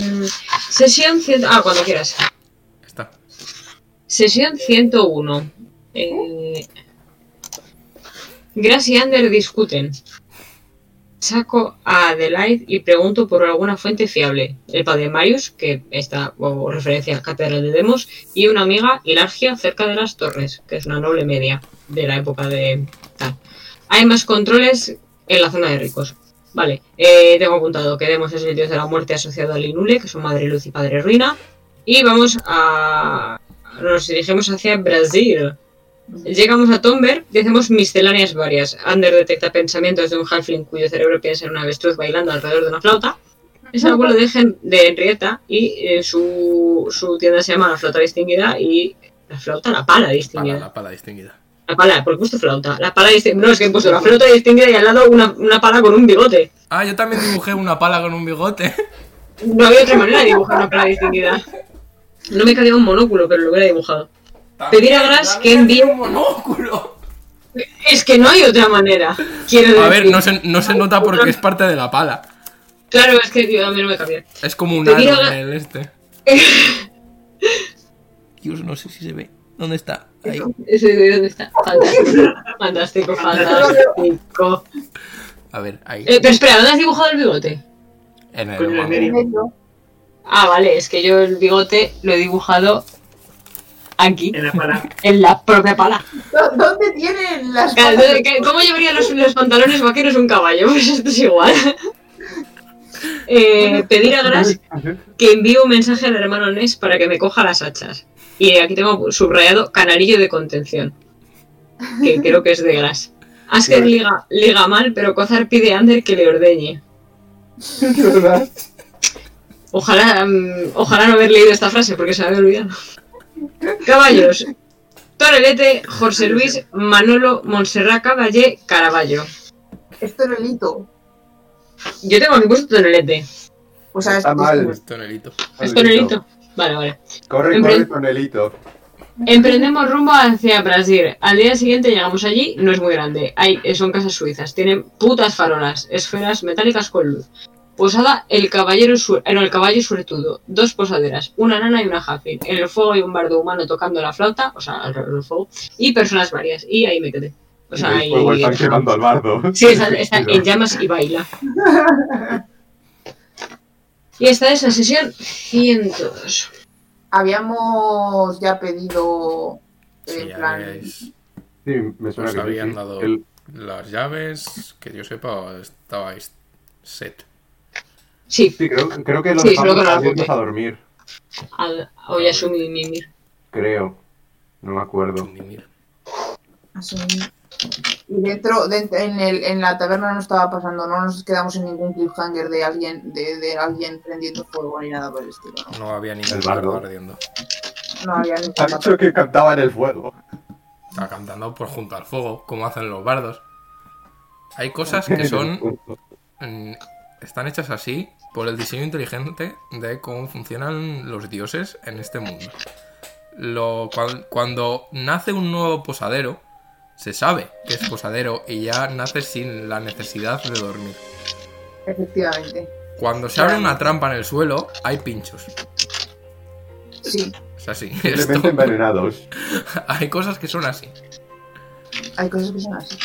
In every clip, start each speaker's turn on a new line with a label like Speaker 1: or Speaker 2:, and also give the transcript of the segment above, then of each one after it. Speaker 1: Mm, sesión 100. Ah, cuando quieras.
Speaker 2: Está.
Speaker 1: Sesión 101. Eh, Grace y Ander discuten. Saco a Adelaide y pregunto por alguna fuente fiable. El padre Marius, que está o referencia a Catedral de Demos, y una amiga, Hilargia, cerca de las torres, que es una noble media de la época de tal. Hay más controles en la zona de ricos. Vale, eh, tengo apuntado que Demos es el dios de la muerte asociado al Inule, que son madre luz y padre ruina. Y vamos a. Nos dirigimos hacia Brasil. Llegamos a Tomber y hacemos misceláneas varias. Ander detecta pensamientos de un halfling cuyo cerebro piensa en una avestruz bailando alrededor de una flauta. Es el abuelo de, Gen- de Henrietta y eh, su, su tienda se llama La Flauta Distinguida y la flauta, la pala
Speaker 2: Pala,
Speaker 1: distinguida.
Speaker 2: la pala distinguida.
Speaker 1: La pala, porque he puesto flauta. La pala distinguida. No, es que he puesto la flauta distinguida y al lado una, una pala con un bigote.
Speaker 2: Ah, yo también dibujé una pala con un bigote.
Speaker 1: No había otra manera de dibujar una pala distinguida. No me cabía un monóculo, pero lo hubiera dibujado. Pedir a Gras que envíe-
Speaker 2: un monóculo.
Speaker 1: Es que no hay otra manera. Quiero decir.
Speaker 2: A ver, no se, no se nota porque es parte de la pala.
Speaker 1: Claro, es que tío, a mí no me cabía.
Speaker 2: Es como un
Speaker 1: Pedir a
Speaker 2: aro en
Speaker 1: Gras-
Speaker 2: el este. Dios, no sé si se ve. ¿Dónde está? Ahí.
Speaker 1: Ese de dónde está. Fantástico. Fantástico, fantástico.
Speaker 2: A ver, ahí.
Speaker 1: Eh, pero espera, ¿dónde has dibujado el bigote?
Speaker 2: En
Speaker 1: con
Speaker 2: el
Speaker 1: el
Speaker 2: manga.
Speaker 1: medio.
Speaker 3: pues medio.
Speaker 1: Ah, vale, es que yo el bigote lo he dibujado aquí,
Speaker 4: En la pala.
Speaker 1: en la propia pala.
Speaker 3: ¿Dó- ¿Dónde tienen
Speaker 2: Ah,
Speaker 3: las
Speaker 1: Claro,
Speaker 3: patas?
Speaker 1: entonces, ¿qué- ¿Cómo llevaría los, los pantalones vaqueros un caballo? Pues esto es igual. Eh, pedir a Gras que envíe un mensaje al hermano Ness para que me coja las hachas. Y aquí tengo subrayado canarillo de contención, que creo que es de Gras. Asker liga, liga mal, pero Cozar pide a Ander que le ordeñe.
Speaker 5: Es verdad.
Speaker 1: Ojalá, mm, ojalá no haber leído esta frase porque se me había olvidado. Caballos. Torelete, José Luis, Manolo, Montserrat Caballé, Caraballo.
Speaker 3: Es torelito.
Speaker 1: Yo tengo aquí puesto Torelete.
Speaker 3: O sea, es
Speaker 5: Está mal.
Speaker 3: es-
Speaker 2: Tonelito.
Speaker 6: Ah,
Speaker 1: ¿Es Torelito? Vale, vale.
Speaker 5: Corre,
Speaker 1: En
Speaker 5: corre,
Speaker 1: plan-
Speaker 5: tonelito.
Speaker 1: Emprendemos rumbo hacia Brasil. Al día siguiente llegamos allí, no es muy grande. Hay, son casas suizas, tienen putas farolas, esferas metálicas con luz. Posada el caballero sur, eh, no, el caballo suertudo, dos posaderas, una nana y una jafin. En el fuego hay un bardo humano tocando la flauta, o sea, alrededor del fuego, y personas varias. Y ahí me quedé. O sea,
Speaker 5: El fuego
Speaker 1: ahí.
Speaker 5: están quemando al bardo.
Speaker 1: Sí, está, está en llamas y baila. Y esta es la sesión 102.
Speaker 3: Habíamos ya pedido. eh,
Speaker 2: Sí,
Speaker 3: en
Speaker 2: ya
Speaker 3: plan.
Speaker 2: veis.
Speaker 5: Sí, me suena
Speaker 2: Os
Speaker 5: que sí,
Speaker 2: habían
Speaker 5: sí.
Speaker 2: dado
Speaker 5: El-
Speaker 2: las llaves. Que yo sepa, estabais set.
Speaker 1: Sí,
Speaker 5: Sí, creo, creo que lo
Speaker 1: Sí,
Speaker 5: dejamos
Speaker 1: creo que lo
Speaker 5: yéndonos
Speaker 1: apunté.
Speaker 5: a dormir.
Speaker 1: al- hoy asumí mi mir.
Speaker 5: Creo. No me acuerdo.
Speaker 2: Chundimir.
Speaker 3: así. Y dentro, dent- en, el, en la taberna no estaba pasando, no nos quedamos en ningún cliffhanger de alguien, de, de alguien prendiendo fuego ni nada por el estilo. No,
Speaker 2: No había ningún
Speaker 5: El bardo.
Speaker 2: bardo ardiendo.
Speaker 3: no había ni
Speaker 5: Ha dicho Ah, que cantaba en el fuego.
Speaker 2: Está cantando por junto al fuego, como hacen los bardos. Hay cosas que son Mm, están hechas así por el diseño inteligente de cómo funcionan los dioses en este mundo. Lo, cual- cuando nace un nuevo posadero, se sabe que es posadero y ya nace sin la necesidad de dormir.
Speaker 3: Efectivamente.
Speaker 2: Cuando se abre una trampa en el suelo, hay pinchos.
Speaker 3: Sí,
Speaker 2: Es así.
Speaker 5: Simplemente
Speaker 2: esto-
Speaker 5: envenenados.
Speaker 2: hay cosas que son así.
Speaker 3: hay cosas que son así.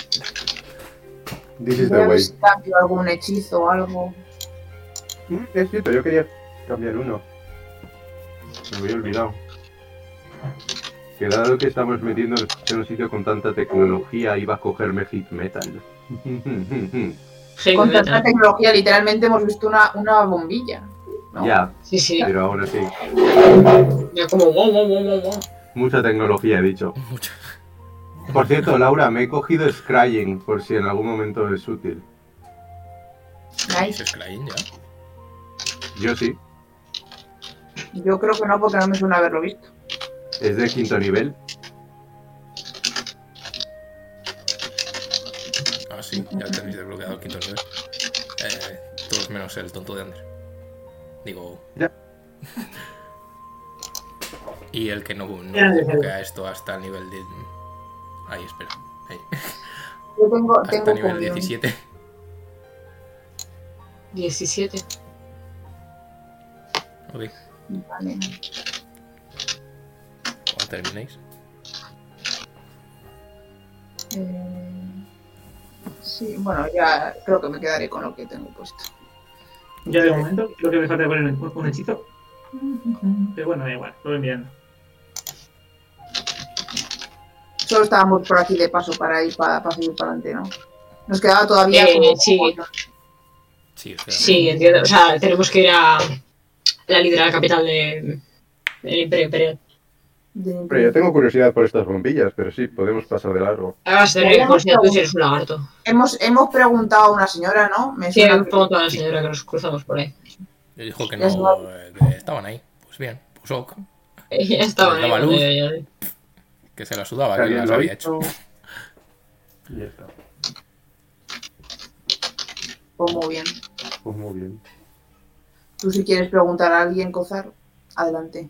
Speaker 5: This is
Speaker 3: Voy
Speaker 5: the
Speaker 3: a ver
Speaker 5: way.
Speaker 3: si cambio algún hechizo o algo.
Speaker 5: Mm, Es cierto, yo quería cambiar uno. Me había olvidado. Que dado que estamos metiendo en un sitio con tanta tecnología, iba a cogerme hit metal.
Speaker 1: Heavy
Speaker 3: Con
Speaker 1: metal.
Speaker 3: tanta tecnología, literalmente hemos visto una, una bombilla. No.
Speaker 5: ya,
Speaker 1: Sí, sí.
Speaker 5: pero aún así.
Speaker 1: Ya como wow, wow, wow, wow, wow.
Speaker 5: Mucha tecnología, he dicho.
Speaker 2: Muchas.
Speaker 5: Por cierto, Laura, me he cogido Scrying, por si en algún momento es útil.
Speaker 3: Nice.
Speaker 2: Eso es Krain, ya.
Speaker 5: Yo sí,
Speaker 3: Yo creo que no, porque no me suena haberlo visto.
Speaker 5: es de quinto nivel.
Speaker 2: Ah, sí, ya tenéis desbloqueado el quinto nivel. Eh, todos menos el tonto de Ander. Digo.
Speaker 5: Ya.
Speaker 2: y el que no, no
Speaker 4: Ya, ya, ya.
Speaker 2: desbloquea esto hasta el nivel de. Ahí, espera. Ahí.
Speaker 3: Yo tengo, tengo
Speaker 2: Hasta nivel
Speaker 3: como-
Speaker 2: 17.
Speaker 1: 17.
Speaker 2: Ok,
Speaker 3: Vale.
Speaker 2: cuando terminéis.
Speaker 3: Eh, sí, bueno, ya creo que me quedaré con lo que tengo puesto.
Speaker 7: Yo de momento creo que me falta poner un, un hechizo, pero bueno, da igual, lo voy mirando.
Speaker 3: Solo estábamos por aquí de paso para ir para, para seguir para adelante, ¿no? Nos quedaba todavía
Speaker 1: Eh,
Speaker 3: como-
Speaker 1: sí.
Speaker 2: Sí, o sea,
Speaker 1: Sí, entiendo. O sea, tenemos que ir a la líder, la capital de- del Imperio Imperial.
Speaker 3: de-
Speaker 6: Pero yo tengo curiosidad por estas bombillas, pero sí, podemos pasar de largo.
Speaker 1: Ahora vas a tener que
Speaker 3: Podemos
Speaker 1: considerar tú si eres un lagarto.
Speaker 3: hemos, hemos preguntado a una señora, ¿no? Me
Speaker 1: Sí,
Speaker 3: suena
Speaker 1: le pregunto a la señora que nos cruzamos por ahí.
Speaker 2: le dijo que
Speaker 3: Ya es
Speaker 2: no, eh, que estaban ahí. Pues bien, pues ok,
Speaker 1: Ella estaba
Speaker 2: Le daba
Speaker 1: ahí,
Speaker 2: luz.
Speaker 1: ya, ya, ya.
Speaker 2: que se la sudaba, que las había hecho.
Speaker 6: Y ya está.
Speaker 3: pues muy bien.
Speaker 6: Pues muy bien.
Speaker 3: Tú si quieres preguntar a alguien, Cozar, adelante.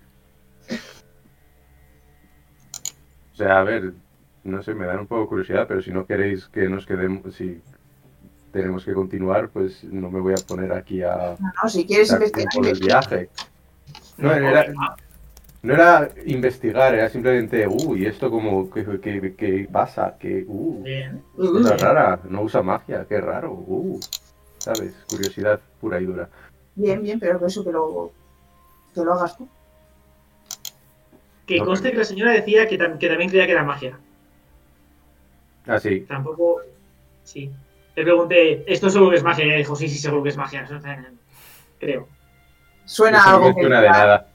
Speaker 6: O sea, a ver, no sé, me dan un poco de curiosidad, pero si no queréis que nos quedemos, si tenemos que continuar, pues no me voy a poner aquí a
Speaker 3: No, no, si quieres
Speaker 6: dar
Speaker 3: investigar,
Speaker 6: por el viaje. No, era-
Speaker 7: no,
Speaker 6: No era investigar, era simplemente, uy, esto como, ¿qué, qué- qué pasa? Que, uh,
Speaker 7: bien.
Speaker 6: cosa rara, no usa magia, qué raro, uh, ¿sabes? Curiosidad pura y dura.
Speaker 3: bien, bien, pero que eso que lo, que lo hagas tú.
Speaker 7: Que
Speaker 6: Ok.
Speaker 7: conste que la señora decía que, tam- que también creía que era magia.
Speaker 6: Así,
Speaker 7: Tampoco. Sí. Le pregunté, ¿esto seguro que es magia? Y ella dijo, sí, sí, seguro que es magia. Eso está- Creo.
Speaker 3: Suena
Speaker 6: eso no
Speaker 3: algo
Speaker 6: me suena de nada.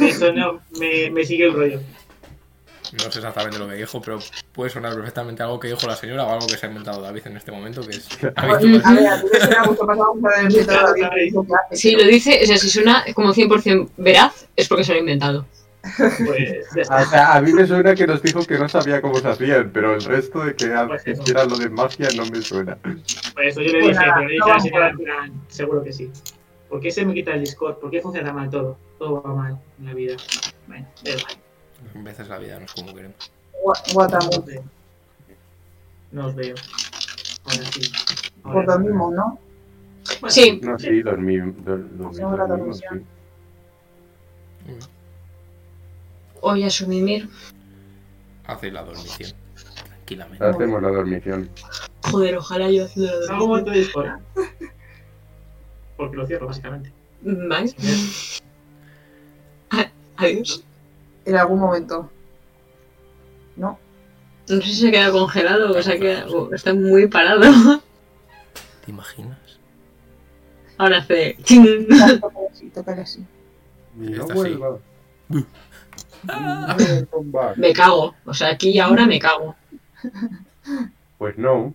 Speaker 7: Eso no me, me sigue el rollo.
Speaker 2: No sé exactamente lo que dijo, pero puede sonar perfectamente algo que dijo la señora o algo que se ha inventado David en este momento, que es habitual.
Speaker 3: A ver, a ti te suena mucho más algo que el
Speaker 7: Claro,
Speaker 3: que
Speaker 7: claro.
Speaker 3: lo que haces,
Speaker 1: Si
Speaker 3: pero-
Speaker 1: lo dice, o sea, si suena como 100% veraz, es porque se lo ha inventado.
Speaker 7: Pues ya está.
Speaker 6: O sea, a mí me suena que nos dijo que no sabía cómo se hacían, pero el resto de que
Speaker 7: Pues eso.
Speaker 6: hiciera lo de magia no me suena.
Speaker 7: Pues eso yo le
Speaker 3: Pues
Speaker 7: dije,
Speaker 3: nada,
Speaker 7: pero le dije
Speaker 3: no
Speaker 7: a la
Speaker 3: vamos
Speaker 7: señora,
Speaker 3: a-
Speaker 7: en plan, seguro que sí. ¿Por qué se me quita el Discord? ¿Por qué funciona tan mal todo? Todo va mal en la vida. Bueno, da igual.
Speaker 2: A veces la vida no es como queremos.
Speaker 3: Gua- Guatamón.
Speaker 7: Nos veo. No os veo. Ahora sí. Ahora
Speaker 3: Por lo
Speaker 7: no.
Speaker 3: mismo, ¿no?
Speaker 7: Bueno,
Speaker 1: Sí.
Speaker 6: No, sí, los mim- los- los
Speaker 3: Hacemos la
Speaker 6: mismos, sí.
Speaker 3: traducción.
Speaker 1: Hoy a su mimir.
Speaker 2: Hace la dormición, tranquilamente.
Speaker 6: Hacemos la dormición.
Speaker 1: Joder, ojalá yo haciendo la
Speaker 7: Salgo un
Speaker 1: dormición.
Speaker 7: momento de Discord. Porque lo cierro, básicamente.
Speaker 1: ¿Vale? A- Adiós.
Speaker 3: En algún momento. No.
Speaker 1: No sé si se queda congelado o se ha quedado- o está muy parado.
Speaker 2: ¿Te imaginas?
Speaker 1: Ahora hace ching.
Speaker 3: Tócale así, tócale así.
Speaker 6: Y no
Speaker 2: Esta sí.
Speaker 6: vuelva. Come back.
Speaker 1: Me cago. O sea, aquí y ahora me cago.
Speaker 6: Pues no.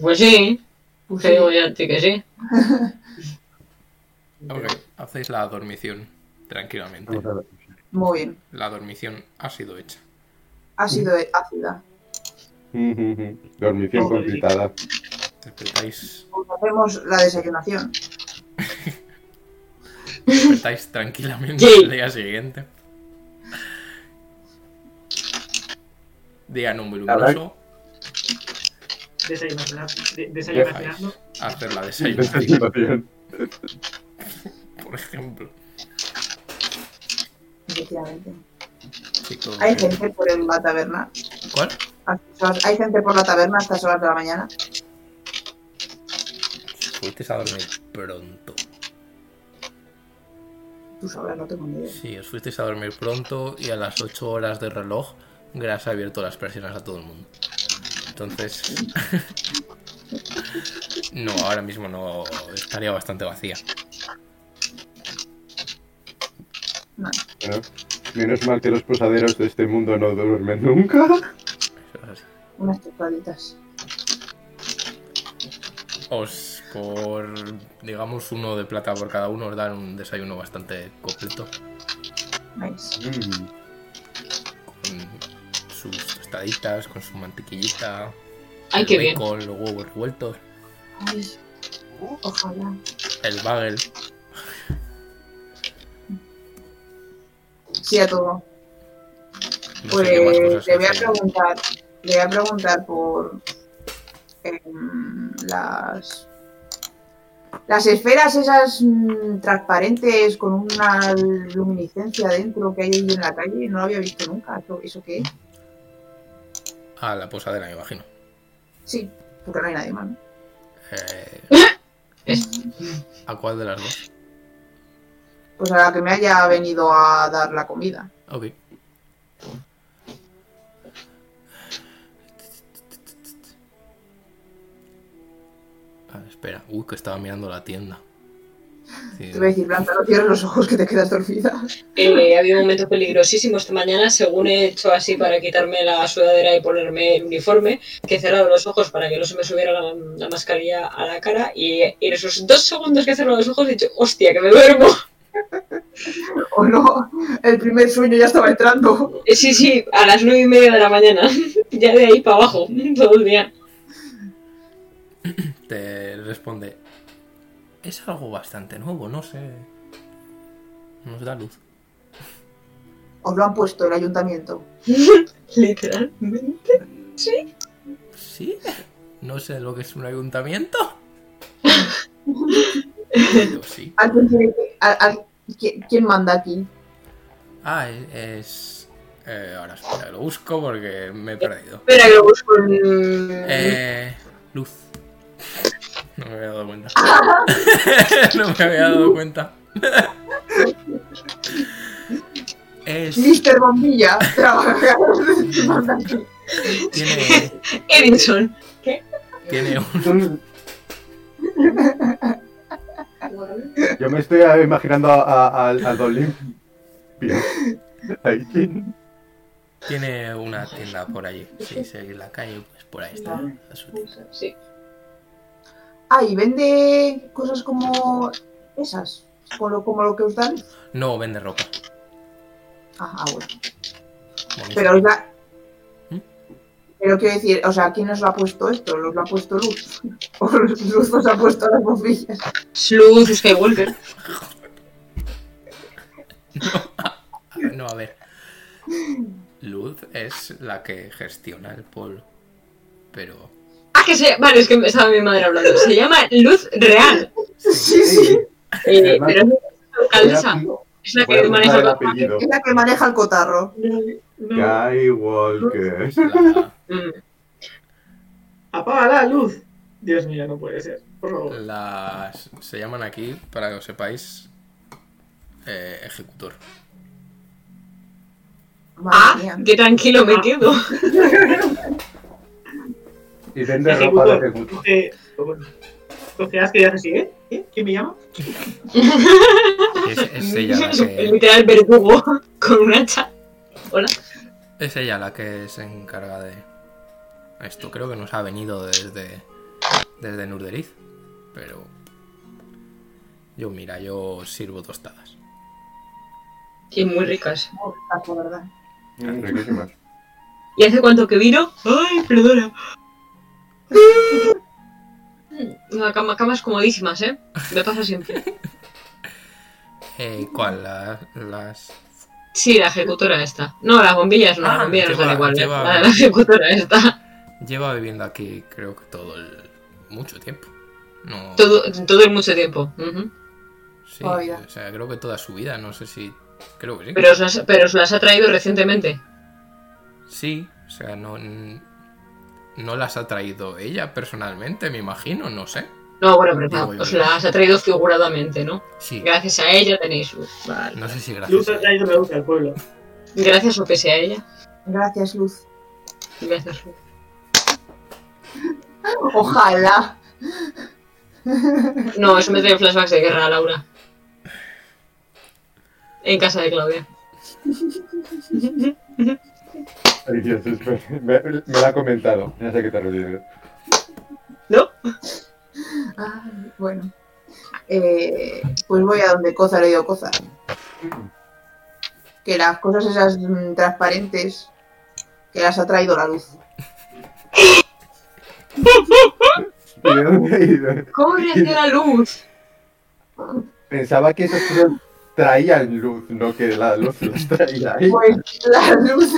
Speaker 1: Pues sí,
Speaker 3: Pues
Speaker 1: te
Speaker 3: sí.
Speaker 1: digo ya a ti que sí.
Speaker 2: Ok, hacéis la dormición tranquilamente.
Speaker 6: Vamos a ver.
Speaker 3: Muy bien.
Speaker 2: La dormición ha sido hecha.
Speaker 3: Ha sido ácida.
Speaker 6: Dormición
Speaker 7: Vamos a ver.
Speaker 6: completada.
Speaker 2: Despertáis,
Speaker 3: Pues hacemos la desayunación.
Speaker 2: despertáis tranquilamente
Speaker 1: Sí.
Speaker 2: el día siguiente. Día numeroso,
Speaker 7: Desayunar. de- Desayunando.
Speaker 2: hacer la desayunación,
Speaker 6: Dormición.
Speaker 2: por ejemplo.
Speaker 3: Efectivamente.
Speaker 2: Sí, todo
Speaker 3: Hay
Speaker 2: bien.
Speaker 3: gente por el- la taberna.
Speaker 2: ¿Cuál?
Speaker 3: a estas horas- Hay gente por la taberna a estas horas de la mañana.
Speaker 2: Fuisteis a dormir pronto.
Speaker 3: Tú sabrás, no tengo ni idea.
Speaker 2: Sí, os fuisteis a dormir pronto y a las 8 horas de reloj Gras ha abierto las persianas a todo el mundo. Entonces... no, ahora mismo no estaría bastante vacía.
Speaker 6: Bueno, Menos mal que los posaderos de este mundo no duermen nunca.
Speaker 2: Eso es así.
Speaker 3: Unas tostaditas.
Speaker 2: Os por, digamos, uno de plata por cada uno, os dan un desayuno bastante completo.
Speaker 3: Nice.
Speaker 6: Mm,
Speaker 2: Con sus tostaditas, con su mantequillita,
Speaker 1: Ay,
Speaker 2: el
Speaker 1: qué bien.
Speaker 2: bacon, los huevos revueltos,
Speaker 3: Ay, ojalá.
Speaker 2: el bagel.
Speaker 3: Sí, a todo.
Speaker 2: No sé qué más
Speaker 3: Pues
Speaker 2: cosas
Speaker 3: le voy a
Speaker 2: os hayan-
Speaker 3: preguntar. Le voy a preguntar por em, las Las esferas esas mm, transparentes con una luminiscencia dentro que hay ahí en la calle, no lo había visto nunca. ¿Eso, eso qué es?
Speaker 2: A la posadera, me imagino.
Speaker 3: Sí, porque no hay nadie más. ¿no?
Speaker 2: Eh, ¿A cuál de las dos?
Speaker 3: Pues a la que me haya venido a dar la comida.
Speaker 2: Ok. Ah, espera. Uy, que estaba mirando la tienda. Sí,
Speaker 3: Te voy a decir, Blanca, no cierres los ojos que te quedas dormida.
Speaker 1: Eh, ha habido momentos peligrosísimos esta mañana, según he hecho así para quitarme la sudadera y ponerme el uniforme, que he cerrado los ojos para que no se me subiera la, la mascarilla a la cara y, y en esos dos segundos que he cerrado los ojos he dicho, hostia, que me duermo.
Speaker 3: O no, el primer sueño ya estaba entrando.
Speaker 1: Eh, Sí, sí, a las nueve y media de la mañana, ya de ahí para abajo, todo el día.
Speaker 2: Te responde. Es algo bastante nuevo, no sé. Nos da luz.
Speaker 3: Os lo han puesto el ayuntamiento.
Speaker 1: Literalmente.
Speaker 2: ¿Sí? No sé lo que es un ayuntamiento. Yo sí.
Speaker 3: Alguien tiene que- al- al- ¿qui- ¿Quién manda aquí?
Speaker 2: Ah, es. es- eh, ahora espera, lo busco porque me he perdido.
Speaker 1: Espera que lo busco en...
Speaker 2: Eh, luz. No me había dado cuenta. no me había dado cuenta. es.
Speaker 3: Mister Bombilla trabaja. manda aquí.
Speaker 2: Tiene,
Speaker 1: Edison.
Speaker 2: tiene un.
Speaker 5: Yo me estoy eh, imaginando a, a- al- al Don Limpio. Ahí.
Speaker 2: Tiene una tienda por allí. Si seguís la calle, pues por ahí está. la su tienda.
Speaker 1: Sí.
Speaker 3: Ah, y vende cosas como esas, como lo, como lo que os dan.
Speaker 2: No vende ropa.
Speaker 3: Ah, ah, bueno.
Speaker 2: Bonito.
Speaker 3: Pero os da-
Speaker 2: ¿Mm?
Speaker 3: Pero quiero decir, o sea, ¿quién os lo ha puesto esto? ¿Los lo ha puesto Luz? ¿O Luz os ha puesto las bombillas?
Speaker 1: Sleuth Skywalker.
Speaker 2: No, a ver. Luz es la que gestiona el pueblo. Pero.
Speaker 1: Ah, que se... Vale, es que estaba mi madre hablando. Se llama Luz Real.
Speaker 3: Sí, sí.
Speaker 1: Eh, pero es la alcaldesa. Es la
Speaker 5: Voy a
Speaker 1: que
Speaker 5: apuntar
Speaker 1: maneja
Speaker 5: el
Speaker 1: los
Speaker 5: apellido.
Speaker 3: Es la que maneja el cotarro.
Speaker 5: Guy Walker.
Speaker 2: La,
Speaker 4: Apaga la luz. Dios mío, no puede ser. Por
Speaker 2: Eh,
Speaker 4: favor.
Speaker 2: las- se llaman aquí, para que lo sepáis, eh, ejecutor.
Speaker 3: Madre
Speaker 1: Ah,
Speaker 3: mía.
Speaker 1: qué tranquilo me quedo.
Speaker 5: Y vende ropa de ejecutor.
Speaker 4: Eh, bueno. Cogeas que ya así, ¿eh? ¿Eh? ¿Quién me llama?
Speaker 2: Es, es ella la que,
Speaker 1: Literal verdugo con un hacha. Hola.
Speaker 2: es ella la que se encarga de esto. Creo que nos ha venido desde, desde Nurderiz. Pero. Yo, mira, yo sirvo tostadas.
Speaker 1: Y muy ricas.
Speaker 3: Oh, taco, ¿verdad?
Speaker 5: Mm, riquísimas.
Speaker 1: ¿Y hace cuánto que vino? Ay, perdona. Las Mm, cama, camas comodísimas, ¿eh? Me pasa siempre.
Speaker 2: Eh, ¿Cuál? La- las.
Speaker 1: Sí, la ejecutora esta. No, las bombillas no,
Speaker 2: Ah,
Speaker 1: las bombillas nos
Speaker 2: lleva-
Speaker 1: dan igual. ¿eh?
Speaker 2: lleva-
Speaker 1: La, la ejecutora esta.
Speaker 2: Lleva viviendo aquí, creo que todo el. mucho tiempo. No.
Speaker 1: Todo, todo el mucho tiempo. Ujú.
Speaker 2: Sí,
Speaker 3: Toda vida.
Speaker 2: o sea, creo que toda su vida, no sé si. Creo que sí.
Speaker 1: Pero os las, pero os las ha traído recientemente.
Speaker 2: Sí, o sea, no. No las ha traído ella personalmente, me imagino, no sé.
Speaker 1: No, bueno, pero
Speaker 2: Digo
Speaker 1: no,
Speaker 2: yo,
Speaker 1: os
Speaker 2: digo.
Speaker 1: las ha traído figuradamente, ¿no?
Speaker 2: Ah, Sí,
Speaker 1: Gracias a ella tenéis. Vale.
Speaker 2: no sé si gracias.
Speaker 4: Luz ha
Speaker 2: a-
Speaker 4: traído la luz al pueblo.
Speaker 1: Gracias o pese a ella.
Speaker 3: Gracias, Luz.
Speaker 1: Gracias.
Speaker 3: Ojalá.
Speaker 1: No, eso me trae flashbacks de guerra, Laura. En casa de Claudia.
Speaker 5: Ay, Dios, es- me, me lo ha comentado. Ya sé que te refieres.
Speaker 1: ¿No?
Speaker 3: Ah, bueno. Eh, pues voy a donde Coza le dio Coza. Que las cosas esas mm, transparentes que las ha traído la luz.
Speaker 5: ¿Y de dónde ha ido?
Speaker 1: ¿Cómo reacciona la luz?
Speaker 5: Pensaba que esas cosas traían luz, no que la luz las traía ahí.
Speaker 3: Pues la luz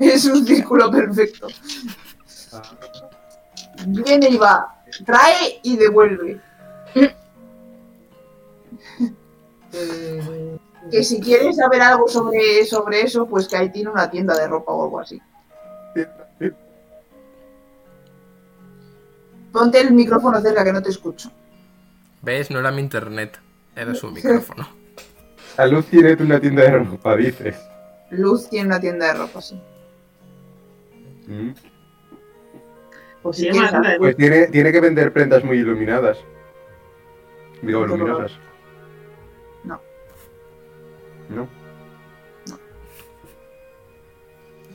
Speaker 3: es un círculo perfecto. Viene y va. Trae y devuelve.
Speaker 1: Mm,
Speaker 3: Que si quieres saber algo sobre, sobre eso, pues que ahí tiene una tienda de ropa o algo así. Ponte el micrófono cerca que no te escucho.
Speaker 2: ¿Ves? No era mi internet, era su micrófono.
Speaker 6: La luz tiene una tienda de ropa, dices.
Speaker 3: Luz tiene una tienda de ropa, sí.
Speaker 6: Mm.
Speaker 3: Pues
Speaker 7: Se
Speaker 3: si
Speaker 7: llama
Speaker 3: quieres
Speaker 7: la tienda
Speaker 3: saber.
Speaker 7: de
Speaker 6: Pues tiene, tiene que vender prendas muy iluminadas. Digo,
Speaker 3: No.
Speaker 6: luminosas.
Speaker 3: No.
Speaker 6: No.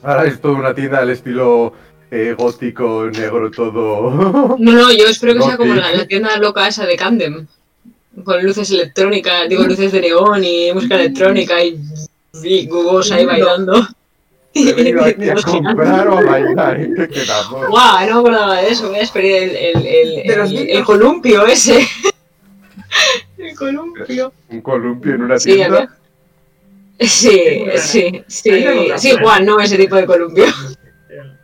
Speaker 6: Ahora es toda una tienda al estilo eh, gótico, negro, todo.
Speaker 1: No, no, yo espero que
Speaker 6: No,
Speaker 1: sea como
Speaker 6: sí.
Speaker 1: la, la tienda loca esa de Camden. Con luces electrónicas, digo, luces de neón y música electrónica y, y gugos ahí bailando.
Speaker 6: He venido aquí a
Speaker 1: Los
Speaker 6: comprar o a bailar. ¿eh? ¿Qué quedamos?
Speaker 1: Guau, no me acordaba de eso, voy a esperar el, el, el,
Speaker 3: De los
Speaker 1: el-
Speaker 3: niños.
Speaker 1: el columpio ese. El columpio.
Speaker 6: Un columpio en una
Speaker 1: Sí, ¿eh?
Speaker 6: tienda.
Speaker 1: había- Sí, sí, sí.
Speaker 7: Ahí la encontramos,
Speaker 1: Sí,
Speaker 7: ¿eh?
Speaker 1: Juan, no ese tipo de columpio.
Speaker 7: Era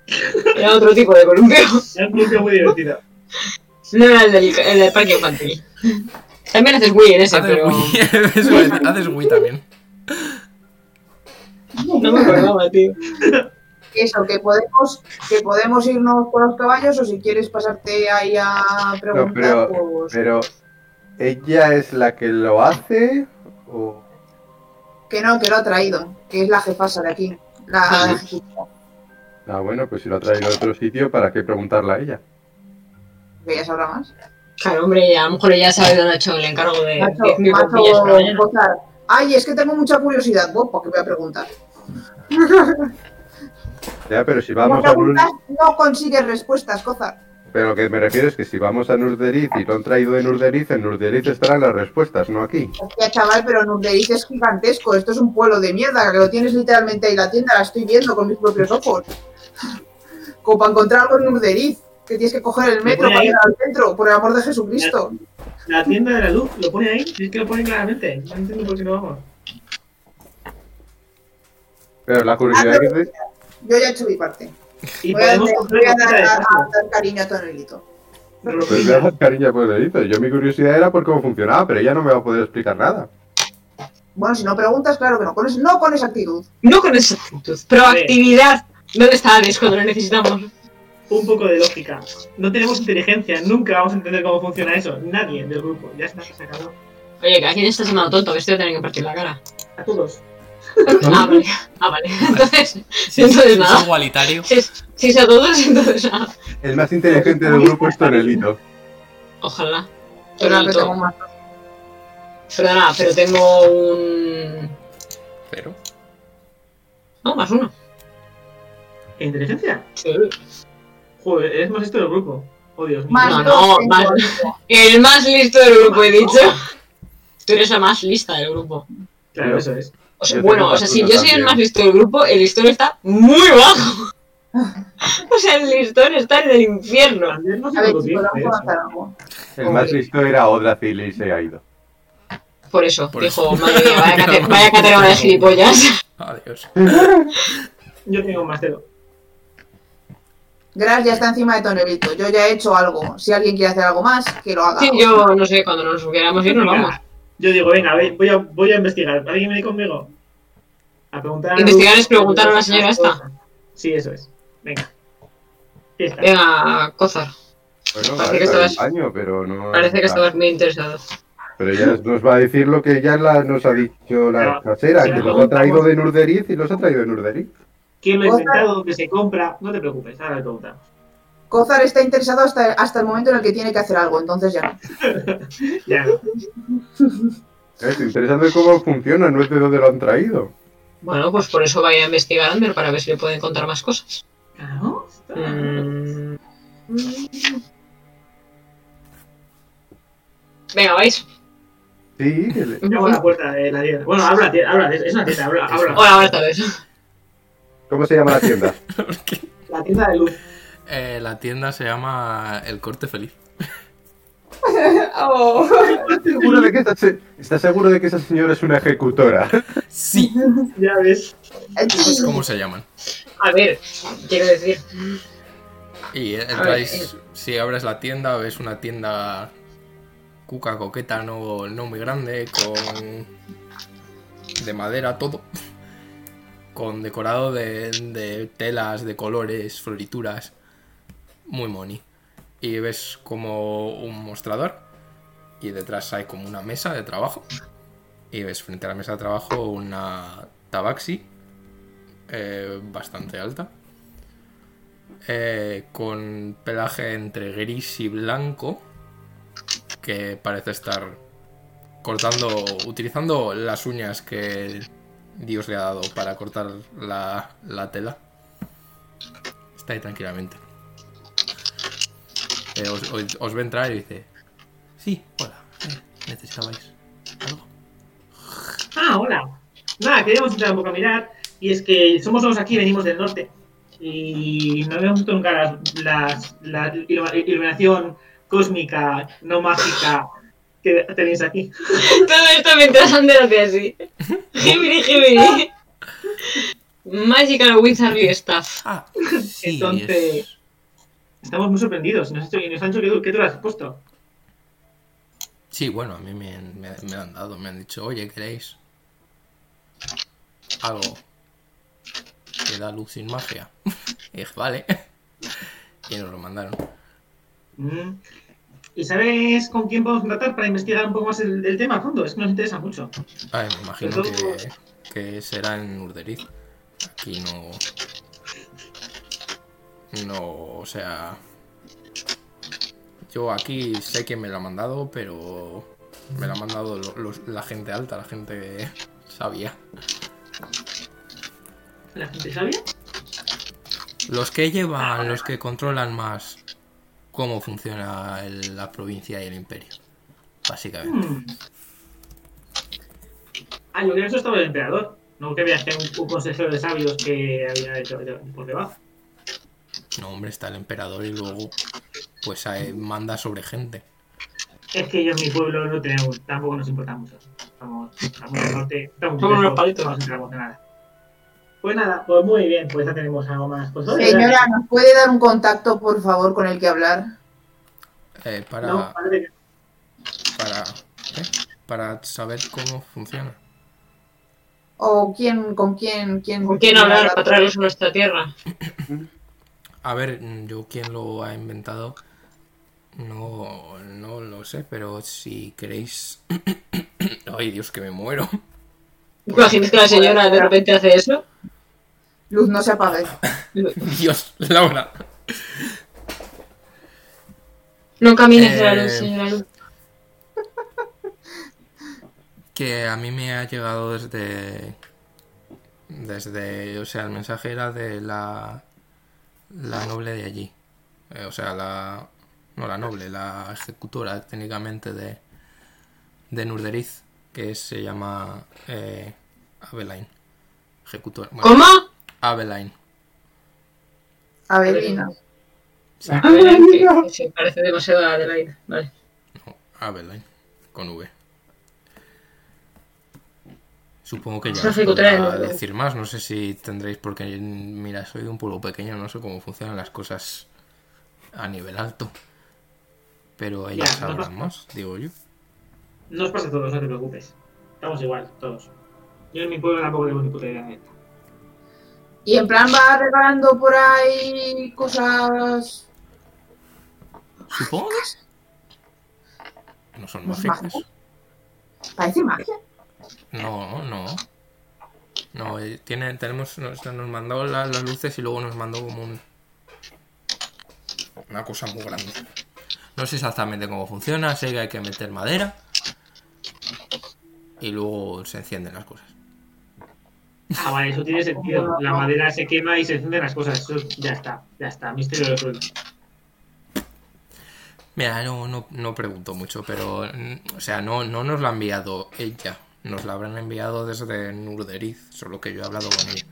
Speaker 1: Era otro tipo de columpio.
Speaker 7: un columpio muy divertido.
Speaker 1: No era el del, el del parque infantil. También haces Wii en ese,
Speaker 2: Haces
Speaker 1: pero
Speaker 2: Wii, eso es, haces Wii también.
Speaker 1: no me acordaba, tío.
Speaker 3: Eso, que podemos, que podemos irnos con los caballos o si quieres pasarte ahí a preguntar, pues
Speaker 6: Pero, ¿ella es la que lo hace? O...
Speaker 3: que no, que lo ha traído, que es la jefasa de aquí. La ejecutiva,
Speaker 6: Ah, bueno, pues si lo ha traído a otro sitio, ¿para qué preguntarla a ella?
Speaker 3: que ya sabrá más.
Speaker 1: Claro, hombre, ya, a lo mejor ya sabe dónde ha hecho el encargo de
Speaker 3: Macho,
Speaker 1: 10.000 bombillas por la
Speaker 3: macho,
Speaker 1: mañana.
Speaker 3: gozar. Ay, es que tengo mucha curiosidad, vos, porque voy a preguntar.
Speaker 6: Ya, pero si
Speaker 3: Como
Speaker 6: vamos a un...
Speaker 3: preguntas, no consigues respuestas, Cozar.
Speaker 6: Pero lo que me refiero es que si vamos a Nurderiz y lo han traído de Nurderiz, en Nurderiz estarán las respuestas, no aquí.
Speaker 3: Hostia, chaval, pero Nurderis es gigantesco. Esto es un pueblo de mierda, que lo tienes literalmente ahí la tienda, la estoy viendo con mis propios ojos. Como para encontrar algo en Nurderis, que tienes que coger el metro
Speaker 7: Voy a
Speaker 3: para
Speaker 7: ir.
Speaker 3: llegar al centro, por el amor de Jesucristo.
Speaker 7: La tienda de la luz, lo pone ahí, si es que lo pone claramente. No entiendo por qué no vamos.
Speaker 6: Pero la curiosidad
Speaker 1: Ah,
Speaker 6: que te-
Speaker 3: Yo ya he hecho mi parte.
Speaker 7: Y
Speaker 3: Voy a,
Speaker 7: podemos
Speaker 3: voy a
Speaker 7: comprar
Speaker 3: dar,
Speaker 7: cositas de
Speaker 3: a- a
Speaker 7: esto.
Speaker 3: dar cariño a Tonelito.
Speaker 7: Pero lo
Speaker 6: Pues veas
Speaker 7: pillas.
Speaker 6: las cariñas por deditos. Yo mi curiosidad era por cómo funcionaba, pero ella no me va a poder explicar nada.
Speaker 3: Bueno, si no preguntas, claro que no. Con es- no con esa actitud.
Speaker 1: No con esa actitud. Proactividad. ¿Dónde está Alex cuando lo necesitamos?
Speaker 7: un poco de lógica. No tenemos inteligencia, nunca vamos a entender cómo funciona eso. Nadie del grupo. Ya está, se acabó.
Speaker 1: Oye, ¿a quién estás llamando tonto? Que estoy a tener que partir la cara.
Speaker 7: A todos.
Speaker 1: Ah, vale. Ah, vale. Entonces,
Speaker 2: Si,
Speaker 1: Entonces
Speaker 2: si
Speaker 1: nada.
Speaker 2: es igualitario,
Speaker 1: si es, si es a todos, entonces ah, nada.
Speaker 6: El más inteligente del grupo es Tonelito.
Speaker 1: Ojalá.
Speaker 3: Yo creo que
Speaker 1: Tonalto.
Speaker 3: tengo más.
Speaker 1: Perdona, pero tengo un.
Speaker 2: pero.
Speaker 1: No, más uno.
Speaker 7: ¿E inteligencia?
Speaker 1: Sí.
Speaker 7: Joder, eres más esto del grupo. Oh, Dios mío.
Speaker 3: Más
Speaker 1: No,
Speaker 3: dos
Speaker 1: no,
Speaker 3: tengo.
Speaker 1: más- El más listo del grupo, he dicho. Tú eres la más lista del grupo.
Speaker 7: Claro, eso es.
Speaker 1: O sea,
Speaker 6: Yo
Speaker 1: bueno,
Speaker 6: tengo
Speaker 1: o sea, si
Speaker 6: más
Speaker 1: yo
Speaker 6: uno
Speaker 1: soy el
Speaker 6: también.
Speaker 1: más listo del grupo, el listón está muy bajo. O sea, el listón está en el infierno.
Speaker 7: Ander no se
Speaker 3: A ver,
Speaker 7: produce,
Speaker 3: si podemos
Speaker 7: eso.
Speaker 3: hacer algo.
Speaker 6: El más listo era Odracil y se ha ido.
Speaker 1: Por eso,
Speaker 2: Por
Speaker 1: dijo,
Speaker 2: eso.
Speaker 1: madre mía, vaya, cate- vaya categoría de gilipollas.
Speaker 2: Adiós.
Speaker 7: Yo tengo más cero.
Speaker 3: Gras ya está encima de Tonelito. Yo ya he hecho algo. Si alguien quiere hacer algo más, que lo haga.
Speaker 1: Sí, yo no sé, cuando nos queramos ir, nos vamos.
Speaker 7: Yo digo, venga, ve- voy a, voy a investigar. ¿Alguien viene conmigo? A preguntar.
Speaker 1: Investigar es preguntar a la señora esta.
Speaker 7: Sí, eso es. Venga. Fiesta.
Speaker 1: Eh, Venga, Cozar.
Speaker 6: Bueno,
Speaker 1: Parece
Speaker 6: vale,
Speaker 1: que
Speaker 6: está
Speaker 1: estabas-
Speaker 6: bien baño, pero no.
Speaker 1: Parece que estabas muy interesado.
Speaker 6: Pero ella nos va a decir lo que ya la- nos ha dicho la
Speaker 7: Pero-
Speaker 6: casera,
Speaker 7: pero
Speaker 6: que los ha
Speaker 7: preguntamos-
Speaker 6: traído de Nurderiz y los ha traído de Nurderiz.
Speaker 7: ¿Quién lo ha
Speaker 3: Otra-
Speaker 7: inventado? ¿Dónde se compra? No te preocupes, ahora le preguntamos.
Speaker 3: Cozar está interesado hasta, hasta el momento en el que tiene que hacer algo, entonces ya. no.
Speaker 7: Ya, no.
Speaker 6: Es interesante cómo funciona, no es de dónde lo han traído.
Speaker 1: Bueno, pues por eso vaya a investigar a Ander para ver si le pueden contar más cosas.
Speaker 7: Claro, está-
Speaker 1: Mm. Venga, vais.
Speaker 6: Sí, que le-
Speaker 7: Llamo a la puerta de la tienda. Bueno, habla, tienda, habla, es es una tienda, habla, habla.
Speaker 1: Hola, buenas tardes.
Speaker 6: ¿cómo se llama la tienda?
Speaker 7: La tienda de luz.
Speaker 2: Eh, la tienda se llama El Corte Feliz.
Speaker 6: ¿Estás seguro, de que esa se- ¿Estás seguro de que esa señora es una ejecutora?
Speaker 2: Sí.
Speaker 7: Ya ves.
Speaker 3: Sí.
Speaker 2: Pues, ¿Cómo se llaman?
Speaker 1: A ver, eh, quiero decir.
Speaker 2: Y eh, entráis, si abres la tienda, ves una tienda cuca coqueta, no, no muy grande, con. de madera todo. Con decorado de, de telas, de colores, florituras. Muy moni. Y ves como un mostrador. Y detrás hay como una mesa de trabajo. Y ves frente a la mesa de trabajo una tabaxi. eh, bastante alta eh, con pelaje entre gris y blanco que parece estar cortando, utilizando las uñas que Dios le ha dado para cortar la, la tela. Está ahí tranquilamente. Eh, os, os- os ve entrar y dice, sí, hola, eh, necesitabais algo.
Speaker 7: Ah, hola. Nada, queríamos entrar un poco a mirar. Y es que somos los aquí, venimos del norte. Y no habíamos visto nunca las- las- la ilu- iluminación cósmica, no mágica, que tenéis aquí.
Speaker 1: Todo esto mientras Ander hace así. Jibiri, jibiri. Magical Wizardry Stuff.
Speaker 2: Ah, sí,
Speaker 7: Entonces-
Speaker 2: es-
Speaker 7: Estamos muy sorprendidos. Nos, han hecho- nos han dicho que, que tú las has puesto.
Speaker 2: Sí, bueno, a mí me, me- me lo han dado, me han dicho, oye, ¿queréis algo que da luz sin magia? Y dije, vale. Y nos lo mandaron.
Speaker 7: Mm. ¿Y sabes con quién podemos tratar para investigar un poco más el, el tema a fondo? Es que nos interesa mucho.
Speaker 2: Ay, me imagino que, que será en Urderiz. Aquí no... No, o sea... Yo aquí sé que me lo ha mandado, pero... Me lo ha mandado lo- los- la gente alta, la gente sabia.
Speaker 7: ¿La gente sabia?
Speaker 2: Los que llevan, los que controlan más cómo funciona el- la provincia y el imperio. Básicamente.
Speaker 7: Mm. Ah, yo creo que eso estaba el emperador. No que había un, un consejero de sabios que había hecho de- por debajo.
Speaker 2: No, hombre, está el emperador y luego pues ahí manda sobre gente.
Speaker 7: Es que yo en mi pueblo no tenemos, tampoco nos importa mucho. Estamos, estamos en el norte, estamos
Speaker 1: Somos
Speaker 7: lejos,
Speaker 1: unos palitos.
Speaker 7: no nos enteramos de nada. Pues nada, pues muy bien, pues ya tenemos algo más. Pues ¿dónde
Speaker 3: Señora, ¿nos puede dar un contacto, por favor, con el que hablar?
Speaker 2: Eh, para,
Speaker 7: No, parece que-
Speaker 2: para, ¿qué? para saber cómo funciona.
Speaker 3: ¿O quién, con quién, quién?
Speaker 1: ¿Con quién hablar para traerlos a nuestra tierra?
Speaker 2: A ver, mm, yo quién lo ha inventado no, no lo sé, pero si queréis... Ay, Dios, que me muero.
Speaker 1: ¿Imaginas que la señora de repente hace eso?
Speaker 3: Luz, no se apague.
Speaker 2: Dios, Laura.
Speaker 1: No camines de la luz,
Speaker 2: Eh,
Speaker 1: señora Luz.
Speaker 2: que a mí me ha llegado desde desde o sea el mensaje era de la la noble de allí Eh, o sea la no la noble la ejecutora técnicamente de de Nurderiz que se llama eh, Aveline ejecutora bueno,
Speaker 1: ¿Cómo?
Speaker 2: Aveline
Speaker 3: Avelina.
Speaker 2: sí,
Speaker 1: Ah, Adelante. Sí, parece demasiado a Adelaide. Vale.
Speaker 2: no, Aveline Ah, con V Supongo que ya
Speaker 1: Una
Speaker 2: os
Speaker 1: ejecutora de
Speaker 2: podrá
Speaker 1: noble.
Speaker 2: decir más, no sé si tendréis, porque mira, soy de un pueblo pequeño, no sé cómo funcionan las cosas a nivel alto. Pero ellas
Speaker 7: Ya, no
Speaker 2: sabrán
Speaker 7: pasa.
Speaker 2: más, digo yo.
Speaker 7: no os pasa a todos, no te preocupes. Estamos igual, todos. Yo en mi pueblo tampoco tengo ni puta idea de esto.
Speaker 3: Y en plan va regalando por ahí cosas.
Speaker 2: Supongo que no son
Speaker 3: Los
Speaker 2: mágicas.
Speaker 3: magos. Parece magia.
Speaker 2: No, no. No, eh, tiene, tenemos, nos, nos mandó la- las luces y luego nos mandó como un, una cosa muy grande. No sé exactamente cómo funciona, sé que hay que meter madera y luego se encienden las cosas.
Speaker 7: Ah, vale, eso tiene sentido. La madera se quema y se encienden las cosas. Eso ya está, ya está. Misterio del suelo.
Speaker 2: Mira, no, no, no pregunto mucho, pero, mm, o sea, no, no nos la ha enviado ella, nos la habrán enviado desde Nurderiz, solo que yo he hablado con ella.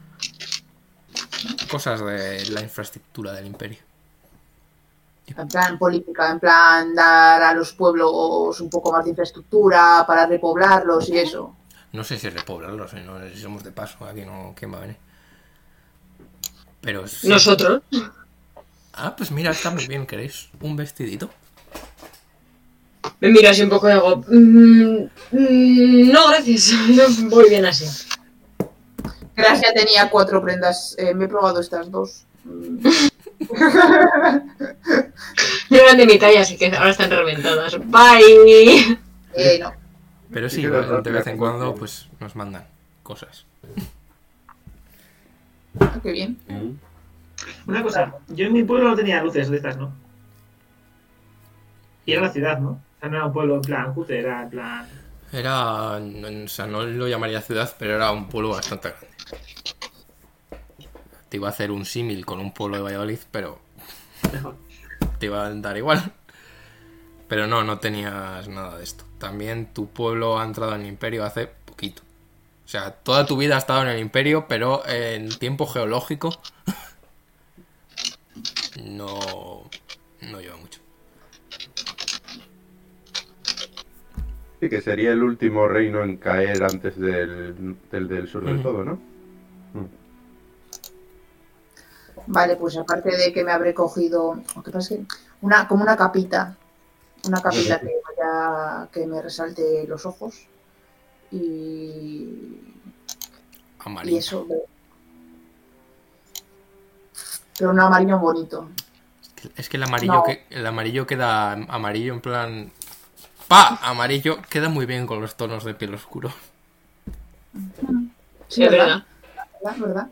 Speaker 2: Cosas de la infraestructura del imperio.
Speaker 3: En plan política, en plan dar a los pueblos un poco más de infraestructura para repoblarlos y eso.
Speaker 2: No sé si repoblarlos, ¿eh? no sé si somos de paso, aquí no, ¿quién va a venir? ¿eh? Pero sí,
Speaker 1: Nosotros.
Speaker 2: Ah, pues mira, está muy bien, ¿queréis un vestidito?
Speaker 1: Me miro así un poco y hago. "Mm, mm, no, gracias. Yo voy bien así.
Speaker 3: Gracia tenía cuatro prendas. eh, me he probado estas dos. Mm.
Speaker 1: No eran de mi talla, así que ahora están reventadas. Bye.
Speaker 3: Eh, no.
Speaker 2: Pero
Speaker 5: Sí,
Speaker 2: sí,
Speaker 5: que
Speaker 2: de
Speaker 5: la verdad me
Speaker 2: vez en
Speaker 5: acuerdo
Speaker 2: cuando
Speaker 5: que-
Speaker 2: pues nos mandan cosas.
Speaker 3: Ah, Qué bien.
Speaker 4: Una cosa, yo en mi pueblo no tenía luces de estas, ¿no? Y era la ciudad, ¿no? O sea, no era un pueblo en plan cute, era en plan.
Speaker 2: Era, o sea, no lo llamaría ciudad, pero era un pueblo bastante grande. Te iba a hacer un símil con un pueblo de Valladolid, pero
Speaker 4: mejor.
Speaker 2: te iba a dar igual. Pero no, no tenías nada de esto. También tu pueblo ha entrado en el imperio hace poquito. O sea, toda tu vida ha estado en el imperio, pero en tiempo geológico no, no lleva mucho.
Speaker 5: Sí, que sería el último reino en caer antes del, del, del sur del
Speaker 2: Ujú.
Speaker 5: todo, ¿no?
Speaker 3: Vale, pues aparte de que me habré cogido. lo que pasa es que Una, como una capita. Una capita que, vaya- que me resalte los ojos. Y. Y
Speaker 2: Amarillo.
Speaker 3: eso. Pero un amarillo bonito.
Speaker 2: Es que el amarillo,
Speaker 3: No.
Speaker 2: que, el amarillo queda amarillo en plan... ¡Pa! Amarillo queda muy bien con los tonos de piel oscuro.
Speaker 3: Sí,
Speaker 1: es
Speaker 3: ¿verdad?
Speaker 1: verdad.
Speaker 3: ¿verdad? ¿verdad?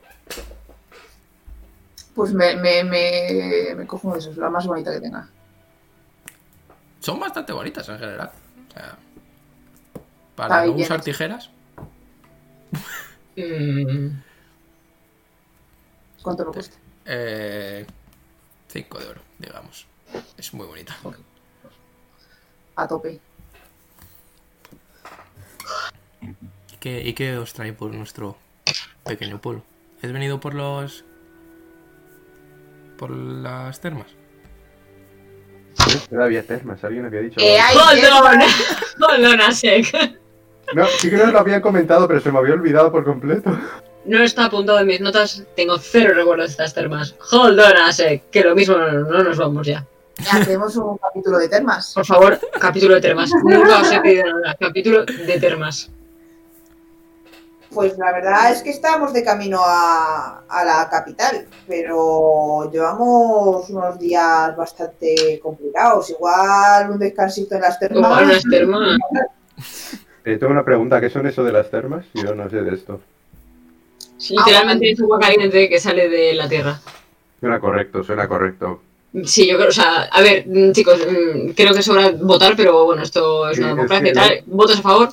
Speaker 3: Pues me, me, me, me cojo uno de esos, la más bonita que tenga.
Speaker 2: Son bastante bonitas en general. O sea,
Speaker 3: Está
Speaker 2: para no
Speaker 3: bien.
Speaker 2: usar tijeras,
Speaker 1: Mm,
Speaker 3: ¿Cuánto me cuesta?
Speaker 2: 5 eh, de oro, digamos. Es muy bonita.
Speaker 3: A tope.
Speaker 2: ¿Y qué, y qué os trae por nuestro pequeño pueblo? ¿Has venido por los... por las termas?
Speaker 5: Era había termas, alguien había dicho.
Speaker 3: Eh, hay-
Speaker 1: ¡Holdon! ¡Holdon Asek!
Speaker 5: No, sí que no lo habían comentado, pero se me había olvidado por completo.
Speaker 1: No está apuntado en mis notas, tengo cero recuerdo de estas termas. Holdon Asek, que lo mismo no, no nos vamos ya.
Speaker 3: Hacemos un capítulo de termas.
Speaker 1: Por favor, capítulo de termas. Nunca os he pedido nada. Capítulo de termas.
Speaker 8: Pues la verdad es que estábamos de camino a, a la capital, pero llevamos unos días bastante complicados. Igual un descansito en las
Speaker 1: Como
Speaker 8: termas.
Speaker 1: unas termas.
Speaker 5: Eh, tengo una pregunta, ¿qué son eso de las termas? Yo no sé de esto.
Speaker 1: Literalmente es agua caliente que sale de la tierra.
Speaker 5: Suena correcto, suena correcto.
Speaker 1: Sí, yo creo, o sea, a ver, mm, chicos, mm, creo que sobra votar, pero bueno, esto es
Speaker 5: Sí,
Speaker 1: una
Speaker 5: es
Speaker 1: democracia y
Speaker 5: que
Speaker 1: tal. ¿Votos a favor?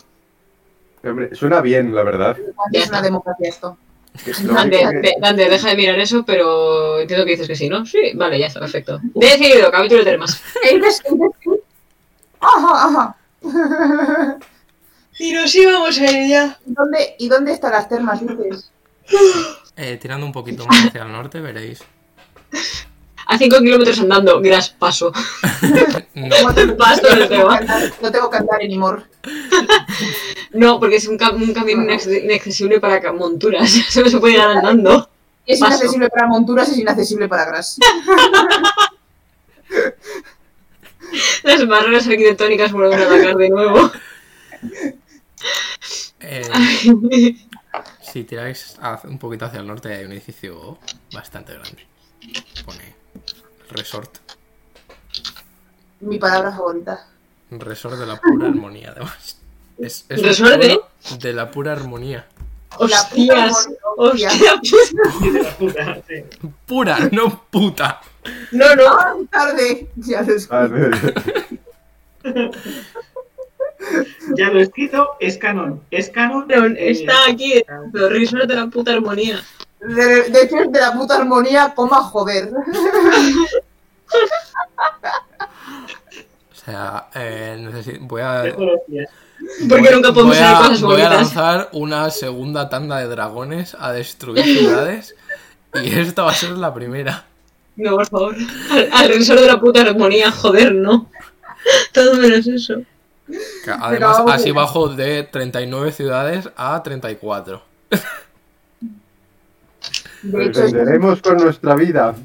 Speaker 5: Hombre, suena bien, la verdad.
Speaker 1: Ya
Speaker 3: Es
Speaker 1: está.
Speaker 3: una democracia esto.
Speaker 5: Lo
Speaker 1: Dante,
Speaker 5: único que-
Speaker 1: Dante, Dante, deja de mirar eso, pero entiendo que dices que sí, ¿no? Sí, vale, ya está, perfecto. Decidido, capítulo de termas.
Speaker 3: Ajá, ajá.
Speaker 8: Y nos íbamos a ella.
Speaker 3: ¿Y dónde, ¿Y dónde están las termas, dices?
Speaker 2: Eh, tirando un poquito más hacia el norte veréis...
Speaker 1: A 5 kilómetros andando, gras, paso.
Speaker 2: No,
Speaker 1: Paso
Speaker 3: No
Speaker 1: el
Speaker 3: tengo que
Speaker 1: tema.
Speaker 3: andar, no tengo que andar anymore.
Speaker 1: No, porque es un, ca- un camino inex- inaccesible para ca- monturas. Solo se puede ir andando.
Speaker 3: Es
Speaker 1: Paso.
Speaker 3: inaccesible para monturas, es inaccesible para gras.
Speaker 1: Las barreras arquitectónicas vuelven a atacar de nuevo.
Speaker 2: eh, Si tiráis haz- un poquito hacia el norte hay un edificio bastante grande. Pone Resort.
Speaker 3: Mi palabra favorita.
Speaker 2: Resort de la pura armonía, además. Es, es un
Speaker 1: ¿Resort de?
Speaker 2: pueblo de la pura armonía.
Speaker 3: La puta
Speaker 1: Hostias.
Speaker 3: monarquía.
Speaker 1: Hostias.
Speaker 4: Y de la puta, sí.
Speaker 2: Pura, no puta.
Speaker 1: No, no.
Speaker 3: ¡Ah, tarde! Ya lo sé.
Speaker 5: A ver,
Speaker 4: Ya lo he escrito, es canon. Es canon. eh,
Speaker 1: Está aquí dentro, Resort de la puta armonía.
Speaker 3: De, de hecho, es de la puta armonía, coma joder.
Speaker 2: O sea, eh, necesi- voy a.
Speaker 4: de todos los días.
Speaker 1: Porque
Speaker 2: voy-
Speaker 1: nunca podemos
Speaker 2: voy
Speaker 1: hacer
Speaker 2: a-
Speaker 1: cosas
Speaker 2: Voy a
Speaker 1: bonitas.
Speaker 2: lanzar una segunda tanda de dragones a destruir ciudades. Y esta va a ser la primera.
Speaker 1: No, por favor. Al, al resort de la puta armonía, joder, no. Todo menos eso.
Speaker 2: Que Además,
Speaker 3: vamos
Speaker 2: así
Speaker 3: bien.
Speaker 2: bajo de 39 ciudades a 34.
Speaker 3: De hecho, es-
Speaker 5: defenderemos con nuestra vida.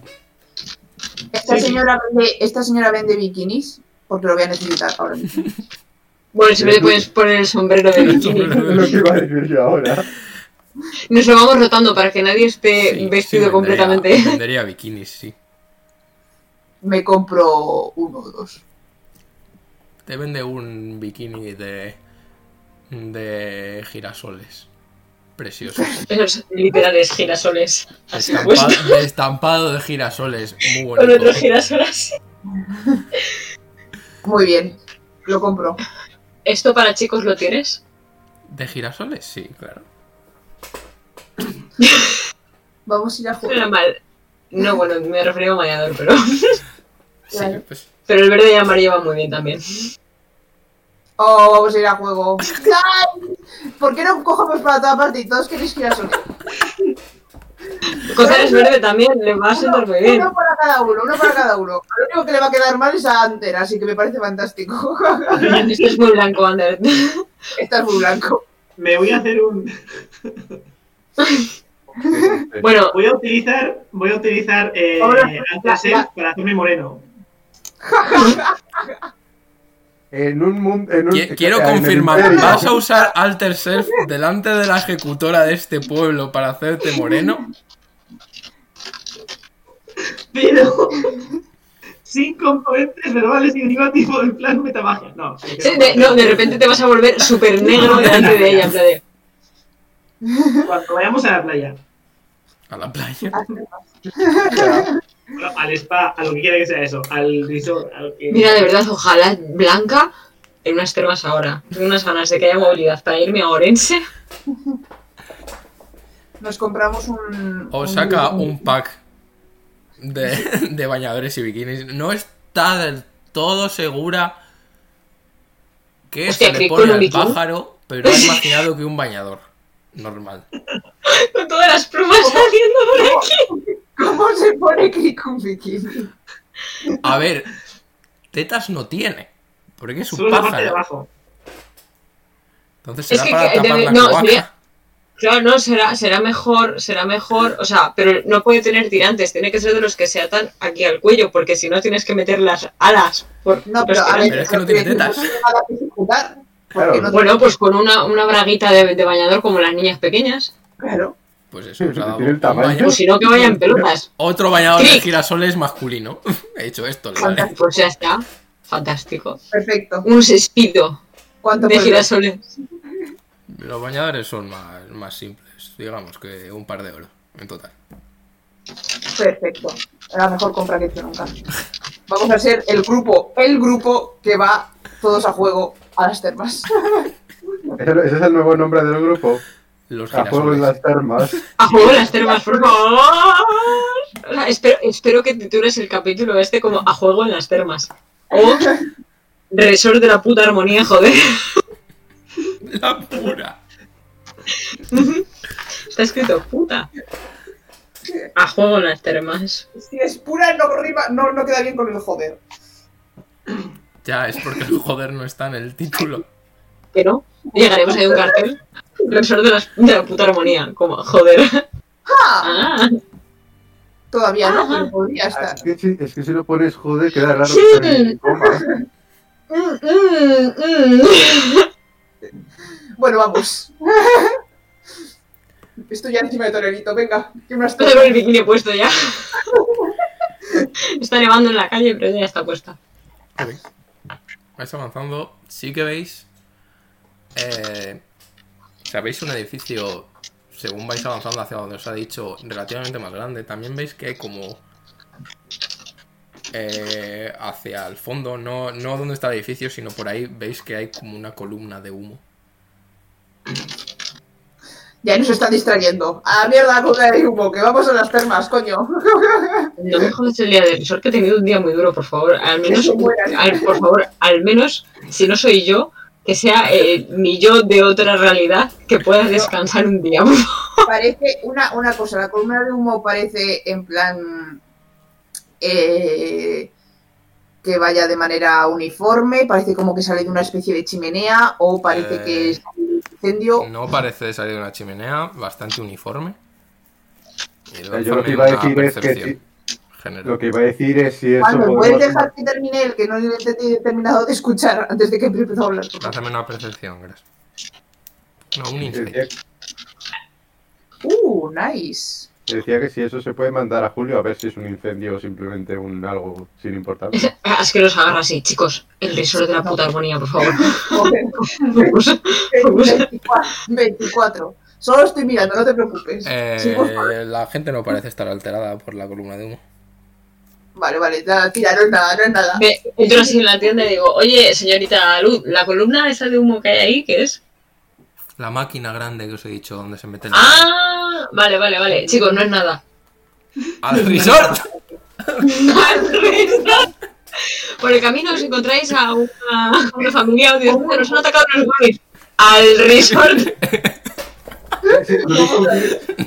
Speaker 3: Esta, señora vende, esta señora vende bikinis porque lo voy a necesitar ahora mismo.
Speaker 1: Bueno, siempre te puedes poner el sombrero de bikini.
Speaker 5: Es lo que iba a decir yo ahora.
Speaker 1: Nos lo vamos rotando para que nadie esté
Speaker 2: Sí,
Speaker 1: vestido
Speaker 2: sí, vendería-
Speaker 1: completamente.
Speaker 2: Vendería bikinis, sí.
Speaker 3: Me compro uno o dos.
Speaker 2: Te vende un bikini de. de girasoles. Precioso.
Speaker 1: Esos literales girasoles.
Speaker 2: Estampa- de estampado de girasoles. Muy
Speaker 1: Con
Speaker 2: bonito.
Speaker 1: otros girasoles.
Speaker 3: Muy bien, lo compro.
Speaker 1: ¿Esto para chicos lo tienes?
Speaker 2: ¿De girasoles? Sí, claro.
Speaker 3: Vamos a ir a
Speaker 1: Suena
Speaker 3: jugar.
Speaker 1: mal. No, bueno, me refería a mañador, pero.
Speaker 2: Sí,
Speaker 3: Claro.
Speaker 2: pues,
Speaker 1: Pero el verde y amarillo va muy bien también.
Speaker 3: Oh, vamos a ir a juego. ¡Ay! ¿Por qué no cogemos para toda parte y todos queréis ir a solo?
Speaker 1: Coger verde también, le va a sentar muy bien.
Speaker 3: Uno para cada uno, uno para cada uno. Lo único que le va a quedar mal es a Ander, así que me parece fantástico.
Speaker 1: Esto es muy blanco, Ander.
Speaker 3: Estás muy blanco.
Speaker 4: Me voy a hacer un.
Speaker 1: Bueno,
Speaker 4: Voy a utilizar. Voy a utilizar. Eh,
Speaker 3: Ahora,
Speaker 4: Antasen
Speaker 3: la- la-
Speaker 4: para hacerme moreno.
Speaker 5: En un mundo. En un,
Speaker 2: qui- Quiero
Speaker 5: en el
Speaker 2: confirmar,
Speaker 5: imperio.
Speaker 2: ¿vas a usar Alter Self delante de la ejecutora de este pueblo para hacerte moreno?
Speaker 4: Pero. Sin componentes verbales y ningún tipo de plan metamagia. No, sí,
Speaker 1: sí,
Speaker 4: creo-
Speaker 1: de, no, de repente te vas a volver súper negro delante de ella. en plan de,
Speaker 4: Cuando vayamos a la playa,
Speaker 2: A la playa.
Speaker 4: bueno, al spa, a lo que quiera que sea eso, al resort, a lo que.
Speaker 1: Mira, de verdad, ojalá Blanca en unas termas ahora. Tengo unas ganas de que haya movilidad para irme a Orense.
Speaker 3: Nos compramos un.
Speaker 2: O saca un pack de, de bañadores y bikinis. No está del todo segura que
Speaker 1: Hostia,
Speaker 2: se
Speaker 1: que
Speaker 2: le
Speaker 1: con
Speaker 2: pone
Speaker 1: un
Speaker 2: al
Speaker 1: bikini.
Speaker 2: pájaro, pero ha imaginado que un bañador. Normal.
Speaker 1: Con todas las plumas saliendo por ahí.
Speaker 3: ¿Cómo se pone click un bikini?
Speaker 2: A ver, tetas no tiene. Porque es un
Speaker 4: Solo la parte de
Speaker 2: pájaro.
Speaker 4: abajo.
Speaker 2: Entonces
Speaker 1: Es
Speaker 2: será
Speaker 1: que-
Speaker 2: para
Speaker 1: que-
Speaker 2: tapar
Speaker 1: debe-
Speaker 2: la
Speaker 1: no,
Speaker 2: cloaca.
Speaker 1: sería- Claro, no, será, será mejor, será mejor, o sea, pero no puede tener tirantes, tiene que ser de los que se atan aquí al cuello, porque si no tienes que meter las alas. Por
Speaker 3: No,
Speaker 1: los
Speaker 3: pero a
Speaker 1: tirantes.
Speaker 3: ver.
Speaker 2: Pero es que no tiene tetas.
Speaker 3: No tiene nada que ejecutar. Porque
Speaker 5: Claro.
Speaker 3: no tiene-
Speaker 1: Bueno, pues con una, una braguita de, de bañador como las niñas pequeñas.
Speaker 3: Claro.
Speaker 2: Pues eso, os ha dado
Speaker 5: Tiene el
Speaker 2: un
Speaker 5: tamaño.
Speaker 2: bañador-
Speaker 1: O si no, que vayan pelotas.
Speaker 2: Otro bañador de
Speaker 1: Sí.
Speaker 2: girasoles masculino. He hecho esto, le vale.
Speaker 1: Pues ya está. Fantástico.
Speaker 3: Perfecto.
Speaker 1: Un sespito
Speaker 3: ¿Cuánto
Speaker 1: de
Speaker 3: puede-
Speaker 1: girasoles.
Speaker 2: Los bañadores son más, más simples, digamos que un par de oro en total.
Speaker 3: Perfecto. La mejor compra que he hecho nunca. Vamos a ser el grupo, el grupo que va todos a juego a las termas.
Speaker 5: Ese ese es el nuevo nombre del grupo.
Speaker 2: Los
Speaker 5: A juego
Speaker 2: girasoles.
Speaker 5: en las termas.
Speaker 1: A juego las termas, por favor. O sea, espero, espero que titules el capítulo este como A juego en las termas. O Resort de la puta armonía, joder.
Speaker 2: La pura.
Speaker 1: Está escrito puta. A juego en las termas.
Speaker 3: Si es pura, no rima, no, no queda bien con el joder.
Speaker 2: Ya, es porque el joder no está en el título.
Speaker 1: Pero llegaremos a un cartel. Resort de, las- de la puta armonía. Como, joder.
Speaker 3: ¡Ah!
Speaker 1: Ah.
Speaker 3: Todavía no,
Speaker 1: Ajá.
Speaker 3: pero podría estar.
Speaker 5: Es que, si, es que si lo pones, joder, queda raro.
Speaker 1: Sí.
Speaker 5: en coma.
Speaker 1: Mm, mm, mm.
Speaker 3: Bueno, vamos. Estoy ya encima de Torerito, venga, que me has
Speaker 1: Estoy con el bikini puesto ya. Está nevando en la calle, pero ya está puesta.
Speaker 2: Ok. Vais avanzando. Sí que veis. Eh, o sea, veis un edificio, según vais avanzando hacia donde os ha dicho, relativamente más grande. También veis que hay como. eh, hacia el fondo, no, no donde está el edificio, sino por ahí veis que hay como una columna de humo.
Speaker 3: Ya nos está distrayendo. A la mierda con el humo, que vamos a las termas, coño.
Speaker 1: No me jodas el día del resort que he tenido un día muy duro, por favor. Al menos,
Speaker 3: Que se mueran.
Speaker 1: al- por favor, al menos, si no soy yo, que sea eh, mi yo de otra realidad, que pueda descansar un día. por favor.
Speaker 3: Parece una, una cosa, la columna de humo parece en plan eh, que vaya de manera uniforme, parece como que sale de una especie de chimenea o parece
Speaker 2: Eh.
Speaker 3: que es un incendio.
Speaker 2: No parece salir de una chimenea, bastante uniforme.
Speaker 5: Yo
Speaker 2: Y
Speaker 5: lo
Speaker 2: lánzame
Speaker 5: que iba a
Speaker 2: una
Speaker 5: decir es que
Speaker 2: percepción.
Speaker 5: si,
Speaker 2: género.
Speaker 5: Lo que iba a decir es si eso
Speaker 3: Cuando puedes
Speaker 5: podemos...
Speaker 3: dejar que termine el que no le he terminado de escuchar antes de que empezó a hablar.
Speaker 2: Hazme una percepción, gracias. No, un insight.
Speaker 5: Decía,
Speaker 3: Uh, nice.
Speaker 5: decía que si eso se puede mandar a Julio a ver si es un incendio o simplemente un algo sin importancia.
Speaker 1: Es que los agarra así, chicos. El risor de la puta armonía, por favor.
Speaker 3: Joder,
Speaker 1: Vamos.
Speaker 3: 24, 24. Solo estoy mirando, no te preocupes.
Speaker 2: Eh,
Speaker 3: Sí, por favor.
Speaker 2: la gente no parece estar alterada por la columna de humo.
Speaker 3: Vale, vale, nada, tira, no es nada, no es nada.
Speaker 1: Me- entro así en la tienda y digo, oye, señorita Luz, la columna esa de humo que hay ahí, ¿qué es?
Speaker 2: La máquina grande que os he dicho, donde se meten
Speaker 1: Ah, vale, vale, vale. Chicos, no es nada.
Speaker 2: al resort.
Speaker 1: Por el camino os encontráis a una, a una familia audiovisual, nos han atacado los zombies. Al resort.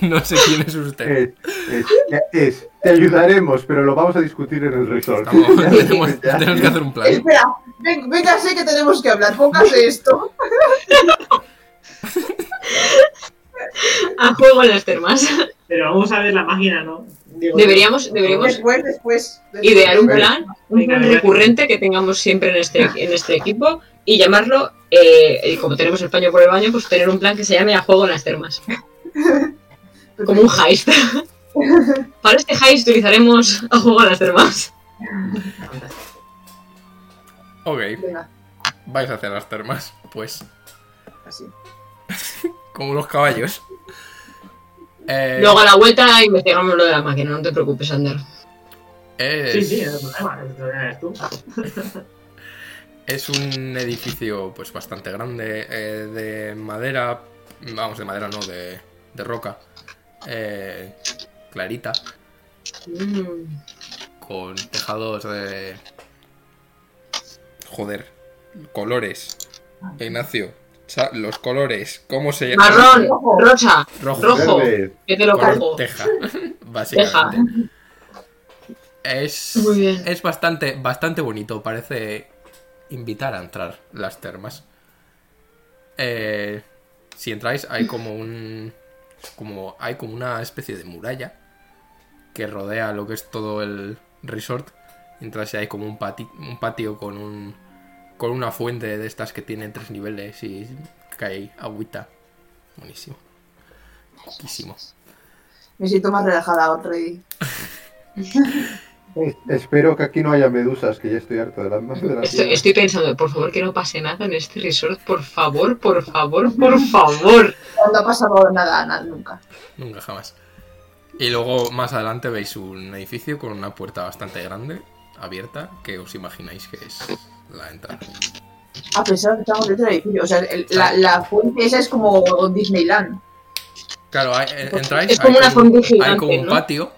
Speaker 2: No sé quién es
Speaker 6: Eh,
Speaker 2: usted.
Speaker 5: Es, es, es, te ayudaremos, pero lo vamos a discutir en el resort.
Speaker 2: Estamos-
Speaker 5: Ya,
Speaker 2: tenemos,
Speaker 5: ya.
Speaker 2: tenemos que hacer un plan.
Speaker 3: Espera, ven- véngase que tenemos que hablar, póngase esto.
Speaker 1: a juego en las termas.
Speaker 4: Pero vamos a ver la máquina, ¿no? Digo,
Speaker 1: Deberíamos, deberíamos
Speaker 3: Después, después. después.
Speaker 1: idear un plan, un plan recurrente que tengamos siempre en este, en este equipo y llamarlo, eh, y como tenemos el paño por el baño, pues tener un plan que se llame a juego en las termas. Como un heist. Para este heist utilizaremos a juego en las termas.
Speaker 2: Ok,
Speaker 3: Venga,
Speaker 2: vais hacia las termas, pues,
Speaker 3: así.
Speaker 2: como los caballos. Eh,
Speaker 1: Luego a la vuelta investigamos lo de la máquina, no te preocupes, Ander.
Speaker 2: es-
Speaker 4: Sí, sí, no hay problema. esto ya eres tú.
Speaker 2: Es un edificio pues bastante grande, eh, de madera, vamos, de madera no, de, de roca, eh, clarita,
Speaker 1: Mm.
Speaker 2: con tejados de... Joder, colores. Ignacio, sa- los colores, ¿cómo se llama?
Speaker 1: Marrón, rosa,
Speaker 2: Rojo.
Speaker 1: rojo,
Speaker 5: Verde.
Speaker 1: que te lo cojo.
Speaker 2: Color teja, básicamente. Es,
Speaker 1: Muy bien.
Speaker 2: es bastante, bastante bonito, parece invitar a entrar las termas. Eh, si entráis hay como un. como. hay como una especie de muralla que rodea lo que es todo el resort. Entras y hay como un, pati- un patio con un. con una fuente de estas que tiene tres niveles y cae agüita. Buenísimo. Riquísimo.
Speaker 3: Me siento más relajada, Audrey.
Speaker 5: Es- Espero que aquí no haya medusas, que ya estoy harto de las más de las
Speaker 1: Estoy, estoy pensando, por favor, que no pase nada en este resort, por favor, por favor, por favor.
Speaker 3: No ha pasado nada, nada, nunca.
Speaker 2: Nunca jamás. Y luego más adelante veis un edificio con una puerta bastante grande, abierta, que os imagináis que es la entrada.
Speaker 3: A pesar que estamos dentro del edificio. O sea, el- la, la fuente esa es como Disneyland.
Speaker 2: Claro, hay- eh, entráis.
Speaker 1: Pues Es como
Speaker 2: hay
Speaker 1: una
Speaker 2: como un-
Speaker 1: fuente gigante,
Speaker 2: Hay como un
Speaker 1: ¿no?
Speaker 2: patio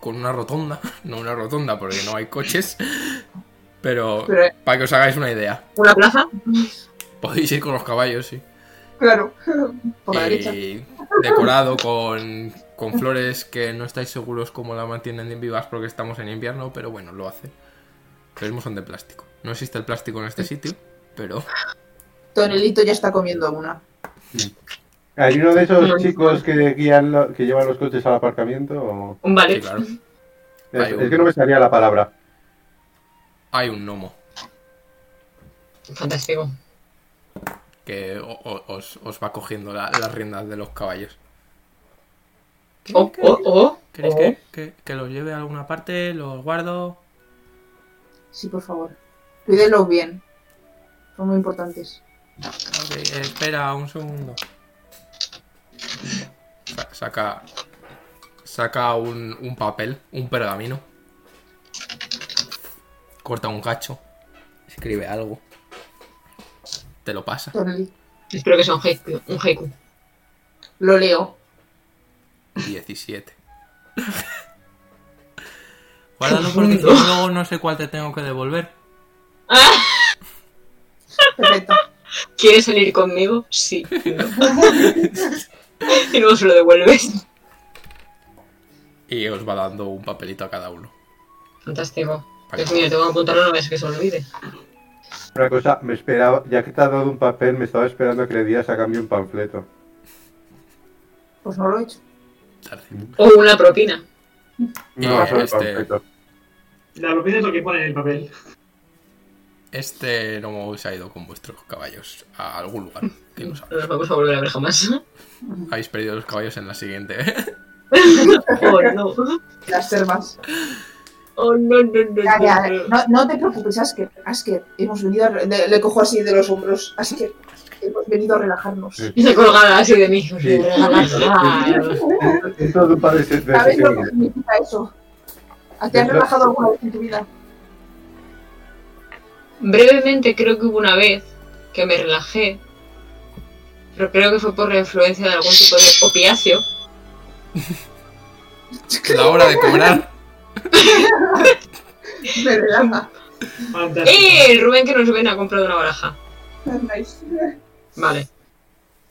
Speaker 2: con una rotonda, no una rotonda porque no hay coches, pero
Speaker 3: Pero-
Speaker 2: para que os hagáis una idea,
Speaker 1: ¿Una plaza?
Speaker 2: podéis ir con los caballos, sí.
Speaker 3: Claro. Por
Speaker 1: Eh.
Speaker 3: la derecha.
Speaker 2: y Eh, decorado con, con flores que no estáis seguros cómo la mantienen vivas porque estamos en invierno, pero bueno, lo hace. Los mismos son de plástico. No existe el plástico en este sitio, pero
Speaker 3: Tonelito ya está comiendo una.
Speaker 5: ¿Hay uno de esos chicos que guían lo- que llevan los coches al aparcamiento? o-
Speaker 1: Un
Speaker 2: sí,
Speaker 1: ballet.
Speaker 2: claro,
Speaker 5: Es, es
Speaker 2: Hay uno.
Speaker 5: que no me salía la palabra.
Speaker 2: hay un gnomo
Speaker 1: Fantástico.
Speaker 2: que o- o- os, os va cogiendo la- las riendas de los caballos.
Speaker 1: Oh, oh, oh.
Speaker 2: ¿Queréis
Speaker 1: oh.
Speaker 2: que, que, que los lleve a alguna parte? ¿Los guardo?
Speaker 3: Sí, por favor. Cuídenlos bien. Son muy importantes.
Speaker 2: Ok, espera un segundo. Sa- Saca. Saca un, un papel, un pergamino. Corta un cacho. Escribe algo. Te lo pasa.
Speaker 3: Tonelito.
Speaker 1: Espero que sea un haiku. Un haiku.
Speaker 3: Lo leo.
Speaker 2: 17. Guárdalo porque si no, luego no sé cuál te tengo que devolver.
Speaker 1: Ah,
Speaker 3: Perfecto.
Speaker 1: ¿Quieres salir conmigo? Sí. y luego se lo devuelves.
Speaker 2: Y os va dando un papelito a cada uno.
Speaker 1: Fantástico.
Speaker 2: Para
Speaker 1: Dios
Speaker 2: que-
Speaker 1: mío, tengo que apuntarlo, no vez que se olvide.
Speaker 5: Una cosa, me esperaba, ya que te ha dado un papel, me estaba esperando que le dieras a cambio un panfleto.
Speaker 3: Pues no lo he hecho.
Speaker 2: Tarde.
Speaker 1: O una propina.
Speaker 2: Y
Speaker 5: No, solo el
Speaker 2: este-
Speaker 5: panfleto.
Speaker 4: La propina es lo que pone en el papel.
Speaker 2: Este lomo se ha ido con vuestros caballos a algún lugar que no
Speaker 1: No
Speaker 2: sabemos.
Speaker 1: los vamos a volver a ver jamás.
Speaker 2: Habéis perdido los caballos en la siguiente. ¿eh?
Speaker 1: Oh, no.
Speaker 3: Las termas.
Speaker 1: Oh, no, no, no, no,
Speaker 3: Ya, ya,
Speaker 1: no.
Speaker 3: no, no te preocupes, Asker. Asker, hemos venido a re- le, le cojo así de los hombros. Asker, hemos venido a relajarnos.
Speaker 5: Sí.
Speaker 1: Está colgada así de mí.
Speaker 5: Sí.
Speaker 1: Relajaros.
Speaker 5: Es todo un padre de
Speaker 3: ¿Sabes lo que
Speaker 5: pequeño.
Speaker 3: significa eso? ¿A ¿Te has
Speaker 5: Eso-
Speaker 3: relajado alguna vez en tu vida?
Speaker 1: Brevemente creo que hubo una vez que me relajé, pero creo que fue por la influencia de algún tipo de opiáceo.
Speaker 2: La hora de cobrar.
Speaker 3: Me relaja.
Speaker 4: Fantástico.
Speaker 1: ¡Eh! Rubén que nos ven ha comprado una baraja.
Speaker 3: Nice.
Speaker 1: Vale.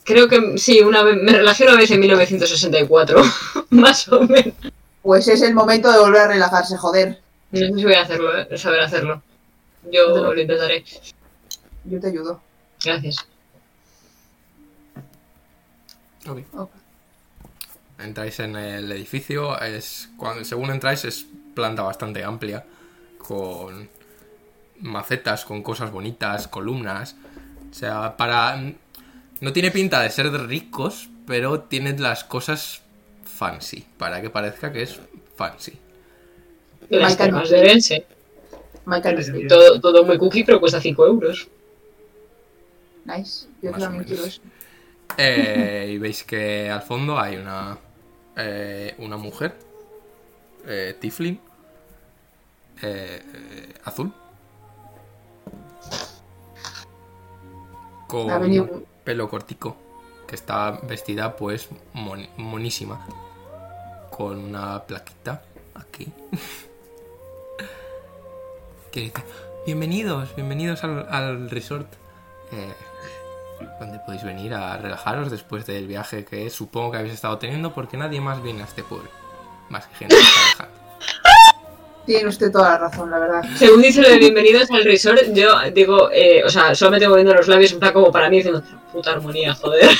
Speaker 1: Creo que sí, una vez, me relajé una vez en 1964, más o menos.
Speaker 3: Pues es el momento de volver a relajarse, joder.
Speaker 1: No sé si voy a hacerlo, eh, saber hacerlo. Yo lo intentaré.
Speaker 3: Yo te ayudo.
Speaker 1: Gracias.
Speaker 3: Ok.
Speaker 2: Entráis en el edificio. Es, cuando, según entráis es planta bastante amplia. Con macetas, con cosas bonitas, columnas. O sea, para... No tiene pinta de ser de ricos, pero tienen las cosas fancy. Para que parezca que es fancy.
Speaker 1: De las
Speaker 3: Michael.
Speaker 1: termas de Orense.
Speaker 4: Tiene
Speaker 3: Michael,
Speaker 4: sentido.
Speaker 1: Todo, todo muy cookie, pero cuesta 5 euros.
Speaker 3: nice. Yo
Speaker 2: Más o
Speaker 3: también quiero
Speaker 2: menos.
Speaker 3: eso.
Speaker 2: Eh, y veis que al fondo hay una eh, una mujer eh, Tiflin eh, eh, azul con
Speaker 3: Ha venido un-
Speaker 2: pelo cortico que está vestida pues mon- monísima con una plaquita aquí que dice bienvenidos bienvenidos al, al resort eh, donde podéis venir a relajaros después del viaje que supongo que habéis estado teniendo porque nadie más viene a este pueblo más que gente que está viajando.
Speaker 3: Tiene usted toda la razón, la verdad.
Speaker 1: Según dice lo de bienvenidos al resort, yo digo, eh, o sea, solo me tengo viendo los labios en plan como para mí diciendo, puta armonía, joder.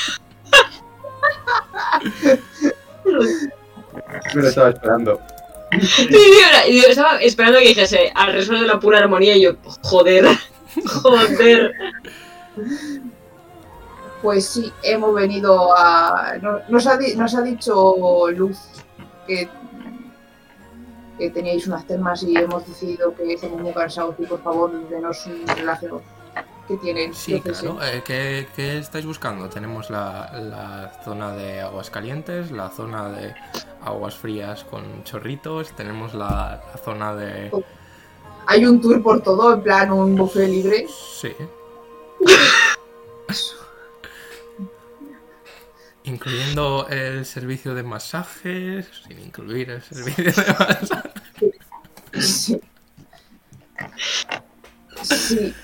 Speaker 5: Me lo estaba esperando.
Speaker 1: Sí, sí, era- y yo estaba esperando que dijese al resort de la pura armonía y yo, joder, joder.
Speaker 3: Pues sí, hemos venido a. no- Nos ha, di- nos ha dicho Luz que, que teníais unas termas y hemos decidido que estamos muy cansados y por favor denos un relajo que tienen.
Speaker 2: Sí,
Speaker 3: Yo qué sé.
Speaker 2: claro. Eh, ¿qué, qué estáis buscando? Tenemos la, la zona de aguas calientes, la zona de aguas frías con chorritos, tenemos la, la zona de...
Speaker 3: Hay un tour por todo, en plan un buffet libre.
Speaker 2: Sí. Incluyendo el servicio de masajes, sin incluir el servicio de masajes.
Speaker 3: Sí. Sí,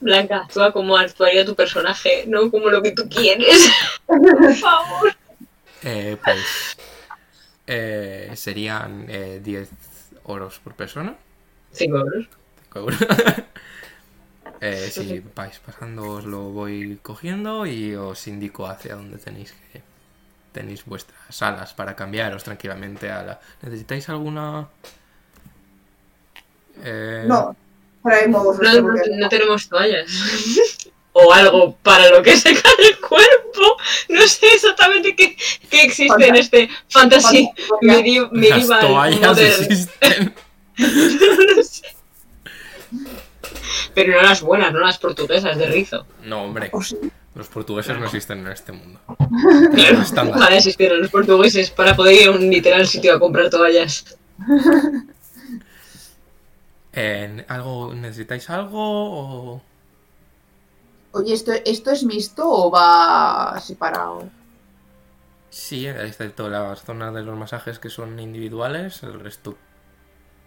Speaker 1: Blanca, actúa como actuaría tu personaje, no como lo que tú quieres. Por favor.
Speaker 2: Eh, pues eh, serían eh, 10 oros por persona.
Speaker 1: Cinco euros.
Speaker 2: Seguro. Eh, si vais pasando os lo voy cogiendo y os indico hacia dónde tenéis que tenéis vuestras salas para cambiaros tranquilamente a la. ¿Necesitáis alguna? Eh,
Speaker 3: no. Traemos
Speaker 1: No,
Speaker 3: nuestra
Speaker 1: no-
Speaker 3: propia-
Speaker 1: no tenemos toallas. o algo para lo que secar el cuerpo. No sé exactamente qué, qué existe en este fantasy medio-
Speaker 2: Las
Speaker 1: medieval.
Speaker 2: toallas
Speaker 1: modern.
Speaker 2: existen.
Speaker 1: No sé. Pero no las buenas, no las portuguesas de rizo.
Speaker 2: No, hombre,
Speaker 3: O Oh, sí,
Speaker 2: los portugueses no existen en este mundo.
Speaker 1: Claro,
Speaker 2: Estándar.
Speaker 1: ojalá existieran los portugueses para poder ir a un literal sitio a comprar toallas.
Speaker 2: Eh, ¿algo, ¿Necesitáis algo o...?
Speaker 3: Oye, ¿esto, ¿esto es mixto o va separado?
Speaker 2: Sí, excepto las zonas de los masajes que son individuales, el resto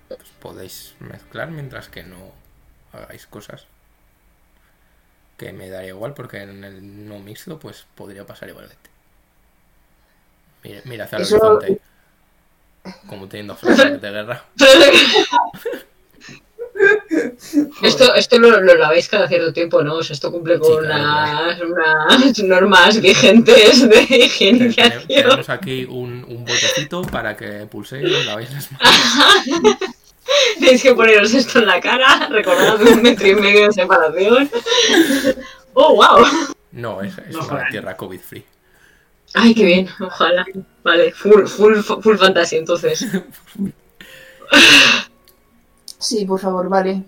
Speaker 2: pues, podéis mezclar mientras que no hagáis cosas. Que me daría igual porque en el no mixto pues podría pasar igualmente. Mira, mira hacia el
Speaker 3: Eso-
Speaker 2: horizonte. Como teniendo flashbacks de guerra.
Speaker 1: Esto, esto lo, lo laváis cada cierto tiempo, ¿no? O sea, esto cumple con
Speaker 2: Sí, claro,
Speaker 1: unas, unas normas vigentes de
Speaker 2: Te- tene-
Speaker 1: higienización.
Speaker 2: Tenemos aquí un, un botecito para que pulséis y os lavéis las manos.
Speaker 1: Tenéis que poneros esto en la cara, recordad un metro y medio de separación. ¡Oh, wow!
Speaker 2: No, es, es
Speaker 4: No,
Speaker 2: una
Speaker 4: joder.
Speaker 2: tierra COVID-free.
Speaker 1: Ay, qué bien, ojalá. Vale, full, full, full fantasy entonces.
Speaker 3: Sí, por favor, vale.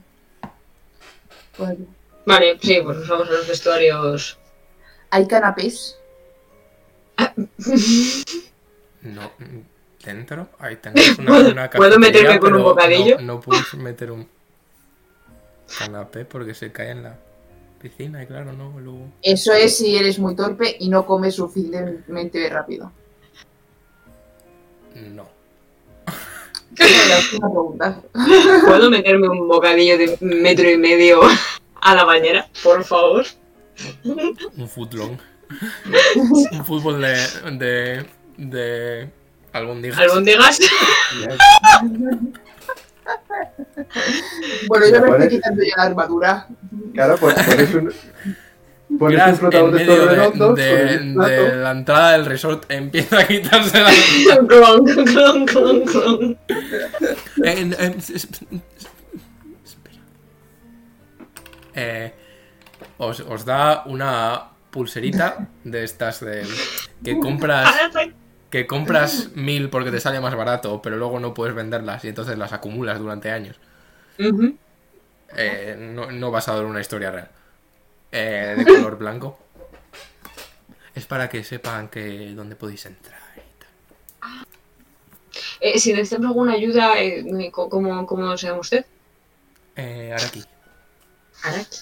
Speaker 3: Bueno,
Speaker 1: Vale, sí, pues nos vamos a los vestuarios.
Speaker 3: ¿Hay canapés?
Speaker 2: No, mm, dentro, ahí tenemos una, una
Speaker 1: ¿Puedo meterme
Speaker 2: cafetería,
Speaker 1: con un
Speaker 2: pero
Speaker 1: bocadillo?
Speaker 2: No, no puedes meter un canapé porque se cae en la piscina y claro, no, luego...
Speaker 3: Eso es si eres muy torpe y no comes suficientemente rápido.
Speaker 2: No.
Speaker 3: Esa es la última pregunta.
Speaker 1: ¿Puedo meterme un bocadillo de metro y medio a la bañera? Por favor.
Speaker 2: Un footlong. un fútbol de... de... de... albóndigas.
Speaker 1: ¿Albóndigas?
Speaker 3: Bueno,
Speaker 5: Me
Speaker 3: yo me estoy
Speaker 5: parece-
Speaker 3: quitando ya la armadura.
Speaker 5: Claro, pues pones un. Pones
Speaker 2: Miras,
Speaker 5: un flotador de
Speaker 2: en medio
Speaker 5: estos
Speaker 2: de,
Speaker 5: redondos.
Speaker 2: de-
Speaker 5: pones un plato.
Speaker 2: de la entrada del resort empieza a quitarse la...
Speaker 1: clon, clon, clon, clon.
Speaker 2: En- en- s- s- s- espera. Eh, os, os da una pulserita de estas de que compras que compras mil porque te sale más barato, pero luego no puedes venderlas y entonces las acumulas durante años.
Speaker 1: Ujú.
Speaker 2: Eh, no, no basado en una historia real. Eh, de color blanco. Es para que sepan que dónde podéis entrar. y tal.
Speaker 1: Eh, si necesitan alguna ayuda, eh, co- ¿cómo, ¿cómo se llama usted?
Speaker 2: Eh, ahora aquí.
Speaker 1: Araki.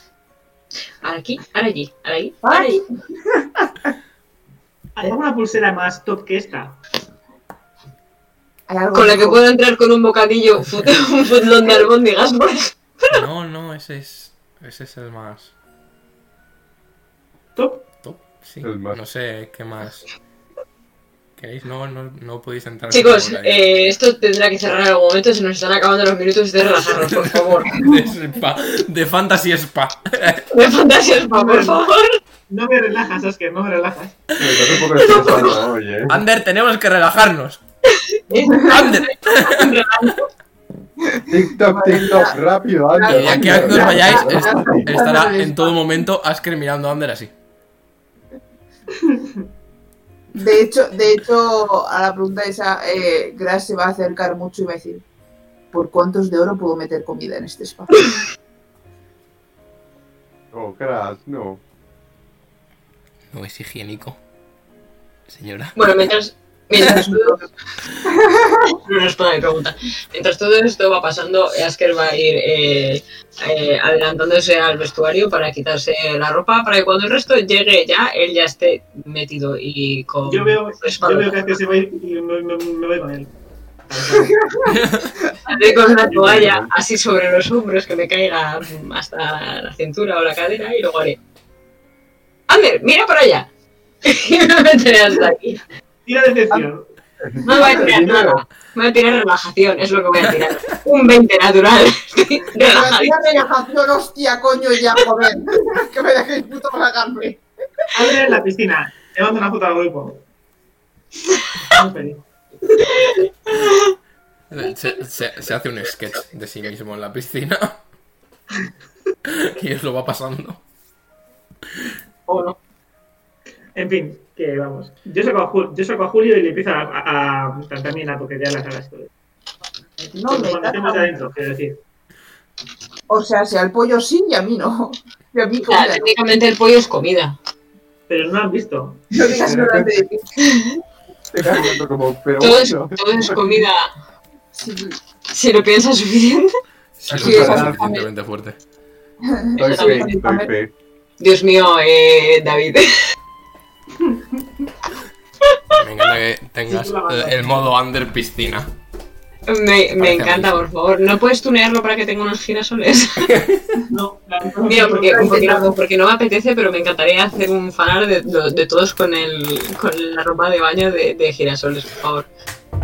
Speaker 1: Araki, Araki, Araki,
Speaker 3: Ay.
Speaker 1: Araki.
Speaker 4: ¿Hay alguna pulsera más top que esta?
Speaker 3: Hay algo
Speaker 1: Con la que
Speaker 3: rico.
Speaker 1: puedo entrar con un bocadillo, fut- un futlón de albóndigas, por ejemplo.
Speaker 2: No, no, ese es ese es el más.
Speaker 4: ¿Top?
Speaker 2: Top, sí.
Speaker 5: El más.
Speaker 2: No sé qué más. ¿Queréis? No, no, no podéis entrar.
Speaker 1: Chicos,
Speaker 2: por ahí.
Speaker 1: eh, esto tendrá que cerrar en algún momento, se nos están acabando los minutos de relajarnos, por favor.
Speaker 2: De, spa, de Fantasy Spa.
Speaker 1: De fantasías, pa, por favor.
Speaker 4: No me relajas, Oscar, no me relajas.
Speaker 5: Me estás un poco destrozado hoy, eh.
Speaker 2: Ander, tenemos que relajarnos. Ander,
Speaker 5: TikTok, TikTok, rápido, anda.
Speaker 2: y de aquí a que os
Speaker 5: anda.
Speaker 2: vayáis es-
Speaker 5: Fantasy.
Speaker 2: estará en todo momento Asker mirando a Ander así.
Speaker 3: De hecho, de hecho, a la pregunta esa, eh, Gras se va a acercar mucho y va a decir, ¿por cuántos de oro puedo meter comida en este espacio?
Speaker 5: No, crash, no.
Speaker 2: No es higiénico. Señora.
Speaker 1: Bueno, mientras. Mientras todo. No nos pone pregunta. Mientras todo esto va pasando, Asker va a ir eh, eh, adelantándose al vestuario para quitarse la ropa para que cuando el resto llegue ya, él ya esté metido y con.
Speaker 4: Yo veo, yo
Speaker 1: espalda.
Speaker 4: veo que Asker se va y y me, me- me voy con él.
Speaker 1: André con una toalla así sobre los hombros que me caiga hasta la cintura o la cadera y luego haré. Ander, mira para allá. Y me meteré hasta aquí.
Speaker 4: Tira decepción.
Speaker 1: No voy a tirar nada. Voy a tirar relajación, es lo que voy a tirar. Un 20 natural.
Speaker 3: Pero
Speaker 1: Relajación.
Speaker 3: tía, relajación, hostia, coño, ya, joder. que me dejéis puto relajarme.
Speaker 4: Abre en la piscina. Le mando una foto al grupo. Muy feliz.
Speaker 2: Se, se- se hace un sketch de sí mismo en la piscina. Y os lo va pasando.
Speaker 1: O no.
Speaker 4: En fin, que vamos. Yo saco a, Jul- yo saco a Julio y le empiezo a, a, a también a toquetear las alas.
Speaker 3: No me
Speaker 4: cuando estemos
Speaker 3: da
Speaker 4: adentro, quiero decir.
Speaker 3: O sea, si al pollo sí y a mí no. Y a mí
Speaker 1: O sea,
Speaker 3: comida no.
Speaker 1: técnicamente el pollo es comida.
Speaker 4: Pero no han visto.
Speaker 3: No digas nada de
Speaker 5: Te estás viendo como, pero
Speaker 1: Todo es,
Speaker 5: bueno.
Speaker 1: todo es comida
Speaker 3: Sí,
Speaker 1: si lo piensas suficiente.
Speaker 2: Si
Speaker 5: Sí,
Speaker 2: lo
Speaker 5: es
Speaker 2: pasas
Speaker 5: verdad.
Speaker 2: suficientemente fuerte.
Speaker 6: Pues
Speaker 5: Soy fe, soy fe.
Speaker 1: Dios mío, eh, David.
Speaker 2: Me encanta que tengas eh, el modo Ander piscina.
Speaker 1: Me, me
Speaker 2: Parece
Speaker 1: encanta,
Speaker 2: muy-
Speaker 1: por favor. ¿No puedes tunearlo para que tenga unos girasoles?
Speaker 4: No,
Speaker 1: Mira, porque,
Speaker 3: Ay,
Speaker 1: porque,
Speaker 3: qué
Speaker 1: no, porque no me apetece, pero me encantaría hacer un fanar de, de- de todos con, el, con la ropa de baño de, de girasoles, por favor.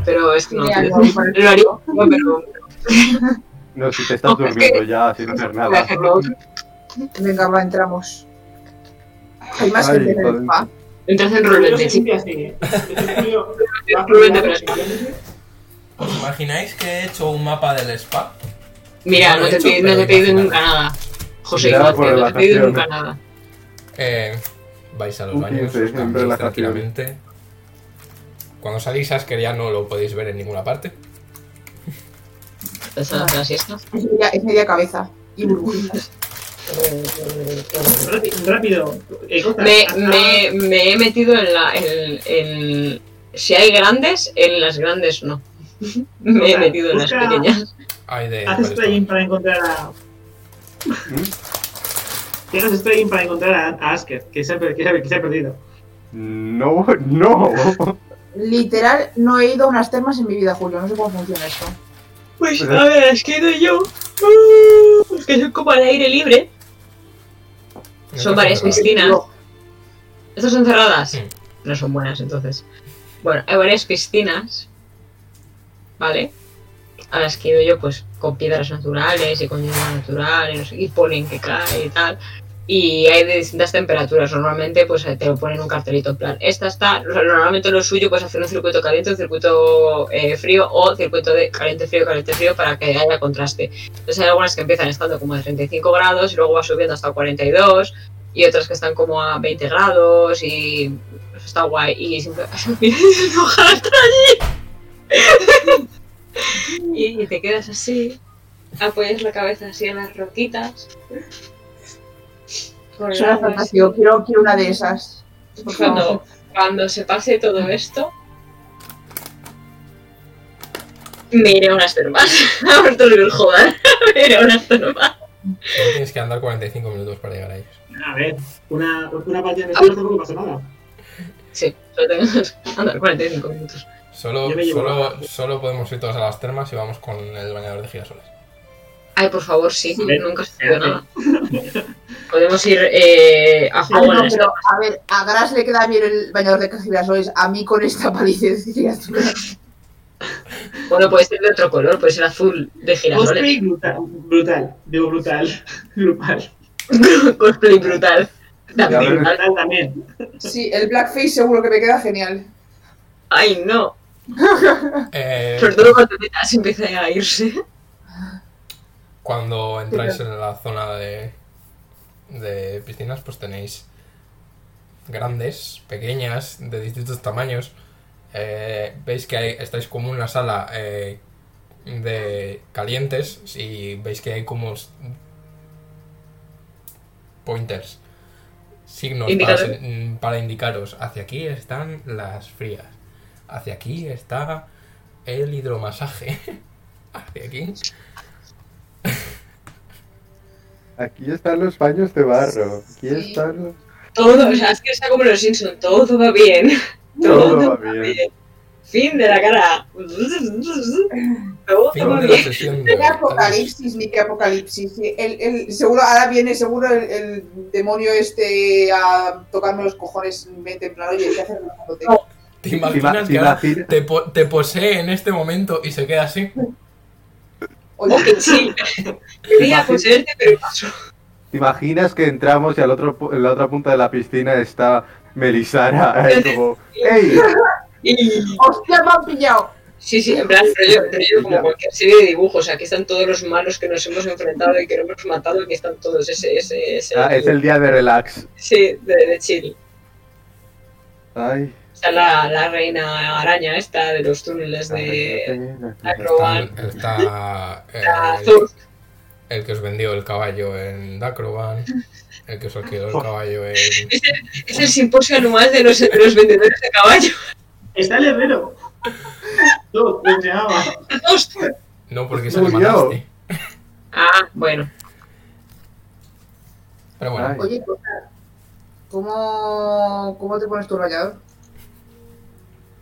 Speaker 1: Pero es que no.
Speaker 3: Mira,
Speaker 1: tío.
Speaker 3: no, por
Speaker 1: Lo haría, pero
Speaker 6: No, si te estás
Speaker 1: Ojo, es
Speaker 6: durmiendo ya sin hacer nada.
Speaker 3: Venga, va, entramos. Hay más
Speaker 6: Ay,
Speaker 3: gente en
Speaker 6: joder.
Speaker 3: el spa.
Speaker 1: Entras en
Speaker 7: Yo
Speaker 1: rulete,
Speaker 7: se
Speaker 1: chicos.
Speaker 7: limpia así. Yo- yo-
Speaker 1: Rulete, pero es-
Speaker 2: ¿Os imagináis que he hecho un mapa del spa?
Speaker 1: Mira,
Speaker 2: Lo
Speaker 1: no
Speaker 2: he
Speaker 1: te,
Speaker 2: hecho,
Speaker 1: he
Speaker 2: pero
Speaker 1: no te he pedido
Speaker 2: imagínate.
Speaker 1: nunca nada. José
Speaker 6: Nada por
Speaker 1: Ignacio, no te he pedido
Speaker 6: relajación.
Speaker 1: nunca nada.
Speaker 2: Eh, vais a los
Speaker 6: Un
Speaker 2: baños,
Speaker 6: 15 en
Speaker 2: os cambiáis
Speaker 6: relajación.
Speaker 2: tranquilamente. Cuando salís, Asker ya no lo podéis ver en ninguna parte.
Speaker 1: ¿Estás haciendo la siesta?
Speaker 3: Es media, es media cabeza y burbujitas.
Speaker 7: Rápido, Rápido. Eh, corta.
Speaker 1: Me,
Speaker 7: Hasta-
Speaker 1: me, me he metido en la. En, en- si hay grandes, en las grandes no. Me he
Speaker 7: Busca-
Speaker 1: metido en las
Speaker 7: busca-
Speaker 1: pequeñas.
Speaker 2: Hay de.
Speaker 7: Haces plugin para encontrar a. Tienes plugin para encontrar a, a Asker, que se, ha, per- que, se ha, que se ha perdido.
Speaker 6: No, no.
Speaker 3: Literal, no he ido a unas termas en mi vida, Julio. No sé cómo funciona esto.
Speaker 1: Pues
Speaker 6: a
Speaker 1: ver, es que no yo. Uh, Es que soy como al aire libre. Son varias piscinas.
Speaker 3: Yo,
Speaker 1: ¿Estas son cerradas?
Speaker 2: Sí.
Speaker 1: No son buenas, entonces. Bueno, hay varias piscinas, ¿vale? A las que he ido yo, pues, con piedras naturales y con hierba natural y, no sé- y polen que cae y tal. Y hay de distintas temperaturas. Normalmente, pues, te lo ponen un cartelito en plan. Esta está... o sea, Normalmente lo suyo, pues, hacer un circuito caliente, un circuito eh, frío o circuito de caliente, frío, caliente, frío para que haya contraste. Entonces hay algunas que empiezan estando como a 35 grados y luego va subiendo hasta 42 y otras que están como a 20 grados y eso está guay y siempre ojalá estar allí y, y te quedas así apoyas la cabeza así en las roquitas Con el
Speaker 3: Suena
Speaker 1: agua
Speaker 3: fantástico.
Speaker 1: así.
Speaker 3: Quiero, quiero una de esas. Por favor.
Speaker 1: cuando, cuando se pase todo esto me iré a unas termas a ver todo el joder me iré a unas termas
Speaker 2: Solo tienes que andar 45 minutos para llegar a ellos.
Speaker 7: A ver, una, una partida de Asker tampoco pasa nada.
Speaker 1: sí solo tengo que andar 45 minutos
Speaker 2: Solo,
Speaker 7: Yo me llevo
Speaker 2: solo,
Speaker 7: la-
Speaker 2: solo podemos ir todas a las termas y vamos con el bañador de girasoles.
Speaker 1: Ay, por favor, sí,
Speaker 7: Ven,
Speaker 1: nunca se dio
Speaker 7: ven.
Speaker 1: nada. Podemos ir eh, a
Speaker 3: Ay,
Speaker 1: juego
Speaker 3: Ah, no,
Speaker 1: en
Speaker 3: pero, a ver, a Gras le queda bien el bañador de girasoles. A mí con esta palidez de girasol.
Speaker 1: esta- Bueno, puede ser de otro color, puede ser azul de girasoles.
Speaker 7: Cosplay brutal, brutal. Digo brutal. Grupal.
Speaker 1: Cosplay brutal.
Speaker 6: Ya
Speaker 1: También.
Speaker 6: ves.
Speaker 7: Brutal también.
Speaker 3: Sí, el blackface seguro que me queda genial.
Speaker 1: Ay, no.
Speaker 2: Eh,
Speaker 1: Sobre todo cuando Metas empieza a irse.
Speaker 2: cuando entráis en la zona de, de piscinas, pues tenéis grandes, pequeñas, de distintos tamaños. Eh, veis que hay- estáis como en una sala eh, de calientes y veis que hay como s- pointers, signos para,
Speaker 1: Indicadores.
Speaker 2: se- mm, para indicaros. Hacia aquí están las frías, hacia aquí está el hidromasaje, hacia aquí
Speaker 6: Aquí están los baños de barro. Aquí
Speaker 3: Sí.
Speaker 6: están los...
Speaker 1: Todo, o sea, es que está como los Simpson. Todo va bien. Todo,
Speaker 6: Todo va
Speaker 1: va
Speaker 6: bien.
Speaker 1: bien. Fin de la cara. Todo
Speaker 2: Fin
Speaker 1: va
Speaker 2: de la
Speaker 1: bien.
Speaker 2: sesión de
Speaker 3: El
Speaker 2: hoy.
Speaker 3: apocalipsis, ni que apocalipsis. El, el- seguro, ahora viene seguro el, el demonio este a tocarme los cojones en mente, en plan, oye, ¿qué haces relajándote?
Speaker 1: No.
Speaker 2: ¿Te
Speaker 6: Si va-
Speaker 2: imaginas
Speaker 6: si
Speaker 2: que ahora
Speaker 6: va a ir-
Speaker 2: te, po- te posee en este momento y se queda así?
Speaker 1: Oh,
Speaker 3: Oye,
Speaker 1: que sí. Quería poseerte, pero pasó.
Speaker 6: ¿Te imaginas que entramos y al otro, pu- en la otra punta de la piscina está Melisara? ahí como, ¡Ey!
Speaker 1: Y-
Speaker 3: ¡hostia, me han pillado!
Speaker 1: Sí, sí, en plan, rollo, rollo como
Speaker 6: Ya.
Speaker 1: cualquier serie de dibujos. Aquí están todos los malos que nos hemos enfrentado y que no hemos matado. Aquí están todos. Ese, ese, ese.
Speaker 6: Ah, es el día de relax.
Speaker 1: Sí, de, de chill.
Speaker 6: Ay.
Speaker 1: Está la, la reina araña esta de los túneles de Acroban.
Speaker 2: Está, está, eh,
Speaker 1: La azul.
Speaker 2: el que os vendió el caballo en Dacroban, el que os alquiló el
Speaker 6: Oh.
Speaker 2: caballo en...
Speaker 1: Es el simposio anual de los, de los vendedores de caballos.
Speaker 7: Está el herrero. Yo, que se llamaba.
Speaker 2: No, porque se le
Speaker 6: Murió.
Speaker 2: mataste.
Speaker 1: Ah, bueno.
Speaker 2: Pero bueno,
Speaker 6: Ay.
Speaker 3: Oye, pues, ¿cómo, ¿cómo te pones tu rayador?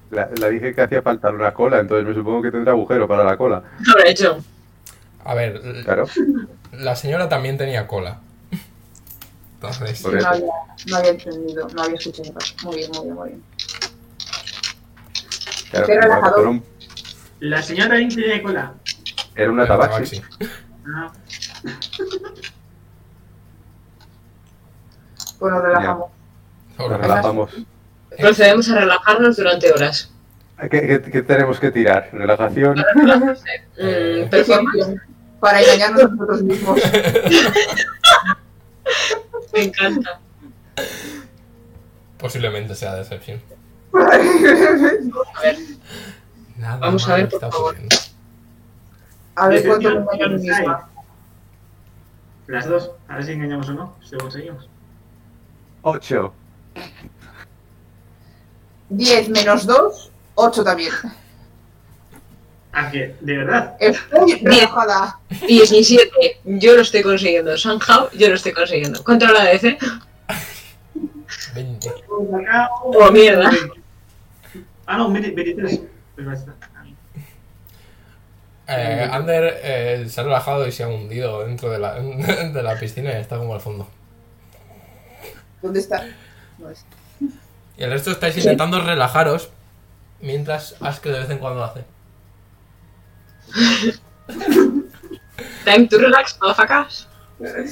Speaker 6: La, la dije que hacía falta una cola, entonces me supongo que tendrá agujero para la cola.
Speaker 1: ¿Qué habrá hecho?
Speaker 2: a ver, l-
Speaker 6: Claro.
Speaker 2: la señora también tenía cola. Entonces,
Speaker 6: Por eso.
Speaker 3: No había, no había entendido, no había escuchado. Muy bien, muy bien, muy bien.
Speaker 6: Claro,
Speaker 3: Qué
Speaker 6: como
Speaker 3: relajador.
Speaker 6: hacer un-
Speaker 7: La señora también tenía cola.
Speaker 6: Era una
Speaker 2: Era
Speaker 6: tabaxi.
Speaker 2: tabaxi.
Speaker 7: Ah,
Speaker 3: Pues nos relajamos.
Speaker 6: Nos
Speaker 2: Ahora,
Speaker 6: relajamos.
Speaker 1: Procedemos a relajarnos durante horas.
Speaker 6: ¿Qué, qué, qué tenemos que tirar? ¿Relajación?
Speaker 1: Mm,
Speaker 3: Qué
Speaker 1: performance,
Speaker 3: gestión, Para engañarnos a nosotros mismos.
Speaker 1: me encanta.
Speaker 2: Posiblemente sea decepción. Nada
Speaker 1: Vamos a
Speaker 2: malo
Speaker 1: ver, por
Speaker 2: está
Speaker 1: favor.
Speaker 2: ocurriendo.
Speaker 3: A ver cuánto me
Speaker 7: Decepción
Speaker 3: engaño a mí
Speaker 7: y insight.
Speaker 3: misma.
Speaker 7: Las dos, a ver si engañamos o no, si lo conseguimos.
Speaker 6: 8.
Speaker 3: 10 menos 2, 8 también.
Speaker 7: Ah, que, de verdad.
Speaker 3: Estoy relajada.
Speaker 1: 17, yo lo estoy consiguiendo. Somehow, yo lo estoy consiguiendo. Contra la DC.
Speaker 2: 20.
Speaker 1: Oh, mierda.
Speaker 7: Ah, no, 20 23. Pues basta.
Speaker 2: Eh, Ander eh, se ha relajado y se ha hundido dentro de la, de la piscina y está como al fondo.
Speaker 3: ¿Dónde está? No es.
Speaker 2: Y el resto estáis intentando relajaros mientras Aske de vez en cuando lo hace.
Speaker 1: Time to relax, motherfuckers.
Speaker 2: Pero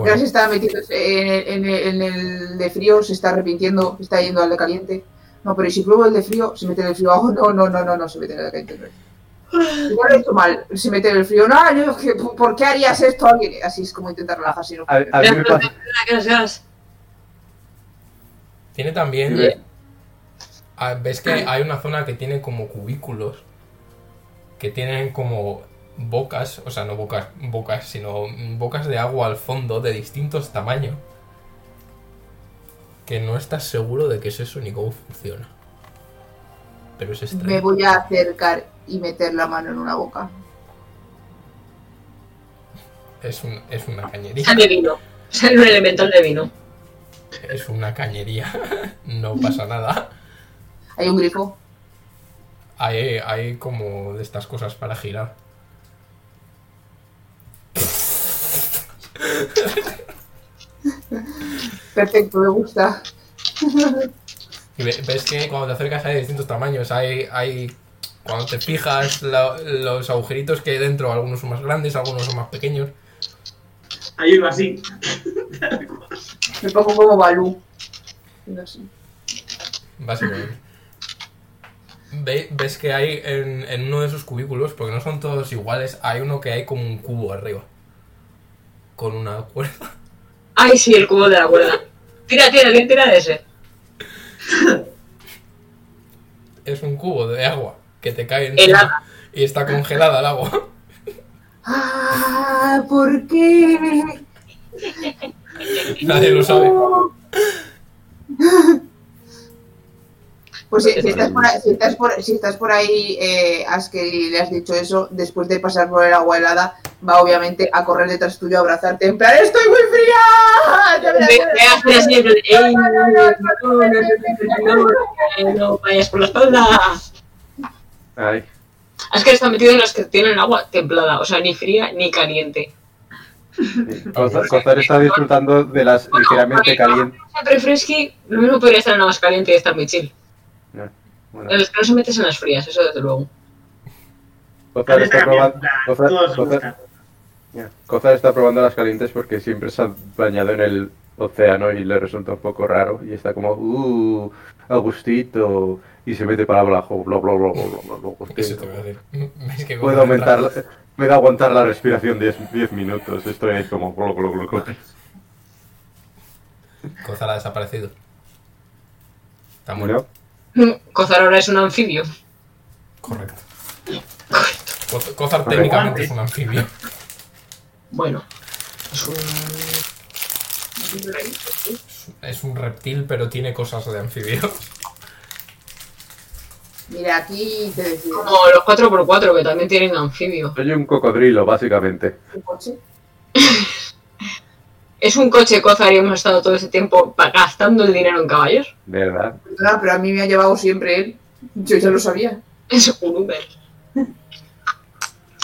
Speaker 3: Ya se
Speaker 2: bueno,
Speaker 3: está metiendo en el, en el- en el de frío, se está arrepintiendo, está yendo al de caliente. No, pero ¿y si pruebo el de frío, se mete en el frío. Ah, no, no, no, no, no, se mete en el de caliente.
Speaker 6: Ah.
Speaker 3: Igual lo he hecho mal, se mete en el frío. No, yo, ¿qué- ¿por qué harías esto a alguien? Así es como intentar relajarse. ¿no?
Speaker 6: A, a mí me pasa...
Speaker 1: Gas, gas.
Speaker 2: tiene también.
Speaker 6: Sí.
Speaker 2: ah, ¿Ves que hay una zona que tiene como cubículos? Que tienen como bocas, o sea, no bocas, bocas, sino bocas de agua al fondo de distintos tamaños. Que no estás seguro de qué es eso ni cómo funciona. Pero es
Speaker 3: Me
Speaker 2: extraño.
Speaker 3: voy a acercar y meter la mano en una boca.
Speaker 2: Es, un- es una cañería.
Speaker 1: Sale vino. Sale un elemental de vino.
Speaker 2: Es una cañería. No pasa nada.
Speaker 3: Hay un grifo.
Speaker 2: Hay, hay como de estas cosas para girar.
Speaker 3: Perfecto, me gusta.
Speaker 2: Y ve- ves que cuando te acercas hay de distintos tamaños. Hay, hay cuando te fijas la- los agujeritos que hay dentro, algunos son más grandes, algunos son más pequeños.
Speaker 7: Hay uno así.
Speaker 3: Me pongo como Balú. No sé.
Speaker 2: Básicamente. Ve- ves que hay en, en uno de esos cubículos, porque no son todos iguales, hay uno que hay como un cubo arriba. Con una cuerda.
Speaker 1: Ay, sí, el cubo de la cuerda. Tira, tira, ¿quién tira de ese?
Speaker 2: Es un cubo de agua que te cae
Speaker 1: Helada.
Speaker 2: encima y está congelada el agua.
Speaker 3: Ah, ¿por qué?
Speaker 2: Nadie lo sabe.
Speaker 3: Pues si, si estás por, ahí- si, estás por, si estás por ahí, eh, Asker, y le has dicho eso, después de pasar por el agua helada, va obviamente a correr detrás tuyo a abrazarte. En plan, ¡estoy muy fría! ¡Ya
Speaker 1: Ve-
Speaker 3: verás, ya
Speaker 1: ve a hacer así, en plan, "Ey, no, no, no, no, no, no, no, no vayas por la espalda.
Speaker 6: Ay,
Speaker 1: Es que está metido en las que tienen agua templada, o sea, ni fría ni caliente.
Speaker 6: sí. Cozar Cozar está disfrutando de las
Speaker 1: Bueno,
Speaker 6: ligeramente
Speaker 1: para que
Speaker 6: calientes...
Speaker 1: no se refresque, lo mismo podría estar en la más caliente y estar muy chill.
Speaker 6: Bueno,
Speaker 1: En las que no se metes en las frías, eso desde luego.
Speaker 6: Cozar
Speaker 7: Está
Speaker 6: está probando...
Speaker 7: cambiando, plan,
Speaker 6: Cozar-
Speaker 7: todos se
Speaker 6: Cozar-
Speaker 7: buscan.
Speaker 6: Ya. Cozar está probando las calientes porque siempre se ha bañado en el océano y le resulta un poco raro y está como, uh, a gustito, y se mete para abajo, bla, bla, bla, bla, bla, bla, bla, gustito.
Speaker 2: Eso te voy a decir. Ves que
Speaker 6: Puedo aumentar, la- me da aguantar la respiración 10 10 minutos, estoy ahí como, bla, bla, bla, bla.
Speaker 2: Cozar ha desaparecido. Está muerto.
Speaker 6: Bueno,
Speaker 1: Cozar ahora es un anfibio.
Speaker 2: Correcto. Coz- Cozar técnicamente es un anfibio.
Speaker 1: Bueno, es un.
Speaker 2: Es un reptil, pero tiene cosas de anfibio.
Speaker 3: Mira, aquí te decido.
Speaker 1: Como los 4x4 que también tienen anfibio.
Speaker 6: soy un cocodrilo, básicamente.
Speaker 3: ¿Un coche?
Speaker 1: Es un coche Cozar y hemos estado todo ese tiempo pa- gastando el dinero en caballos.
Speaker 6: ¿Verdad?
Speaker 3: Perdona, pero a mí me ha llevado siempre él. Yo ya lo sabía.
Speaker 1: Es un Uber.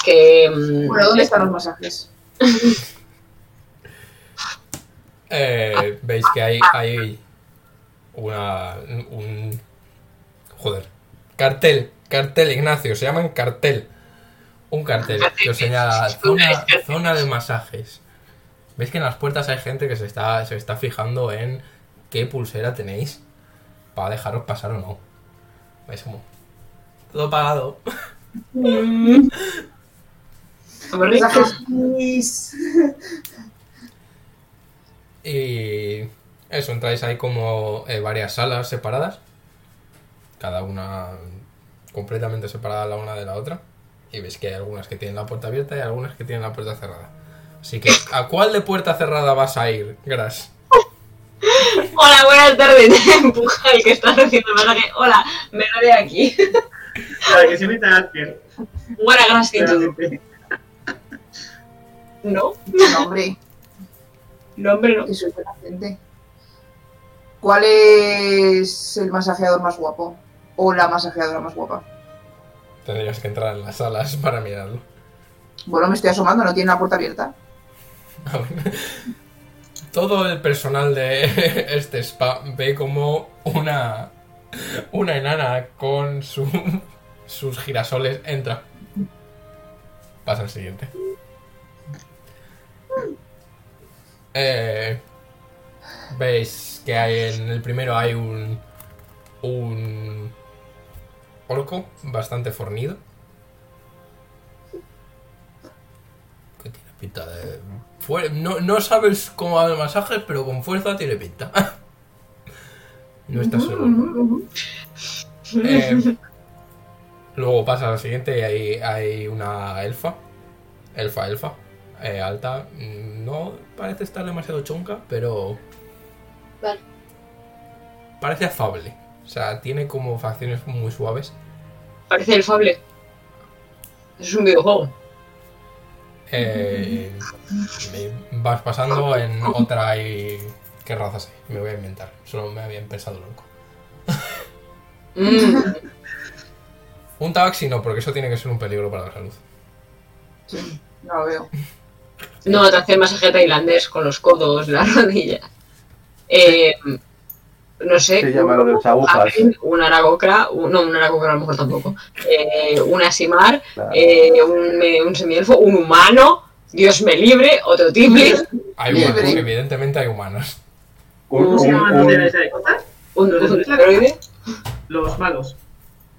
Speaker 1: Que. mm,
Speaker 3: Bueno, ¿dónde están los masajes?
Speaker 2: Eh, Veis que hay, hay una. un. Joder. Cartel, cartel, Ignacio, se llaman cartel. Un cartel que os señala zona, zona de masajes. ¿Veis que en las puertas hay gente que se está, se está fijando en qué pulsera tenéis para dejaros pasar o no? ¿Veis como? Todo pagado.
Speaker 1: Como
Speaker 3: pues
Speaker 1: rico.
Speaker 8: Mensajes please.
Speaker 2: Y eso, entráis ahí como eh, varias salas separadas, cada una completamente separada la una de la otra. Y veis que hay algunas que tienen la puerta abierta y algunas que tienen la puerta cerrada. Así que, ¿a cuál de puerta cerrada vas a ir, Gras?
Speaker 1: Hola, buenas tardes. Empuja el que está haciendo el masaje. Hola, me lo de aquí.
Speaker 4: Para que se meta Asker.
Speaker 1: Buena gracia. tú.
Speaker 4: claramente.
Speaker 1: No,
Speaker 3: No, hombre,
Speaker 1: no, hombre, no.
Speaker 3: que soy buena gente. ¿Cuál es el masajeador más guapo? O la masajeadora más guapa.
Speaker 2: Tendrías que entrar en las salas para mirarlo.
Speaker 3: Bueno, me estoy asomando, no tiene la puerta abierta.
Speaker 2: A ver. Todo el personal de este spa ve como una, una enana con su- sus girasoles entra. Pasa al siguiente. Eh, Veis que hay en el primero hay un, un orco bastante fornido. Que tiene pinta de Fue- No, no sabes cómo va el masaje, pero con fuerza tiene pinta. no estás seguro. Eh, luego pasa a la siguiente y hay, hay una elfa. Elfa, elfa. eh, alta. Mm, No parece estar demasiado chonca, pero.
Speaker 9: Vale.
Speaker 2: Parece afable. O sea, tiene como facciones muy suaves.
Speaker 1: Parece el Fable. Es un videojuego.
Speaker 2: Eh, me- vas pasando en otra y. ¿Qué razas hay? Me voy a inventar. Solo me habían pensado loco.
Speaker 1: Mm,
Speaker 2: Un tabaxi no, porque eso tiene que ser un peligro para la salud.
Speaker 3: Sí, no lo veo.
Speaker 1: No, te hace el masaje tailandés con los codos, la rodilla. Eh, no
Speaker 4: Eh,
Speaker 1: sé.
Speaker 5: Se llama lo de
Speaker 4: uh,
Speaker 5: las agujas.
Speaker 1: Abel, un aragocra, un- no, un aragocra a lo mejor tampoco. Eh, un asimar,
Speaker 5: Claro.
Speaker 1: eh, un, eh, un semielfo, un humano, Dios me libre, otro tiple,
Speaker 2: Hay
Speaker 5: Bien,
Speaker 2: humanos,
Speaker 5: bien.
Speaker 2: evidentemente hay humanos.
Speaker 5: Un-
Speaker 4: ¿Cómo se
Speaker 5: un-
Speaker 4: llaman los
Speaker 5: un-
Speaker 4: de esa de cosas?
Speaker 1: un, un droide.
Speaker 4: Los malos.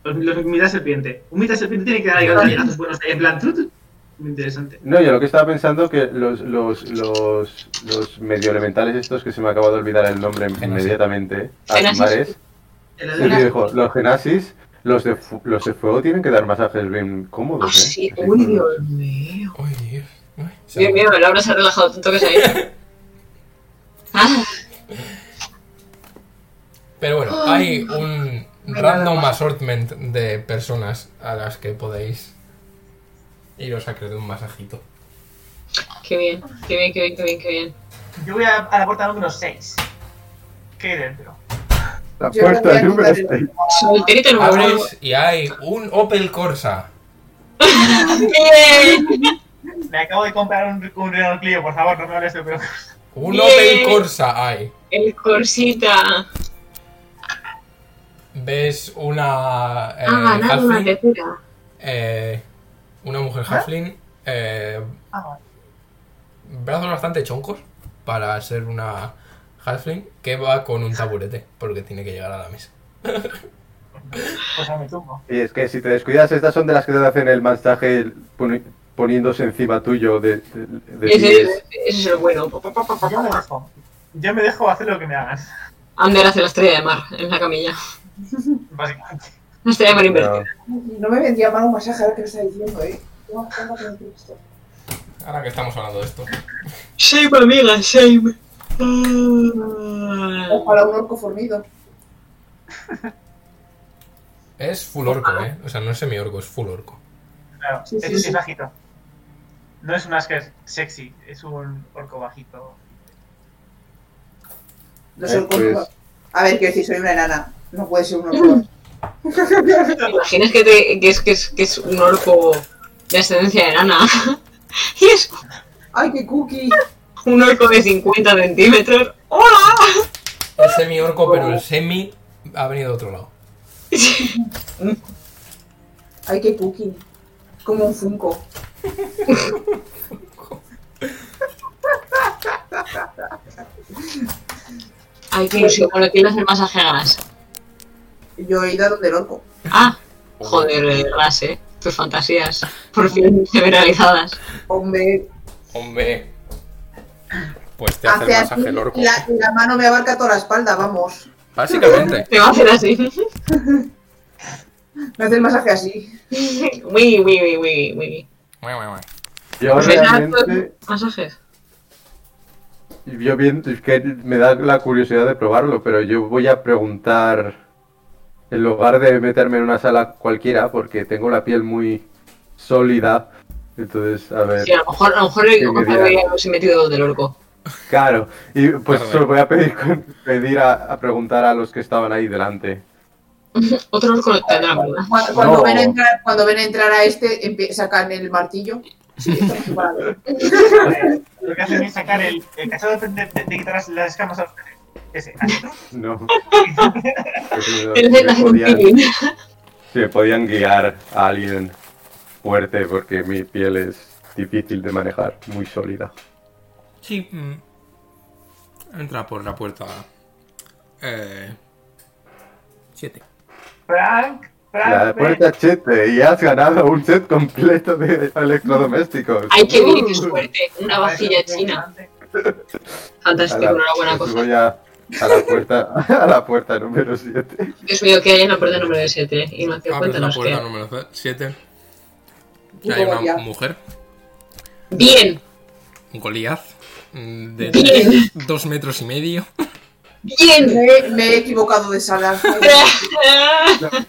Speaker 4: Los, los mitad serpiente. Un mitad serpiente tiene que dar ahí a los gallinazos buenos ahí, en plan. tru, tru. Muy interesante.
Speaker 5: No, yo lo que estaba pensando que los, los, los, los medio elementales estos que se me acaba de olvidar el nombre inmediatamente,
Speaker 1: Genasis.
Speaker 4: El
Speaker 5: Asmares, sí, sí,
Speaker 4: ladrón.
Speaker 5: dijo, los genasis, los de, fu- los de fuego tienen que dar masajes bien
Speaker 1: Ah,
Speaker 5: cómodos, ¿eh?
Speaker 1: sí,
Speaker 5: Así
Speaker 1: uy,
Speaker 5: con-
Speaker 1: Dios mío.
Speaker 2: Ay, Dios. Ay, se
Speaker 1: Dios
Speaker 2: me-
Speaker 1: mío, Laura se ha relajado tanto que se ha ido. Ah,
Speaker 2: Pero bueno, hay un
Speaker 3: no hay nada
Speaker 2: random
Speaker 3: más.
Speaker 2: assortment de personas a las que podéis iros a creer un masajito.
Speaker 1: qué bien, qué bien, qué bien, qué bien, qué bien.
Speaker 7: Yo voy a, a la puerta número 6. ¿Qué hay dentro?
Speaker 5: La
Speaker 8: Yo
Speaker 5: puerta
Speaker 8: voy a
Speaker 5: número
Speaker 8: quitar el-
Speaker 5: seis.
Speaker 1: Solterito número uno.
Speaker 2: Abres y hay un Opel Corsa.
Speaker 1: Bien.
Speaker 7: Me acabo de comprar un, un Renault Clio, por favor, no me hables de pero.
Speaker 2: Un
Speaker 1: Bien.
Speaker 2: Opel Corsa hay.
Speaker 1: El corsita.
Speaker 5: Eh,
Speaker 2: Ves una... eh,
Speaker 1: Ha ganado una
Speaker 2: halfling,
Speaker 1: criatura.
Speaker 2: eh, una mujer halfling. eh,
Speaker 7: Ah,
Speaker 2: brazos bastante choncos para ser una halfling que va con un taburete porque tiene que llegar a la mesa.
Speaker 7: pues a mi tumbo.
Speaker 5: Y es que si te descuidas, estas son de las que te hacen el masaje poni- poniéndose encima tuyo de, de, de
Speaker 1: Ese,
Speaker 5: pies.
Speaker 1: ese es el bueno.
Speaker 7: Yo me dejo. Yo me dejo hacer lo que me hagan,
Speaker 1: Ander hace la estrella de mar en la camilla.
Speaker 7: básicamente.
Speaker 1: La estrella de mar invertida.
Speaker 5: Pero-
Speaker 8: No me vendría mal un masaje ahora que lo está diciendo, ¿eh? Tengo más cuenta que decir esto.
Speaker 2: Ahora que estamos hablando de esto.
Speaker 1: Shame, amiga, shame. Ah.
Speaker 8: Ojalá un orco fornido.
Speaker 2: Es full orco, ¿eh? O sea, no es semi orco, es full orco.
Speaker 7: Claro,
Speaker 8: Sí, sí,
Speaker 7: eso sí
Speaker 8: sí.
Speaker 7: es bajito. No es un Asker sexy, es un orco bajito.
Speaker 8: Los
Speaker 5: Eh,
Speaker 8: orcos.
Speaker 5: pues-
Speaker 8: no- A ver, quiero decir, soy una enana. No puede ser un orco.
Speaker 1: ¿Te imaginas que, te- que es, que, es, que es un orco de ascendencia enana? y es
Speaker 8: ¡Ay, qué cookie!
Speaker 1: un orco de 50 centímetros. ¡Hola!
Speaker 2: Es semi orco, pero el semi ha venido de otro lado.
Speaker 3: Ay, qué cookie. Como un Funko.
Speaker 1: Ay, que si como le quiero hacer masaje a gas.
Speaker 3: Yo he ido a donde loco.
Speaker 1: Ah, joder, eh, gas, eh. Tus fantasías. Por fin se ven realizadas.
Speaker 3: Hombre,
Speaker 2: Hombre. Pues te hace el
Speaker 3: hace así.
Speaker 2: masaje el orco.
Speaker 3: La, la mano me abarca toda la espalda, vamos.
Speaker 2: Básicamente.
Speaker 1: Te va a hacer así.
Speaker 3: Me hace el masaje así.
Speaker 1: Uy, uy, uy, uy, uy.
Speaker 2: Guay, guay, guay.
Speaker 6: Yo
Speaker 1: Pues venga,
Speaker 6: realmente,
Speaker 1: Masajes.
Speaker 6: yo bien, es que me da la curiosidad de probarlo, pero yo voy a preguntar, en lugar de meterme en una sala cualquiera, porque tengo la piel muy sólida, entonces, a ver,
Speaker 1: Sí, a lo mejor, a lo mejor le
Speaker 6: Sí,
Speaker 1: digo
Speaker 6: me
Speaker 1: que
Speaker 6: dirá.
Speaker 1: he metido del orco.
Speaker 6: claro, y pues
Speaker 2: Perdón.
Speaker 6: se lo voy a pedir, con- pedir a, a preguntar a los que estaban ahí delante.
Speaker 1: Otro orco lo tendrá, ¿verdad?
Speaker 3: Cuando, cuando
Speaker 6: No.
Speaker 3: ven, entrar, cuando ven entrar a este, empie- sacan el martillo. Sí, esto es igual.
Speaker 7: Lo que hacen es sacar el, el cachado de, de, de quitar las, las escamas a los peces. Ese. así.
Speaker 6: No.
Speaker 1: Él hace- hace un
Speaker 6: podían,
Speaker 1: peeling.
Speaker 6: se podían guiar a alguien fuerte, porque mi piel es difícil de manejar, muy sólida.
Speaker 2: Sí. mm. Entra por la puerta. Eh. Siete. Ah,
Speaker 7: Frank,
Speaker 6: La
Speaker 7: Frank,
Speaker 6: de
Speaker 7: ven.
Speaker 6: puerta chete y has ganado un set completo de electrodomésticos.
Speaker 1: Ay, qué bien, qué
Speaker 6: Uh,
Speaker 1: suerte. Una vajilla china.
Speaker 6: a
Speaker 1: Fantástico,
Speaker 6: la-
Speaker 1: enhorabuena
Speaker 6: pues
Speaker 1: cosa.
Speaker 6: voy a, a la puerta, a la puerta número 7.
Speaker 1: Dios mío, que hay en la puerta número 7 y no hace
Speaker 2: Abres
Speaker 1: cuenta
Speaker 2: Ah, la
Speaker 1: los
Speaker 2: puerta
Speaker 1: que.
Speaker 2: número 7.
Speaker 3: Y
Speaker 2: Hay
Speaker 3: luego ya.
Speaker 2: una mujer,
Speaker 1: Bien,
Speaker 2: un Goliath, mm, de
Speaker 1: Bien.
Speaker 2: dos metros y medio.
Speaker 1: bien.
Speaker 3: Me, me he equivocado de sala.
Speaker 6: la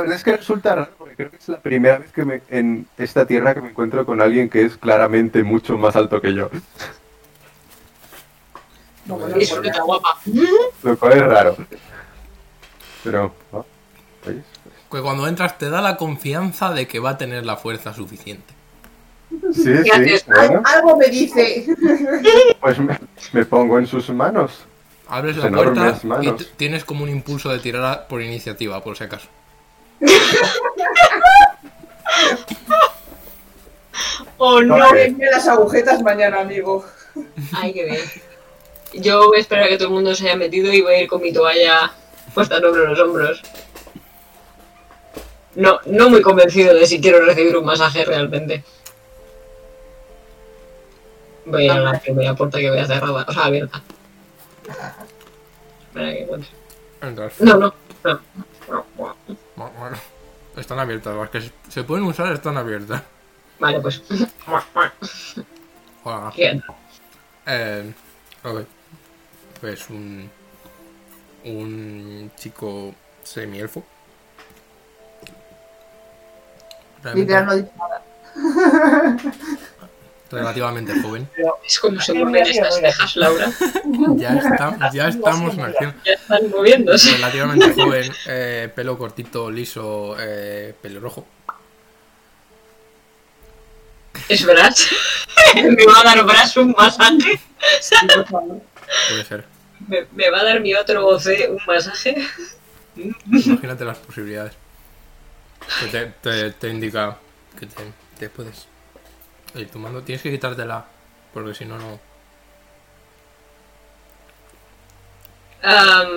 Speaker 6: verdad es que resulta raro, porque creo que es la primera vez que me, en esta tierra que me encuentro con alguien que es claramente mucho más alto que yo,
Speaker 3: No, bueno,
Speaker 1: Es
Speaker 3: pues
Speaker 1: una
Speaker 3: nada.
Speaker 1: guapa.
Speaker 6: lo cual es raro. Pero, ¿no? Oye,
Speaker 2: Que cuando entras te da la confianza de que va a tener la fuerza suficiente.
Speaker 6: sí,
Speaker 1: ¿Qué
Speaker 6: sí,
Speaker 1: haces?
Speaker 6: bueno,
Speaker 3: Algo me dice.
Speaker 6: pues me, me pongo en sus manos.
Speaker 2: Abres
Speaker 6: Sus
Speaker 2: la puerta
Speaker 6: enormes
Speaker 2: y
Speaker 6: manos.
Speaker 2: t- tienes como un impulso de tirar a- por iniciativa, por si acaso.
Speaker 1: Oh no.
Speaker 6: Ok.
Speaker 3: Venme las agujetas mañana, amigo.
Speaker 1: Ay, qué bien. Yo voy a esperar a que todo el mundo se haya metido y voy a ir con mi toalla puesta sobre los hombros. No, no muy convencido de si quiero recibir un masaje realmente. Voy a la primera puerta que vea cerrada, o sea, abierta. Espera que encuentre.
Speaker 2: Entras.
Speaker 1: No, no, no. no.
Speaker 2: Bueno, bueno. Están abiertas, las que se- se pueden usar están abiertas.
Speaker 1: Vale, pues.
Speaker 2: Hola.
Speaker 1: Bien.
Speaker 2: Eh, ok. Pues un. Un chico semielfo. Realmente-
Speaker 3: Literal no dice nada.
Speaker 2: relativamente joven.
Speaker 1: Es como se mueven estas cejas, Laura.
Speaker 2: Ya, está- ya estamos en acción.
Speaker 1: Ya están moviéndose.
Speaker 2: Relativamente joven, eh, pelo cortito, liso, eh, pelo rojo.
Speaker 1: ¿Es Brass? ¿Me va a dar Brass un masaje?
Speaker 3: Sí, por favor.
Speaker 2: Puede ser.
Speaker 1: ¿Me, me va a dar mi otro OC un masaje?
Speaker 2: Imagínate las posibilidades. Que te, te- te indica que te, te puedes ir tomando. Tienes que quitártela, porque si no, no.
Speaker 1: Am,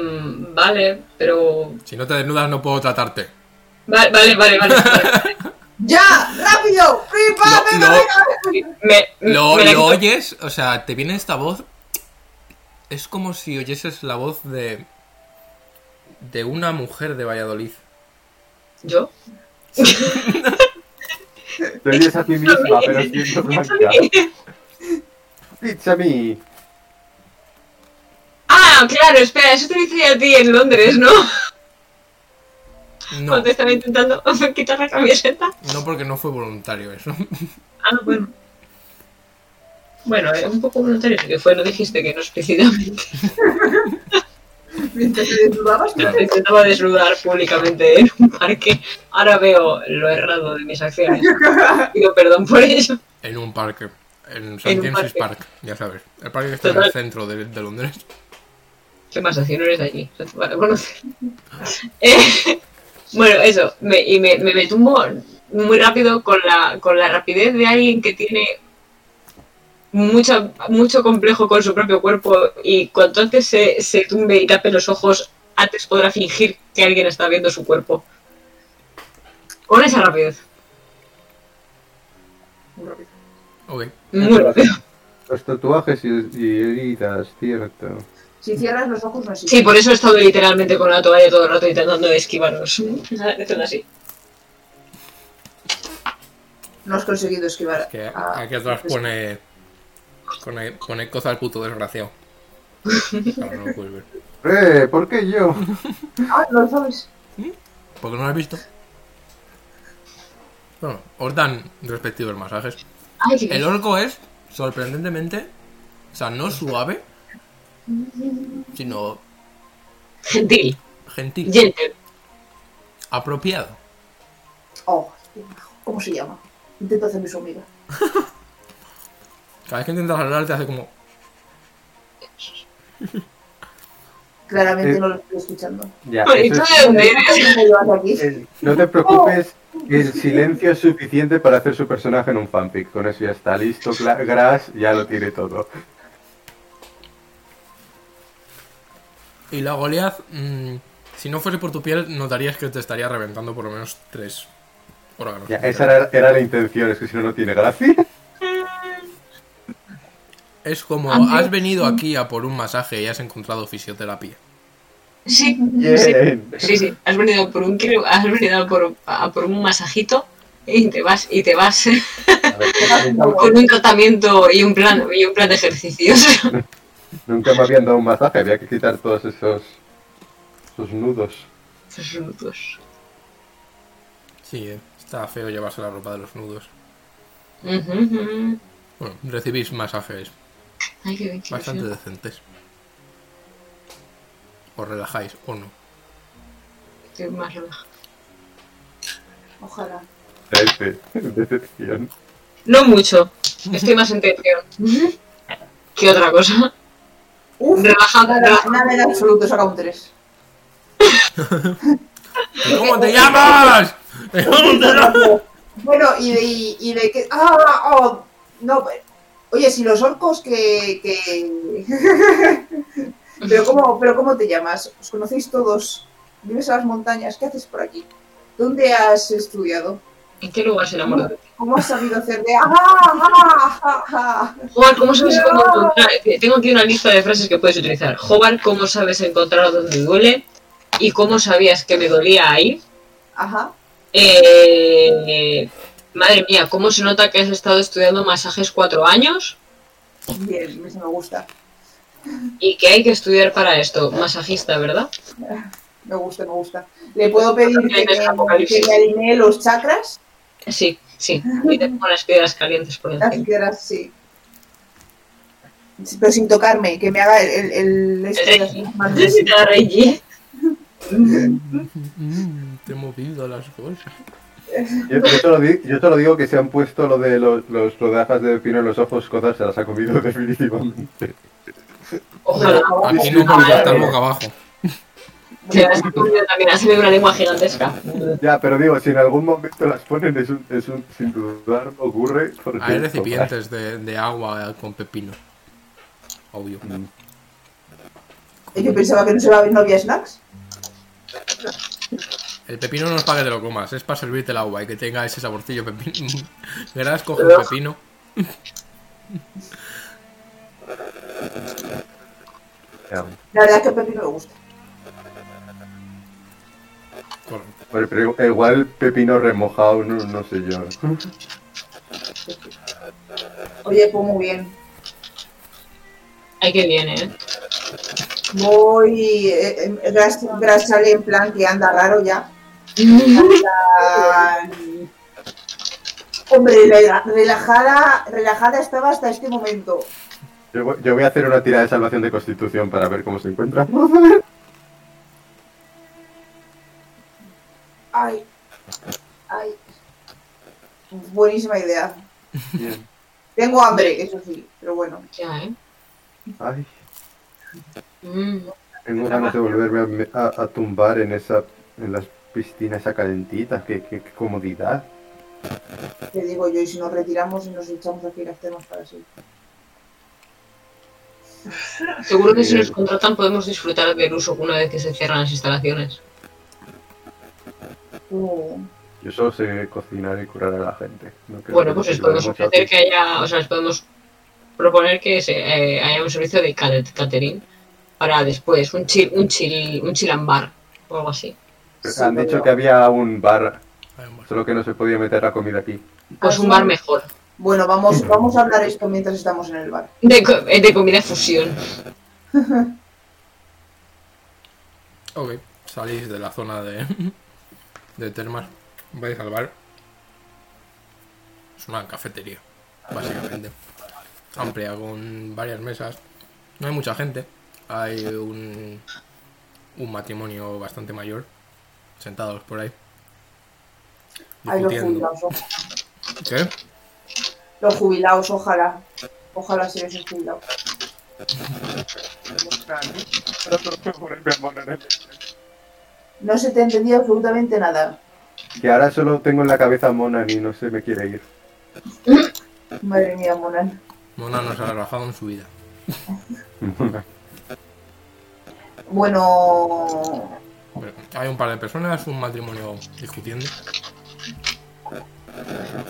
Speaker 1: vale, pero...
Speaker 2: Si no te desnudas, no puedo tratarte.
Speaker 1: Vale, vale, vale. vale.
Speaker 3: ¡Ya! ¡Rápido! ¡Pim, pam,
Speaker 2: No,
Speaker 3: venga,
Speaker 2: no.
Speaker 3: venga!
Speaker 1: Me,
Speaker 2: Lo,
Speaker 1: me la
Speaker 2: lo
Speaker 1: quito.
Speaker 2: oyes, o sea, te viene esta voz. Es como si oyeses la voz de. de una mujer de Valladolid.
Speaker 1: ¿Yo?
Speaker 6: Te oyes a ti misma, pero siendo blanca. It's a me.
Speaker 1: Ah, claro, espera, eso te lo hice a ti en Londres, ¿no?
Speaker 2: No,
Speaker 1: Cuando te estaba intentando quitar la camiseta.
Speaker 2: no porque no fue voluntario eso.
Speaker 1: Ah, bueno. Bueno, eh, un poco voluntario sí que fue, no dijiste que no explícitamente.
Speaker 3: Mientras te desnudabas,
Speaker 2: Claro.
Speaker 1: Me intentaba desnudar públicamente en un parque. Ahora veo lo errado de mis acciones. Pido perdón por ello.
Speaker 2: En un parque. En St. James's
Speaker 1: parque.
Speaker 2: Park, ya sabes. El parque que está en el
Speaker 1: Total.
Speaker 2: centro de, de Londres.
Speaker 1: ¿Qué más hacía? No eres de allí. no te van a conocer. Eh, Bueno, eso, me, y me, me, me tumbo muy rápido con la, con la rapidez de alguien que tiene mucho, mucho complejo con su propio cuerpo y cuanto antes se, se tumbe y tape los ojos, antes podrá fingir que alguien está viendo su cuerpo. Con esa rapidez.
Speaker 2: Ok.
Speaker 1: Muy rápido.
Speaker 6: Los tatuajes y, y heridas, cierto.
Speaker 3: Si cierras los ojos, no existe.
Speaker 1: Sí, por eso he estado literalmente con la toalla todo el rato intentando esquivaros. O sea, haciendo así.
Speaker 3: No has conseguido esquivar.
Speaker 2: Que
Speaker 6: Ah,
Speaker 3: a-
Speaker 2: aquí atrás pone, pone. Pone cosas al puto desgraciado. Claro, no lo puedes ver.
Speaker 6: ¡Eh! ¿Por qué yo?
Speaker 3: Ah, no lo sabes.
Speaker 2: ¿Por qué no lo has visto? Bueno, os dan respectivos masajes.
Speaker 1: Ay, qué
Speaker 2: El orco es sorprendentemente, o sea, no suave, sino
Speaker 1: gentil.
Speaker 2: gentil,
Speaker 1: Gentle.
Speaker 2: apropiado.
Speaker 3: Oh, qué majo. ¿cómo se llama? Intento hacerme su amiga.
Speaker 2: Cada vez que intentas hablar te hace como,
Speaker 3: Claramente
Speaker 6: Eh.
Speaker 3: no lo estoy escuchando.
Speaker 6: Ya,
Speaker 1: Ay,
Speaker 6: eso
Speaker 1: ¿tú
Speaker 6: es-
Speaker 1: de dónde eres?
Speaker 3: ¿Qué llevas aquí?
Speaker 6: Eh, No te preocupes, que el silencio es suficiente para hacer su personaje en un fanfic. Con eso ya está listo, Cla- Grass ya lo tiene todo.
Speaker 2: Y la Goliath, mm, si no fuese por tu piel, notarías que te estaría reventando por lo menos tres órganos.
Speaker 6: Ya, esa era, era la intención, es que si no, no tiene gracia.
Speaker 2: Es como,
Speaker 1: A mí-
Speaker 2: has venido aquí a por un masaje y has encontrado fisioterapia.
Speaker 1: Sí, sí,
Speaker 6: Bien.
Speaker 1: sí, sí. Has venido por un kilo- has venido a por, a por un masajito y te vas, y te vas
Speaker 6: A ver, nunca,
Speaker 1: con un tratamiento y un plan, y un plan de ejercicios.
Speaker 6: nunca me habían dado un masaje, había que quitar todos esos, esos nudos.
Speaker 1: Esos minutos.
Speaker 2: Sí, eh, está feo llevarse la ropa de los nudos.
Speaker 1: Ujú, ujú.
Speaker 2: Bueno, recibís masajes
Speaker 1: Ay, qué bien, qué
Speaker 2: bastante
Speaker 1: ilusión.
Speaker 2: decentes. Os relajáis o no.
Speaker 1: Estoy más relajada.
Speaker 3: Ojalá.
Speaker 6: Este, decepción.
Speaker 1: No mucho. Estoy más en tensión. ¿Qué otra cosa?
Speaker 3: Uf,
Speaker 1: Relajada.
Speaker 3: nada, nada en absoluto, saca un 3.
Speaker 2: ¿Y ¿Cómo te llamas? ¿Y ¿Cómo te llamas?
Speaker 3: Bueno, y de, y, y de que. ¡Ah! Oh, no, pero- oye, si los orcos que. que... pero, ¿cómo, pero ¿cómo te llamas? ¿Os conocéis todos? ¿Vives a las montañas? ¿Qué haces por aquí? ¿Dónde has estudiado?
Speaker 1: ¿En qué lugar se enamoró de ti?
Speaker 3: ¿Cómo has sabido hacer de.? ¡Ah! ah, ah, ah!
Speaker 1: Jobar, ¿cómo sabes
Speaker 3: No.
Speaker 1: cómo encontrar? Eh, Tengo aquí una lista de frases que puedes utilizar. Jobar, ¿cómo sabes encontrar donde duele? ¿Y cómo sabías que me dolía ahí?
Speaker 3: Ajá.
Speaker 1: Eh, madre mía, ¿cómo se nota que has estado estudiando masajes cuatro años?
Speaker 3: Bien, eso me gusta.
Speaker 1: ¿Y que hay que estudiar para esto? Masajista, ¿verdad?
Speaker 3: Me gusta, me gusta. ¿Le puedo pedir que
Speaker 1: Tienes
Speaker 3: me, que
Speaker 1: apocalipsis.
Speaker 3: me alinee los chakras?
Speaker 1: Sí, sí. Y te pongo las piedras calientes por
Speaker 3: Las
Speaker 1: encima.
Speaker 3: piedras, sí. Sí, Pero sin tocarme, que me haga el, el, el este de las manos.
Speaker 1: Necesitas reyes.
Speaker 2: Mm, te he movido las cosas.
Speaker 6: Yo, yo te lo di- yo te lo digo que se han puesto lo de los, los rodajas de pino en los ojos, cosas se las ha comido definitivamente.
Speaker 1: Ojalá.
Speaker 2: Aquí no podemos estar boca abajo.
Speaker 1: Se las ha comido también ha salido una lengua gigantesca.
Speaker 6: Ya, pero digo, si en algún momento las ponen, es un, es un sin dudar, ocurre. Porque
Speaker 2: Hay recipientes de, de agua con pepino. Obvio.
Speaker 6: Mm.
Speaker 3: Yo pensaba que no, se va a ver, no había snacks.
Speaker 2: El pepino no es para que te lo comas, es para servirte el agua y que tenga ese saborcillo pepino. Verás, coge un
Speaker 1: Ugh.
Speaker 2: pepino.
Speaker 6: Ya.
Speaker 3: La verdad es que a Pepi no me gusta.
Speaker 2: Correcto.
Speaker 6: Bueno, pero igual pepino remojado, no, no sé yo.
Speaker 3: Oye, pues muy bien.
Speaker 1: Ay, que bien, ¿eh?
Speaker 3: Voy. Eh, eh, Gras, Gras sale en plan que anda raro ya. Ah, Hombre, rela- relajada, relajada estaba hasta este momento.
Speaker 6: Yo, voy- yo voy a hacer una tirada de salvación de constitución para ver cómo se encuentra.
Speaker 3: Ay, ay. Buenísima idea.
Speaker 6: Bien.
Speaker 3: Tengo hambre, eso sí, pero bueno.
Speaker 1: Ya, ¿eh?
Speaker 6: Ay,
Speaker 1: Mm.
Speaker 6: tengo ganas de volverme a me- a, a tumbar en esa en las piscina esa calentita, qué, qué- qué comodidad.
Speaker 3: Te digo yo, y si nos retiramos y nos echamos aquí las temas para siempre.
Speaker 1: Seguro que si
Speaker 6: Bien.
Speaker 1: nos contratan podemos disfrutar del uso una vez que se cierran las instalaciones.
Speaker 3: Tú-
Speaker 6: Yo solo sé cocinar y curar a la gente. No creo
Speaker 1: Bueno,
Speaker 6: que
Speaker 1: pues
Speaker 6: me
Speaker 1: les
Speaker 6: sirva de
Speaker 1: podemos
Speaker 6: mucho
Speaker 1: ofrecer que haya, o sea, les podemos proponer que se, eh, haya un servicio de cal- catering para después, un chill, un chill, un chill and bar o algo así.
Speaker 6: aquí. Han dicho que había un bar,
Speaker 2: Hay un bar.
Speaker 6: solo que no se podía meter la comida aquí.
Speaker 1: Pues un bar mejor,
Speaker 3: Bueno, vamos, vamos a hablar esto mientras estamos en el bar.
Speaker 1: de, co- eh, de comida fusión.
Speaker 2: Ok, salís de la zona de, de termas, vais al bar. Es una cafetería, básicamente. Amplia, con varias mesas. No hay mucha gente. Hay un, un matrimonio bastante mayor, sentados por ahí.
Speaker 3: Ay, los
Speaker 2: discutiendo.
Speaker 3: jubilados, ojalá.
Speaker 2: ¿Qué?
Speaker 3: Los jubilados, ojalá. Ojalá se les jubilado. No se te entendía absolutamente nada.
Speaker 6: Que ahora solo tengo en la cabeza a Monan y no se me quiere ir.
Speaker 3: Madre mía, Monan.
Speaker 2: Mona nos ha relajado en su vida.
Speaker 3: Bueno,
Speaker 2: Pero hay un par de personas, un matrimonio discutiendo.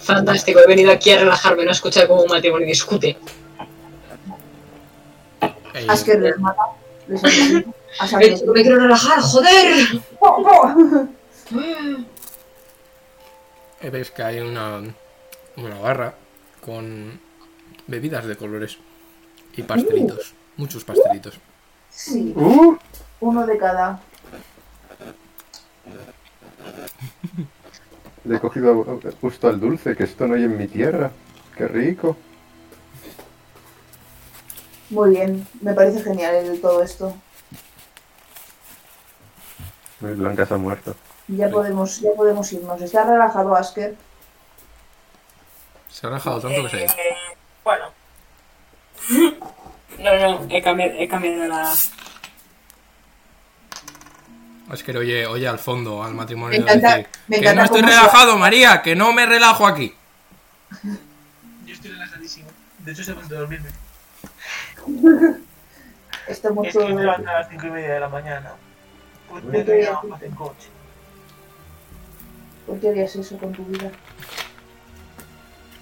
Speaker 1: Fantástico, he venido aquí a relajarme, no a escuchar cómo un matrimonio discute.
Speaker 2: Eh,
Speaker 3: Asker les mata. Les asesina. A
Speaker 1: Eh,
Speaker 3: sangre.
Speaker 1: chico, me quiero relajar, joder. Ah.
Speaker 3: ¡Po, po!
Speaker 2: Eh, Veis que hay una, una barra con bebidas de colores
Speaker 3: Uh.
Speaker 2: y pastelitos. Muchos pastelitos.
Speaker 3: Sí,
Speaker 6: ¡Uh!
Speaker 3: uno de cada.
Speaker 6: Le he cogido justo al dulce, que esto no hay en mi tierra. ¡Qué rico!
Speaker 3: Muy bien, me parece genial el- todo esto.
Speaker 6: Blanca se ha muerto.
Speaker 3: Ya podemos, ya podemos irnos. Está relajado Asker.
Speaker 2: Se ha relajado tanto que se ha ido.
Speaker 9: Eh, bueno. no, no, he cambiado, he cambiado la...
Speaker 2: Es que oye, oye al fondo, al matrimonio.
Speaker 3: Me encanta-
Speaker 2: decir,
Speaker 3: me
Speaker 2: que no
Speaker 3: encanta
Speaker 2: estoy
Speaker 3: cómo
Speaker 2: relajado, María, que no me relajo aquí.
Speaker 10: Yo estoy relajadísimo. De hecho, estoy a punto de dormirme.
Speaker 3: Estamos
Speaker 7: Es que me
Speaker 3: todos.
Speaker 7: levanto Este, a las 5 y media de la mañana. Pues me
Speaker 6: Bueno.
Speaker 7: he ido más en coche.
Speaker 3: ¿Por qué harías eso con tu vida?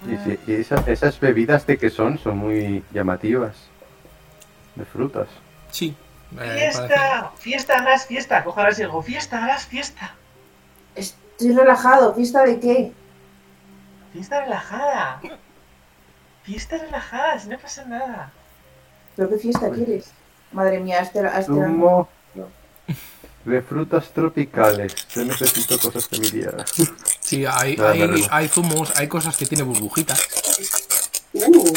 Speaker 6: Y, si- y esa- esas bebidas de que son son muy llamativas. De frutas.
Speaker 2: Sí. eh, parece-
Speaker 7: ¡Fiesta! ¡Fiesta, las fiesta! Cojo las y digo, ¡fiesta, las fiesta!
Speaker 3: Estoy relajado, ¿fiesta de qué?
Speaker 7: ¡Fiesta relajada! ¡Fiesta relajada! Si no pasa nada.
Speaker 3: ¿Pero qué fiesta quieres? Madre mía, este, Aster, Aster.
Speaker 6: Zumo de frutas tropicales. Yo necesito cosas de mi tierra.
Speaker 2: sí, hay,
Speaker 6: Nada, me
Speaker 2: hay,
Speaker 6: relajo.
Speaker 2: hay zumos, hay cosas que tiene burbujitas.
Speaker 3: Uh,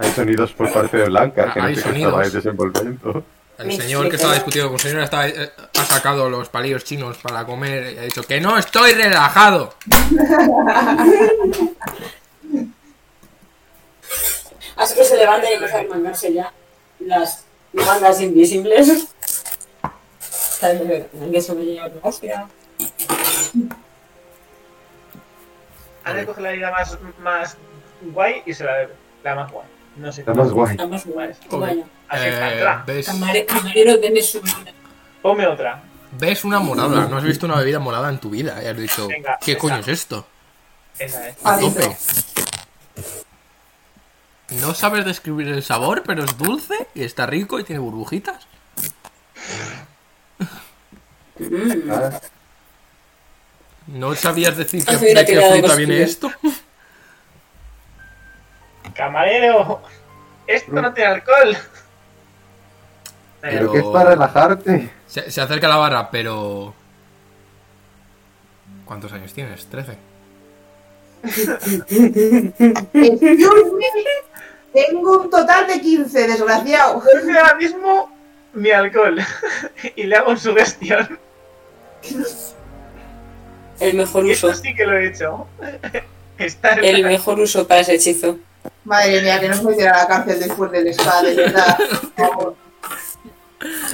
Speaker 6: Hay sonidos por parte de Blanca, que no
Speaker 2: Hay
Speaker 6: sé qué estaba
Speaker 2: sonidos.
Speaker 6: ahí desenvolviendo.
Speaker 2: El
Speaker 9: Sí,
Speaker 2: señor
Speaker 9: sí,
Speaker 2: que estaba
Speaker 9: pero-
Speaker 2: discutiendo con el señor está, eh, ha sacado los palillos chinos para comer y ha dicho que no estoy relajado.
Speaker 9: Así que se levanta y empieza a mangarse ya las bandas invisibles. Que eso me lleva a hostia.
Speaker 7: Ahora coge la idea más, más guay y se la bebe. La más guay. No sé.
Speaker 6: Está más guay.
Speaker 9: Estamos iguales.
Speaker 2: Ok.
Speaker 9: Vaya.
Speaker 7: Así está,
Speaker 2: Eh,
Speaker 7: tra.
Speaker 2: ¿Ves?
Speaker 9: Camare- camarero, deme su mano.
Speaker 7: Ponme otra.
Speaker 2: Ves una morada, no has visto una bebida morada en tu vida y has dicho,
Speaker 7: Venga,
Speaker 2: ¿qué
Speaker 7: esa.
Speaker 2: coño es esto?
Speaker 7: Esa es.
Speaker 2: A
Speaker 3: Adentro.
Speaker 2: tope. No sabes describir el sabor, pero es dulce y está rico y tiene burbujitas.
Speaker 9: Mm,
Speaker 6: Ah,
Speaker 2: ¿No sabías decir que,
Speaker 9: Hace una
Speaker 2: de qué
Speaker 9: tirada de
Speaker 2: fruta viene esto?
Speaker 9: cosquillas.
Speaker 7: ¡Camarero! ¡Esto no tiene alcohol!
Speaker 6: Pero que es para relajarte.
Speaker 2: Se, se acerca a la barra, pero... ¿Cuántos años tienes? ¿13?
Speaker 3: excuse me, Tengo un total de 15, desgraciado.
Speaker 7: Coge ahora mismo mi alcohol y le hago su gestión.
Speaker 9: El mejor
Speaker 7: Y
Speaker 9: uso.
Speaker 7: eso sí que lo he hecho. Está
Speaker 9: El mejor uso para ese hechizo.
Speaker 3: Madre mía, que nos metiera a la cárcel después del spa, de verdad. Por favor.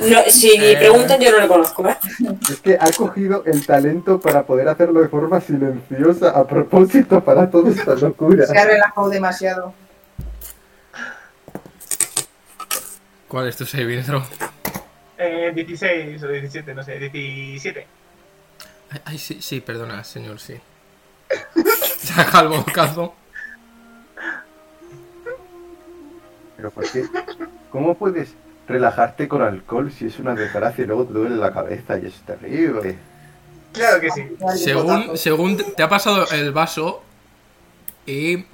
Speaker 9: No, si
Speaker 2: Eh.
Speaker 9: preguntan, yo no le conozco, ¿eh?
Speaker 6: Es que ha cogido el talento para poder hacerlo de forma silenciosa a propósito para toda esta locura.
Speaker 3: Se ha relajado demasiado.
Speaker 2: ¿Cuál es tu saving throw?
Speaker 7: Eh, 16 o 17, no sé, 17.
Speaker 2: Ay, ay, sí, sí, perdona, señor, sí. Saca el bocazo.
Speaker 5: Pero ¿por qué? ¿Cómo puedes relajarte con alcohol si es una desgracia y luego te duele la cabeza y es terrible?
Speaker 7: Claro que sí.
Speaker 3: Dale,
Speaker 2: Según,
Speaker 3: botazo.
Speaker 2: según te- te ha pasado el vaso y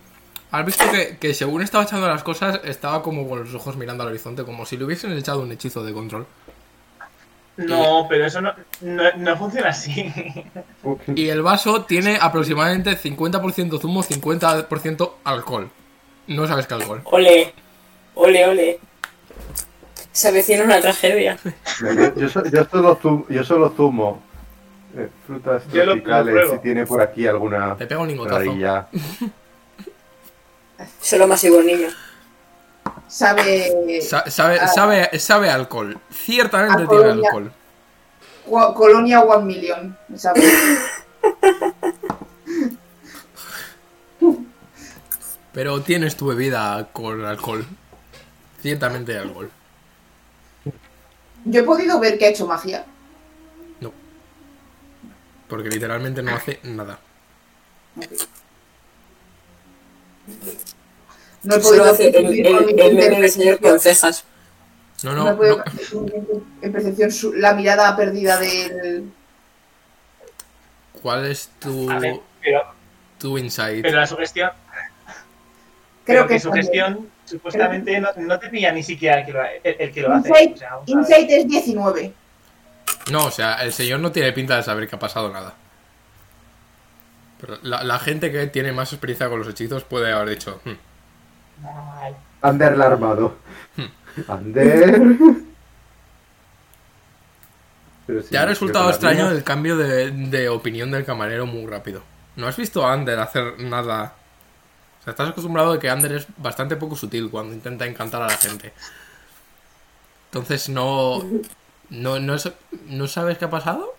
Speaker 2: has visto que, que según estaba echando las cosas, estaba como con los ojos mirando al horizonte, como si le hubiesen echado un hechizo de control.
Speaker 7: No, pero eso no, no, no funciona así.
Speaker 2: Y el vaso tiene aproximadamente 50% zumo, 50% alcohol. No sabes qué alcohol.
Speaker 9: Ole, ole, ole. Se avecina una tragedia.
Speaker 5: Yo, yo so- yo solo, zumo, yo solo zumo eh, frutas
Speaker 7: Yo lo- lo
Speaker 5: tropicales
Speaker 7: pruebo.
Speaker 5: si tiene por aquí alguna
Speaker 2: Te pega un lingotazo.
Speaker 5: rarilla.
Speaker 9: Solo masivo niño.
Speaker 3: Sabe
Speaker 2: Sa- sabe,
Speaker 3: Ah.
Speaker 2: sabe, sabe a alcohol. Ciertamente
Speaker 3: Alcohol,
Speaker 2: tiene
Speaker 3: ya.
Speaker 2: alcohol.
Speaker 3: Gua- Colonia One Million. Sabe.
Speaker 2: Pero tienes tu bebida con alcohol. Ciertamente hay alcohol.
Speaker 3: Yo he podido ver que ha hecho magia.
Speaker 2: Porque literalmente no hace nada.
Speaker 3: No he
Speaker 9: Solo
Speaker 3: podido
Speaker 9: hace el,
Speaker 3: percibir con mi
Speaker 9: el, el meme
Speaker 3: mente
Speaker 9: del señor con cejas.
Speaker 2: No,
Speaker 3: No
Speaker 2: no,
Speaker 3: he podido
Speaker 2: no.
Speaker 3: percibir con mi mente en percepción su- la mirada perdida del.
Speaker 2: ¿Cuál es tu,
Speaker 9: Uh.
Speaker 7: A ver, pero,
Speaker 2: tu insight?
Speaker 7: pero la sugestión,
Speaker 3: Creo que
Speaker 7: que
Speaker 3: es
Speaker 7: sugestión supuestamente no, no te pilla ni siquiera el que lo, el, el que lo hace.
Speaker 3: Insight-
Speaker 7: o sea, vamos a ver.
Speaker 3: Insight es 19.
Speaker 2: No, o sea, el señor no tiene pinta de saber que ha pasado nada. Pero la, la gente que tiene más experiencia con los hechizos puede haber dicho... "Hmm,
Speaker 7: Vale.
Speaker 6: Ander la ha armado.
Speaker 2: Hmm.
Speaker 5: Ander. Pero sí,
Speaker 2: Te ha
Speaker 5: yo
Speaker 2: resultado
Speaker 5: con la
Speaker 2: extraño
Speaker 5: mía-
Speaker 2: el cambio de, de opinión del camarero muy rápido. No has visto a Ander hacer nada. O sea, estás acostumbrado de que Ander es bastante poco sutil cuando intenta encantar a la gente. Entonces no. No, no, es- ¿no sabes qué ha pasado.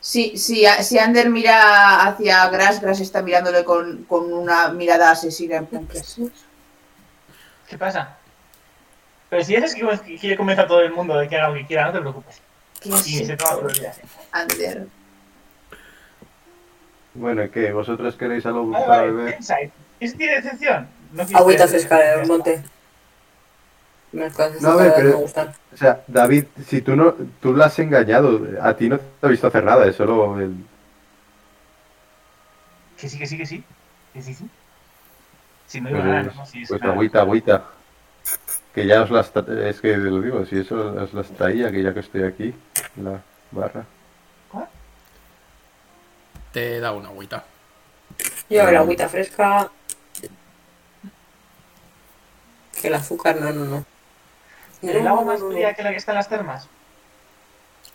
Speaker 3: Si, si, si Ander mira hacia Grass, Grass está mirándole con, con una mirada asesina. En plan, ¿qué haces?
Speaker 7: ¿Qué pasa? Pero si haces que quiere convencer a todo el mundo de que haga lo que quiera, no te preocupes.
Speaker 3: ¿Qué
Speaker 7: Y se
Speaker 3: haces,
Speaker 7: toma pues. todo el día.
Speaker 3: Ander?
Speaker 5: Bueno, ¿qué? ¿Vosotros queréis algo
Speaker 7: Vale,
Speaker 5: para
Speaker 7: vale,
Speaker 5: beber?
Speaker 7: insight. ¿Es tiene decepción? No quise-
Speaker 9: Agüita fresca del monte. Las cosas
Speaker 5: No, a ver,
Speaker 9: que
Speaker 5: pero-
Speaker 9: me gustan.
Speaker 5: O sea, David, si tú no, tú la has engañado, a ti no te ha visto hacer nada, es solo el...
Speaker 7: Que sí, que sí, que sí. Que sí, sí. Si no iba a ganar,
Speaker 5: Pues,
Speaker 7: ¿no? Si es
Speaker 5: pues
Speaker 7: nada.
Speaker 5: agüita, agüita. Que ya os las... tra- Es que lo digo, si eso os las traía, que ya que estoy aquí, la barra.
Speaker 2: Te da una agüita.
Speaker 9: Yo
Speaker 5: Mm.
Speaker 9: la agüita fresca. Que el azúcar, no, no, no.
Speaker 7: ¿El
Speaker 9: No,
Speaker 7: agua
Speaker 9: no,
Speaker 7: más
Speaker 9: no, no.
Speaker 7: fría que la que está en las termas?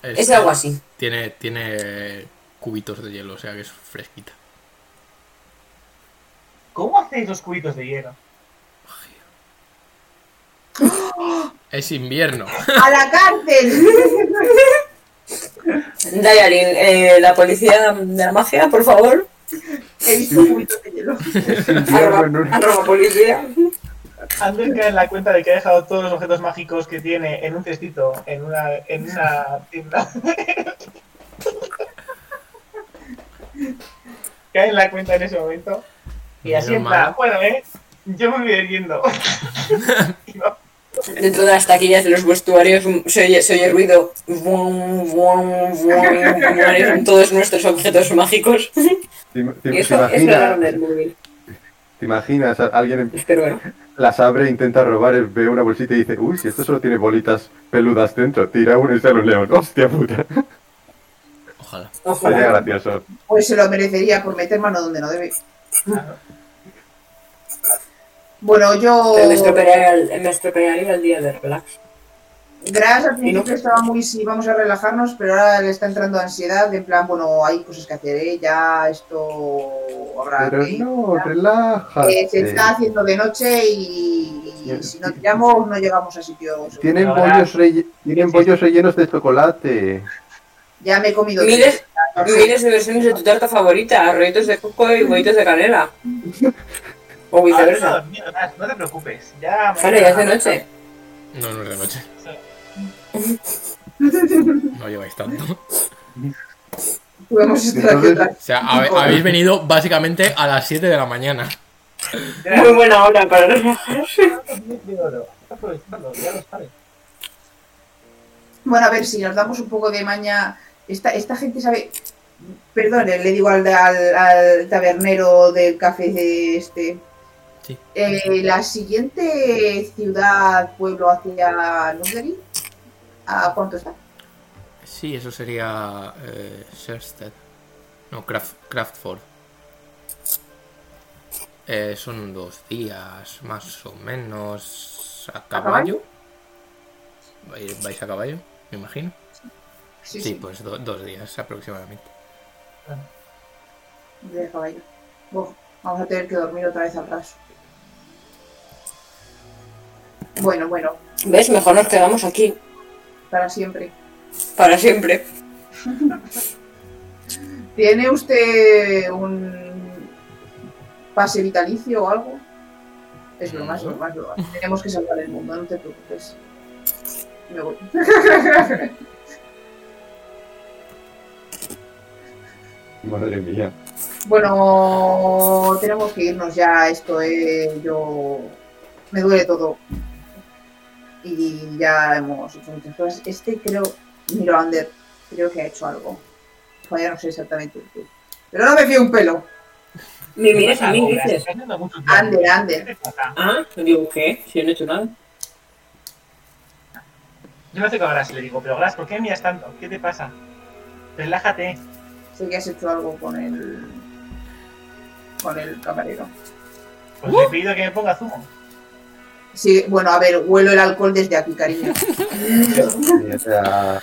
Speaker 2: Es-
Speaker 9: Es de agua así.
Speaker 2: Tiene, tiene cubitos de hielo, o sea que es fresquita.
Speaker 7: ¿Cómo hacéis los cubitos de hielo?
Speaker 2: Es invierno.
Speaker 3: ¡A la cárcel!
Speaker 9: Dayarin, eh, la policía de la mafia, por favor.
Speaker 3: He visto un poquito de hielo.
Speaker 5: Es invierno en
Speaker 9: Arroba,
Speaker 5: un...
Speaker 9: arroba policía.
Speaker 7: Ander cae en la cuenta de que ha dejado todos los objetos mágicos que tiene en un cestito, en una, en una tienda. cae en la cuenta en ese momento. Y así en
Speaker 2: Menos
Speaker 7: plan,
Speaker 2: mal.
Speaker 7: bueno, eh, yo me voy yendo.
Speaker 9: Pues
Speaker 7: Y va-
Speaker 9: Dentro de las taquillas de los vestuarios mm, se oye, se oye ruido. Vuom, vuom, vuom, vuom, Todos nuestros objetos mágicos.
Speaker 5: ¿Te,
Speaker 9: Y
Speaker 5: te- te
Speaker 9: eso, eso era
Speaker 5: imaginas,
Speaker 9: del móvil.
Speaker 5: ¿Te imaginas? Alguien en-
Speaker 9: Pero bueno.
Speaker 5: las abre, intenta robar, ve una bolsita y dice, uy, si esto solo tiene bolitas peludas dentro, tira uno y sale un león. Hostia puta.
Speaker 2: Ojalá.
Speaker 5: Sería
Speaker 9: Ojalá.
Speaker 5: gracioso.
Speaker 3: Pues se lo merecería por meter mano donde no debe. Bueno, yo.
Speaker 9: Pero me estropearía, el, me estropearía el día de relax.
Speaker 3: Gras al principio estaba muy, sí, vamos a relajarnos, pero ahora le está entrando ansiedad, en plan, bueno, hay cosas que hacer, ¿eh? ya esto habrá
Speaker 11: Pero
Speaker 3: que...
Speaker 11: no,
Speaker 3: Eh,
Speaker 6: Ah,
Speaker 3: se
Speaker 11: relájate.
Speaker 3: está haciendo de noche y, y si no tiramos no llegamos a sitios. seguros.
Speaker 11: Tienen
Speaker 7: Ahora-
Speaker 11: bollos, relle- tienen bollos rellenos de chocolate.
Speaker 3: Ya me he comido
Speaker 9: Miles,
Speaker 3: tres.
Speaker 9: miles de versiones de tu tarta favorita, rollitos de coco y huevitos de canela. O
Speaker 7: Ahora
Speaker 9: viceversa.
Speaker 7: no, Ah, mira, Gras, no te preocupes. Ya
Speaker 9: Claro, ya es de noche.
Speaker 2: No, no es de noche. No lleváis tanto.
Speaker 3: Podemos estar aquí
Speaker 11: Entonces-
Speaker 3: otra
Speaker 2: O sea, habe- habéis venido básicamente a las 7 de la mañana.
Speaker 7: Gras,
Speaker 9: Muy buena hora para relajarse.
Speaker 7: de oro. Está aprovechando, ya lo sabes.
Speaker 3: Bueno, a ver, si nos damos un poco de maña, esta, esta gente sabe... Perdón, eh, le digo al, al- al tabernero del café de este.
Speaker 2: Sí.
Speaker 3: Eh, la siguiente ciudad, pueblo hacia Lundgren, ¿a cuánto está?
Speaker 2: Sí, eso sería. Eh, Sherstedt. No, Craft, Craftford. Eh, son dos días, más o menos. ¿A caballo? ¿Vais vais a caballo? Me imagino. Sí, pues do- dos días aproximadamente.
Speaker 3: de caballo. Uf, vamos a tener que dormir otra vez al raso. Bueno, bueno,
Speaker 9: ¿Ves? Mejor nos quedamos aquí.
Speaker 3: para siempre.
Speaker 9: Para siempre.
Speaker 3: ¿Tiene usted un pase vitalicio o algo? Es broma, es broma, es broma. Tenemos que salvar el mundo, no te preocupes. Me voy.
Speaker 6: Madre mía.
Speaker 3: Bueno, tenemos que irnos ya. Esto es. Yo. Me duele todo. Y ya hemos hecho muchas cosas. Este creo. Miro a Ander. Creo que ha hecho algo. Todavía no sé exactamente qué. Pero no me fío un pelo.
Speaker 9: Me
Speaker 7: Mira,
Speaker 9: miras a mí y dices,
Speaker 7: Está haciendo mucho tiempo.
Speaker 3: Ander,
Speaker 7: ¿Qué
Speaker 3: Ander.
Speaker 7: te pasa?
Speaker 9: ah, no digo qué, si yo no he hecho nada.
Speaker 7: Yo me acerco a Gras y le digo, pero Gras, ¿por qué miras tanto? ¿Qué te pasa? Relájate.
Speaker 3: Sé que has hecho algo con el. Con el camarero.
Speaker 7: Pues
Speaker 3: Uh.
Speaker 7: le he pedido que me ponga zumo.
Speaker 3: Sí, bueno, a ver, huelo el alcohol desde aquí, cariño.
Speaker 11: Y, o sea,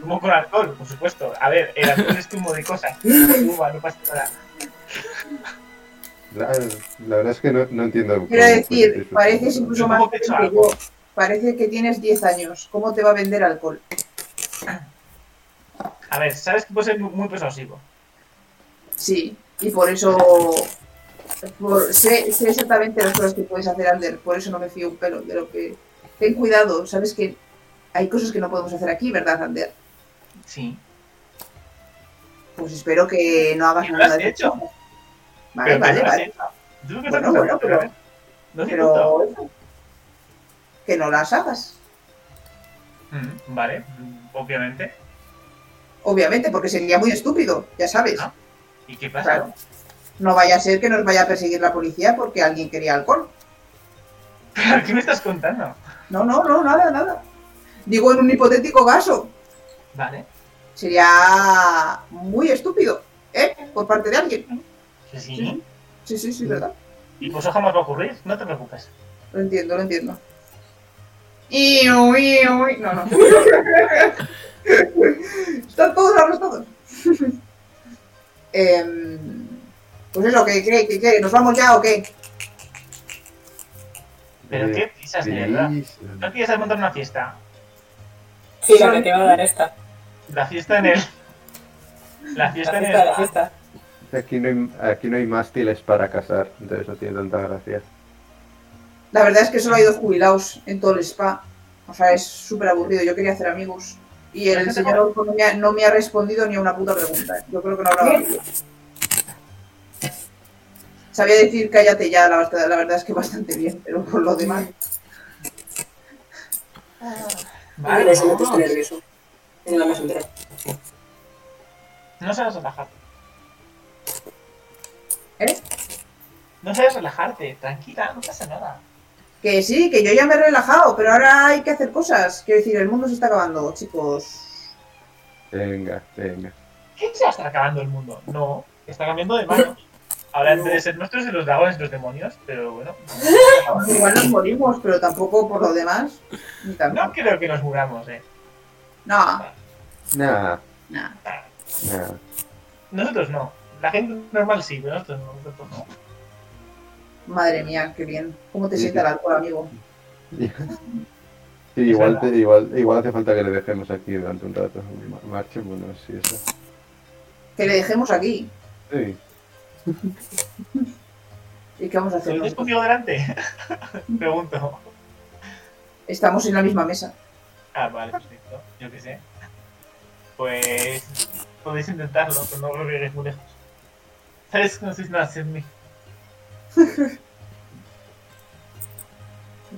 Speaker 7: Zumo con alcohol, por supuesto. A ver, el alcohol es zumo de cosas. Uva, no pasa nada.
Speaker 6: La, la verdad es que no, no entiendo.
Speaker 3: Quiero
Speaker 6: cómo puede
Speaker 3: decir,
Speaker 6: eso.
Speaker 3: pareces incluso más joven que yo. Parece que tienes 10 años. ¿Cómo te va a vender alcohol?
Speaker 7: A ver, sabes que puede ser muy, muy persuasivo.
Speaker 3: Sí, y por eso por- sé, sé exactamente las cosas que puedes hacer, Ander. Por eso no me fío un pelo de lo que. Ten cuidado, sabes que hay cosas que no podemos hacer aquí, ¿verdad, Ander?
Speaker 7: Sí.
Speaker 3: Pues espero que no hagas
Speaker 7: ¿Y lo
Speaker 3: nada
Speaker 7: has
Speaker 3: de
Speaker 7: hecho?
Speaker 3: eso. Vale,
Speaker 7: Pero que
Speaker 3: vale,
Speaker 7: no lo ¿eh? has
Speaker 3: vale.
Speaker 7: Yo creo que
Speaker 3: Bueno,
Speaker 7: no,
Speaker 3: bueno,
Speaker 7: pero...
Speaker 3: pero-
Speaker 7: No tiene punto.
Speaker 3: Pero. Que no las hagas.
Speaker 7: Mm, Vale, mm, obviamente.
Speaker 3: Obviamente, porque sería muy estúpido, ya sabes.
Speaker 7: Ah. ¿Y qué pasa?
Speaker 3: Claro. No vaya a ser que nos vaya a perseguir la policía porque alguien quería alcohol.
Speaker 7: ¿Pero qué me estás contando?
Speaker 3: No, no, no, nada, nada. Digo en un hipotético caso.
Speaker 7: Vale.
Speaker 3: Sería muy estúpido, ¿eh? Por parte de alguien.
Speaker 7: que pues Sí.
Speaker 3: Sí. Sí, sí, sí, verdad.
Speaker 7: Y pues eso jamás va a ocurrir, no te preocupes.
Speaker 3: Lo entiendo, lo entiendo. Iu, iu, iu. No, no. Están todos arrestados. Em, pues eso, ¿qué, qué, qué, qué? ¿Nos vamos ya o qué?
Speaker 7: Pero
Speaker 6: Eh,
Speaker 7: qué prisas,
Speaker 6: sí,
Speaker 7: de verdad.
Speaker 6: sí.
Speaker 7: ¿No quieres montar una fiesta?
Speaker 9: Sí, la que te va a dar esta.
Speaker 7: La fiesta en el... La
Speaker 9: La
Speaker 7: fiesta en
Speaker 9: fiesta, la
Speaker 7: el...
Speaker 9: fiesta.
Speaker 6: Aquí no, hay, aquí no hay mástiles para casar, entonces no tiene tanta gracia.
Speaker 3: La verdad es que solo hay dos jubilados en todo el spa. O sea, es súper aburrido. Yo quería hacer amigos. Y el señor no me, ha, no me ha respondido ni a una puta pregunta. Yo creo que no hablaba conmigo. Sabía decir cállate ya, la, verdad- la verdad es que bastante bien, pero por lo demás.
Speaker 9: Vale,
Speaker 7: Vale,
Speaker 9: eso me puse
Speaker 7: vamos.
Speaker 9: nervioso. Nada más entrar.
Speaker 7: No sabes relajarte.
Speaker 3: ¿Eh?
Speaker 7: No sabes relajarte, tranquila, no pasa nada.
Speaker 3: Que sí, que yo ya me he relajado, pero ahora hay que hacer cosas. Quiero decir, el mundo se está acabando, chicos.
Speaker 6: Venga, venga.
Speaker 7: ¿Qué se va a estar acabando el mundo? No, está cambiando de manos. Ahora entre ser nuestros y los dragones y los demonios, pero bueno.
Speaker 3: Igual nos morimos, pero tampoco por lo demás. Ni
Speaker 7: No
Speaker 3: tampoco.
Speaker 7: creo que nos muramos, eh.
Speaker 3: No,
Speaker 6: Nah,
Speaker 3: no.
Speaker 6: nah.
Speaker 7: Nosotros no. La gente normal sí, pero nosotros no. Nosotros no.
Speaker 3: Madre mía, qué bien. ¿Cómo te sienta el alcohol, amigo?
Speaker 6: Sí, igual, te- igual, igual hace falta que le dejemos aquí durante un rato. Ma- Marchémonos y eso.
Speaker 3: Que le dejemos aquí.
Speaker 6: Sí.
Speaker 3: ¿Y qué vamos a
Speaker 7: ¿Te
Speaker 3: hacer?
Speaker 7: vienes
Speaker 3: nosotros?
Speaker 7: conmigo delante? Pregunto.
Speaker 3: Estamos en la misma mesa.
Speaker 7: Ah, vale, perfecto. Yo qué sé. Pues podéis intentarlo, pero no creo que lleguéis muy lejos. ¿Sabes? No sé si nada sin mí.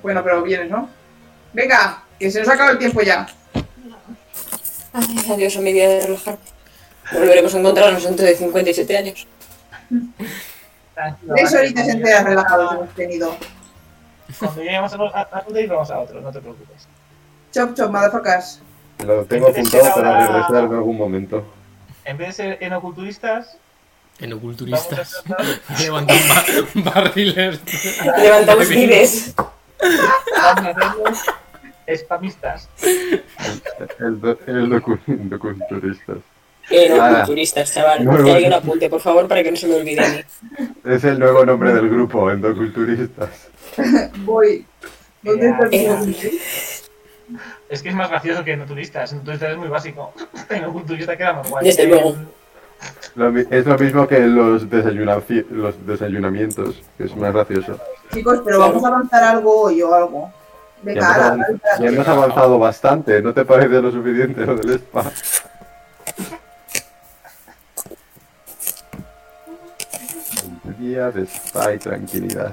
Speaker 3: Bueno, pero vienes, ¿no? Venga, que se nos acaba el tiempo ya.
Speaker 9: Ay, adiós a mi día de relajarme. Volveremos a encontrarnos dentro de 57 años.
Speaker 7: Tranquilo,
Speaker 3: Tres
Speaker 7: Ah, vale.
Speaker 3: horitas enteras relajados hemos tenido.
Speaker 7: Cuando lleguemos a, a, a un día vamos a otro, no te preocupes.
Speaker 3: Chop, chop, motherfuckers.
Speaker 6: Lo tengo apuntado para regresar en algún momento.
Speaker 7: En vez de ser enoculturistas, vamos a
Speaker 2: Enoculturistas.
Speaker 7: tratar-
Speaker 2: Levantan ba- barriles.
Speaker 9: Levantamos vides.
Speaker 7: vamos a hacernos spamistas.
Speaker 6: El, do- el docu- docuculturista.
Speaker 9: Eh, no,
Speaker 6: Nada.
Speaker 9: culturistas, chaval.
Speaker 6: Ah. No, no,
Speaker 9: que
Speaker 6: no.
Speaker 9: alguien apunte, por favor, para que no se me olvide a mí.
Speaker 6: Es el nuevo nombre del grupo, Endoculturistas.
Speaker 3: Voy. ¿Dónde está el
Speaker 9: Eh,
Speaker 3: tiempo?
Speaker 7: Es que es más gracioso que enoturistas. Enoturistas es muy básico. Enoculturista queda más guay. Eh,
Speaker 9: Desde luego.
Speaker 6: Lo mi- es lo mismo que los, desayunaci- los desayunamientos, que es más gracioso.
Speaker 3: Chicos, pero vamos a avanzar algo hoy o algo. Venga,
Speaker 6: Ya hemos,
Speaker 3: ahora,
Speaker 6: avanzado, ya hemos avanzado bastante, ¿no te parece lo suficiente lo del spa? Un Día de spa y tranquilidad.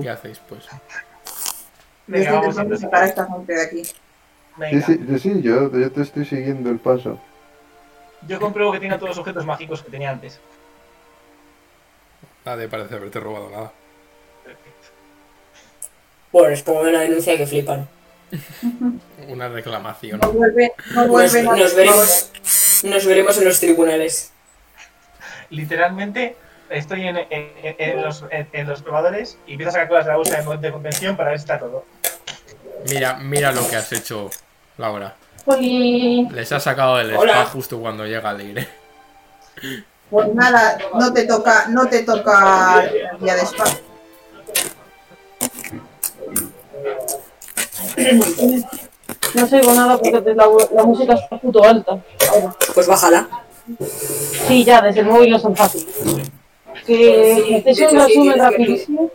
Speaker 2: ¿Qué hacéis, pues?
Speaker 3: yo
Speaker 7: Venga,
Speaker 3: estoy
Speaker 7: vamos a
Speaker 3: intentando
Speaker 7: empezar.
Speaker 3: sacar a esta gente de aquí.
Speaker 6: Sí,
Speaker 7: Venga.
Speaker 6: sí, yo, sí, yo, yo te estoy siguiendo el paso.
Speaker 7: Yo compruebo que tiene todos los objetos mágicos que tenía antes.
Speaker 2: Nadie parece haberte robado nada.
Speaker 9: Bueno, les pongo una denuncia que flipan.
Speaker 2: Una reclamación.
Speaker 3: No vuelve, no
Speaker 9: Nos,
Speaker 3: vuelve. no-
Speaker 9: nos veremos, nos veremos en los tribunales.
Speaker 7: literalmente estoy en, en- en- en los, en, en los probadores y empiezo a sacar cosas de la bolsa de, de convención para ver si está todo.
Speaker 2: Mira, mira lo que has hecho, Laura.
Speaker 9: Jolín.
Speaker 2: Les has sacado el
Speaker 9: Hola.
Speaker 2: spa justo cuando llega el aire.
Speaker 3: Pues nada, no te toca, no te toca día de spa.
Speaker 12: No sé con nada porque te- la, la música es puto alta.
Speaker 9: Pues bájala.
Speaker 12: Sí, ya, desde el móvil no es tan fácil. Que te un resumen rapidísimo.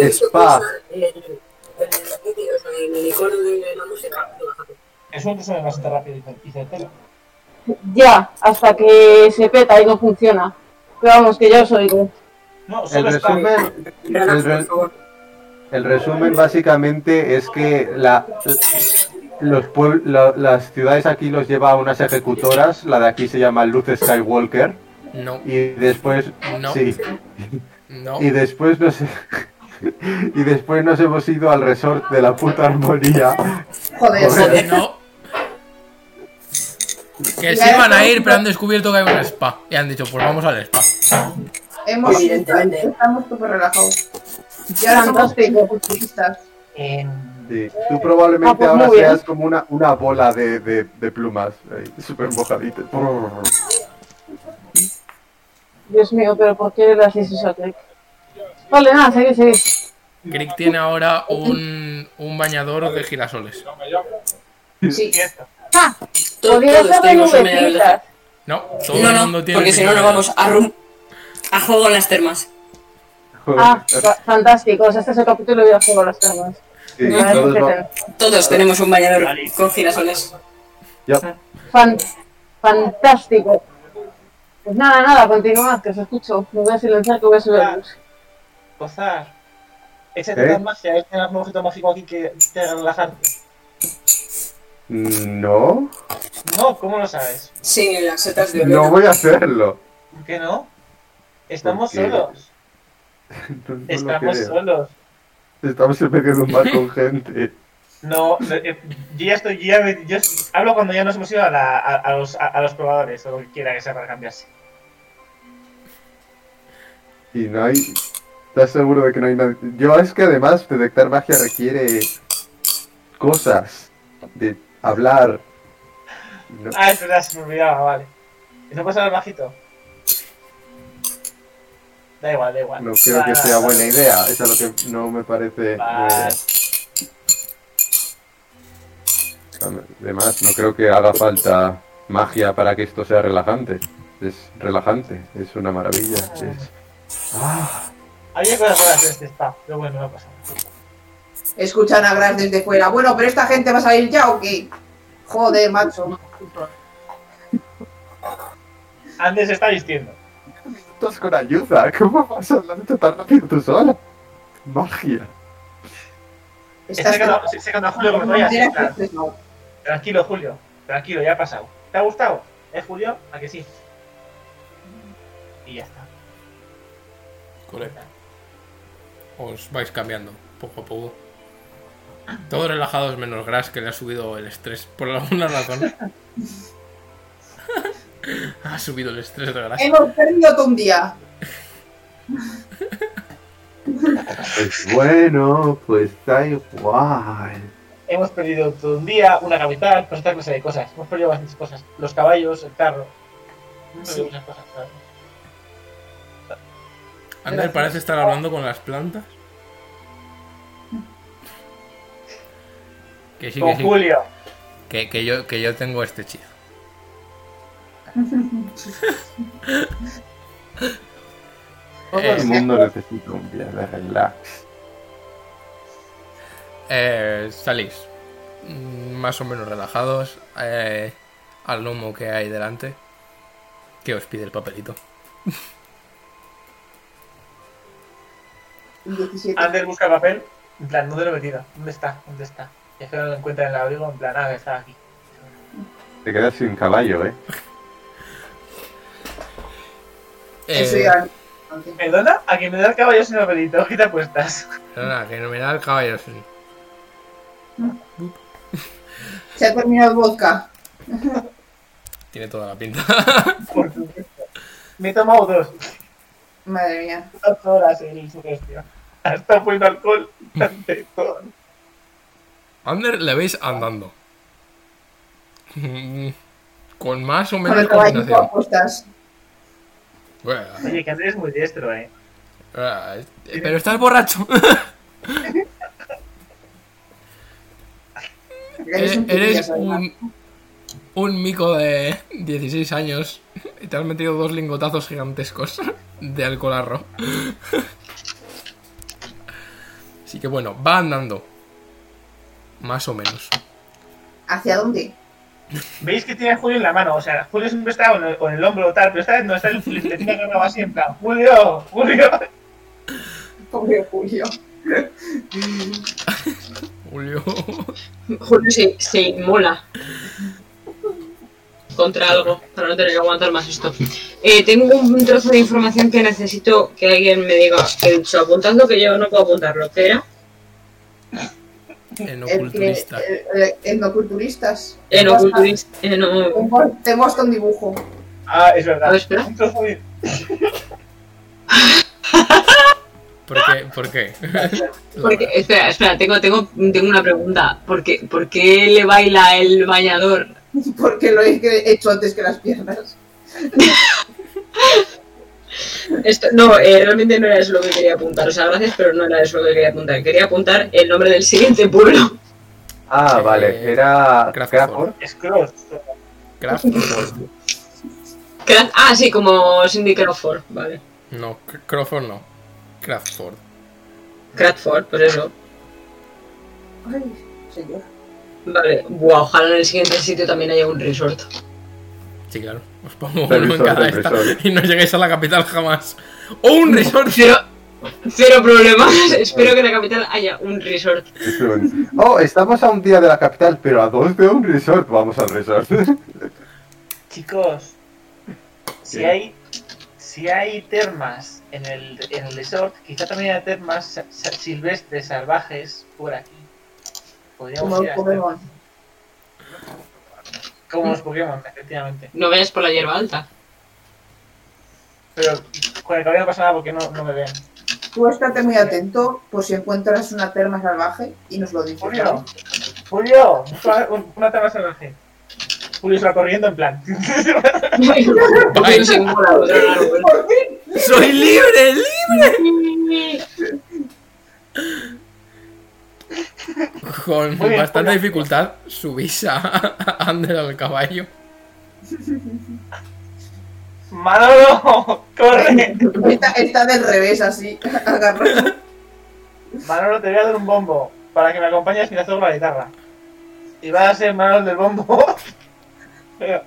Speaker 6: Spa.
Speaker 7: Es una persona bastante rápida y cer- y certera.
Speaker 12: Ya, hasta que se peta y no funciona. Pero vamos, que ya os oigo.
Speaker 7: No,
Speaker 6: El
Speaker 7: solo es para-
Speaker 6: resumen, el, re- el resumen básicamente es que la, los puebl- la- las ciudades aquí los lleva a unas ejecutoras, la de aquí se llama Luz Skywalker,
Speaker 2: No,
Speaker 6: y después...
Speaker 2: No.
Speaker 6: Sí,
Speaker 2: no.
Speaker 12: Oh.
Speaker 6: y después nos... Y después nos hemos ido al resort de la puta armonía.
Speaker 3: Joder,
Speaker 2: Joder, no. Que se iban a ir, pero han descubierto que hay un spa. Y han dicho, pues vamos al spa.
Speaker 3: hemos
Speaker 9: Evidentemente.
Speaker 3: estamos súper relajados. Y ahora somos culturistas.
Speaker 7: en-
Speaker 6: Sí. Tú probablemente
Speaker 12: Ah, pues
Speaker 6: ahora
Speaker 12: muy bien.
Speaker 6: seas como una, una bola de, de- de plumas, ahí, súper mojadita.
Speaker 12: Dios mío, pero ¿por qué le hacéis eso a Trek? Vale, nada, seguid, seguid.
Speaker 2: Crick tiene ahora un, un bañador de girasoles.
Speaker 3: Sí,
Speaker 7: fiesta.
Speaker 9: Todo-
Speaker 12: Podría
Speaker 9: todos
Speaker 12: ser de
Speaker 9: tenemos un medio de
Speaker 12: nubecitas.
Speaker 2: No, todo el
Speaker 9: No,
Speaker 2: mundo
Speaker 9: no,
Speaker 2: tiene.
Speaker 9: porque si no nos vamos a, rum- a juego en las termas.
Speaker 12: Ah, fa- fantástico. O sea, este es el capítulo de videojuego las termas.
Speaker 6: Sí,
Speaker 12: Me parece
Speaker 6: todos va-
Speaker 12: excelente.
Speaker 6: Ah.
Speaker 9: Todos tenemos un bañador con girasoles.
Speaker 12: Fan- fantástico. Pues nada, nada, continuad, que os escucho. Me voy a silenciar que voy a subir el bus.
Speaker 7: Gozar. Échate
Speaker 6: ¿Eh?
Speaker 7: la magia, échate algún objeto mágico aquí que te haga relajarte.
Speaker 6: No,
Speaker 7: No, ¿cómo lo sabes?
Speaker 9: Sí, las setas de
Speaker 6: no
Speaker 9: oro.
Speaker 6: voy a hacerlo.
Speaker 7: ¿Por qué no? Estamos
Speaker 6: Porque-
Speaker 7: solos.
Speaker 6: No- no lo
Speaker 7: Estamos
Speaker 6: creo.
Speaker 7: solos.
Speaker 6: Estamos en medio de un bar con gente.
Speaker 7: No, no, eh, yo ya estoy, yo ya me- yo hablo cuando ya nos hemos ido a, la- a- a los, a, a los probadores o lo que quiera que sea para cambiarse.
Speaker 6: Y no hay... ¿Estás seguro de que no hay nadie? Yo es que además detectar magia requiere cosas de hablar. No-
Speaker 7: Ah, es verdad, se me olvidaba, vale. ¿Y no pasa el bajito? Da igual, da igual.
Speaker 6: No creo que
Speaker 7: Vale,
Speaker 6: sea
Speaker 7: vale,
Speaker 6: buena
Speaker 7: vale.
Speaker 6: idea. Eso es lo que no me parece.
Speaker 7: Vale.
Speaker 6: eh, Además, no creo que haga falta magia para que esto sea relajante. Es relajante, es una maravilla. es- Ah.
Speaker 7: Había cosas buenas en este spa, pero bueno, no pasa nada.
Speaker 8: Escuchan a Gras desde fuera. Bueno, pero esta gente va a salir ya o qué? Joder, macho.
Speaker 7: Antes se está vistiendo.
Speaker 6: Estás con ayuda. ¿Cómo vas hablando tan rápido tú sola? Magia.
Speaker 7: Ese
Speaker 8: Estás
Speaker 7: cuando- ese cuando Julio me voy a
Speaker 8: Eres
Speaker 7: claro.
Speaker 8: profesional.
Speaker 7: Tranquilo, Julio. Tranquilo, ya ha pasado. ¿Te ha gustado? ¿Eh, Julio? ¿A que sí? Y ya está.
Speaker 2: Correcto. Os vais cambiando poco a poco. Todos relajados menos Gras que le ha subido el estrés por alguna razón. ha subido el estrés de Gras.
Speaker 3: Eh,
Speaker 8: Hemos perdido todo un día.
Speaker 6: Pues bueno, pues da igual.
Speaker 7: Hemos perdido todo un día, una capital, pues otra clase de cosas. Hemos perdido bastantes cosas. Los caballos, el carro. Hemos perdido muchas cosas, claro.
Speaker 2: Ander parece estar hablando con las plantas. Que sí, que
Speaker 7: Con
Speaker 2: sí.
Speaker 7: Julio.
Speaker 2: Que, que yo, que yo tengo este hechizo.
Speaker 6: Todo
Speaker 2: Eh,
Speaker 6: el mundo necesita un día de relax.
Speaker 2: Eh, salís mm, más o menos relajados eh, al lomo que hay delante. Que os pide el papelito.
Speaker 8: Un 17.
Speaker 7: Ander busca el papel. En plan, ¿dónde lo he metido? ¿Dónde está? ¿Dónde está? Y al final lo encuentra en el abrigo. En plan, ah, está aquí.
Speaker 6: Te quedas sin caballo, ¿eh?
Speaker 8: Eso
Speaker 2: Eh,
Speaker 8: ya.
Speaker 7: ¿Perdona? ¿A quien me da el caballo sin papelito? ¿Qué te apuestas?
Speaker 2: Perdona, que no me da el caballo. sí.
Speaker 8: Se ha terminado el vodka.
Speaker 2: Tiene toda la pinta.
Speaker 7: Por supuesto. Me he tomado dos.
Speaker 8: Madre mía.
Speaker 7: Dos horas en el sudeste. Hasta poniendo alcohol. Ante todo.
Speaker 2: Ander le veis andando. Mm, Con más o
Speaker 8: Con
Speaker 2: menos
Speaker 8: el caballito
Speaker 2: coordinación.
Speaker 8: apuestas.
Speaker 2: Bueno,
Speaker 7: Oye, que Ander es muy diestro, eh.
Speaker 2: ah, eh, pero estás borracho.
Speaker 8: Eres
Speaker 2: Eh,
Speaker 8: un
Speaker 2: Eres
Speaker 8: pitillas, además.
Speaker 2: un, un mico de 16 años y te han metido dos lingotazos gigantescos de alcoholarro. Así que bueno, va andando. Más o menos.
Speaker 8: ¿Hacia dónde?
Speaker 7: Veis que tiene a Julio en la mano, o sea, Julio siempre está con el, con el hombro o tal, pero esta vez no está el le tiene agarrado así en plan, Julio, Julio.
Speaker 8: Pobre Julio.
Speaker 2: Julio.
Speaker 1: Julio se, se inmola contra algo para no tener que aguantar más esto. Eh, tengo un trozo de información que necesito que alguien me diga. Que he dicho, apuntadlo que yo no puedo apuntarlo. ¿Qué era?
Speaker 2: Enoculturista.
Speaker 8: El que- el- el- Etnoculturistas.
Speaker 1: Eh, Enoculturista. Eno-
Speaker 8: Tengo- Te muestro un dibujo.
Speaker 7: Ah, es
Speaker 1: A
Speaker 7: verdad.
Speaker 1: ver, espera.
Speaker 7: Un trozo de-
Speaker 2: ¿Por qué? ¿Por qué?
Speaker 1: Porque, espera, espera, tengo, tengo, tengo una pregunta. ¿Por qué, por qué le baila el bañador?
Speaker 8: Porque lo he cre- hecho antes que las piernas.
Speaker 1: Esto, no, eh, realmente no era eso lo que quería apuntar. O sea, gracias, pero no era eso lo que quería apuntar. Quería apuntar el nombre del siguiente pueblo.
Speaker 6: Ah,
Speaker 2: Eh,
Speaker 6: vale. Era
Speaker 2: Crawford.
Speaker 6: Crawford.
Speaker 7: es cross.
Speaker 2: Craft.
Speaker 1: Que era- Ah, sí, como Cindy Crawford, vale.
Speaker 2: No, C- Crawford no. Craftford.
Speaker 1: Crawford, pues eso.
Speaker 8: Ay, señor.
Speaker 1: Vale, Buah, ojalá en el siguiente sitio también haya un resort.
Speaker 2: Sí, claro. Os pongo
Speaker 6: Te he
Speaker 2: uno en
Speaker 6: visto,
Speaker 2: cada
Speaker 6: te he
Speaker 2: esta
Speaker 6: visto.
Speaker 2: y no lleguéis a la capital jamás. ¡O un resort!
Speaker 1: Cero, cero problemas. Espero que en la capital haya un resort.
Speaker 6: Es un- Oh, estamos a un día de la capital, pero a dos de un resort. Vamos al resort.
Speaker 7: Chicos, si
Speaker 6: ¿Qué?
Speaker 7: hay, si hay termas en el, en el resort, quizá también haya termas sa- sa- silvestres, salvajes, por aquí.
Speaker 8: Como
Speaker 7: Podríamos ir
Speaker 8: el
Speaker 7: a
Speaker 8: Pokémon.
Speaker 7: como los Pokémon, efectivamente.
Speaker 1: No vayas por la hierba alta.
Speaker 7: Pero, ¿cuál Joder, todavía no pasa nada porque no, no me ven.
Speaker 3: Tú estate muy atento por si encuentras una terma salvaje y nos lo dices.
Speaker 7: Julio,
Speaker 3: ¿vale?
Speaker 7: Julio, busca un- una tabla salvaje. Julio se va corriendo en plan.
Speaker 1: Yo soy un volador del árbol.
Speaker 2: ¡Soy libre! ¡Libre! Con
Speaker 7: Muy bien,
Speaker 2: bastante
Speaker 7: Julio.
Speaker 2: dificultad subís a, a Ander al caballo.
Speaker 7: Manolo, corre.
Speaker 3: Está, está del revés así, agarrado.
Speaker 7: Manolo, te voy a dar un bombo para que me acompañes y hacer la guitarra. Y vas a ser Manolo del bombo. Venga.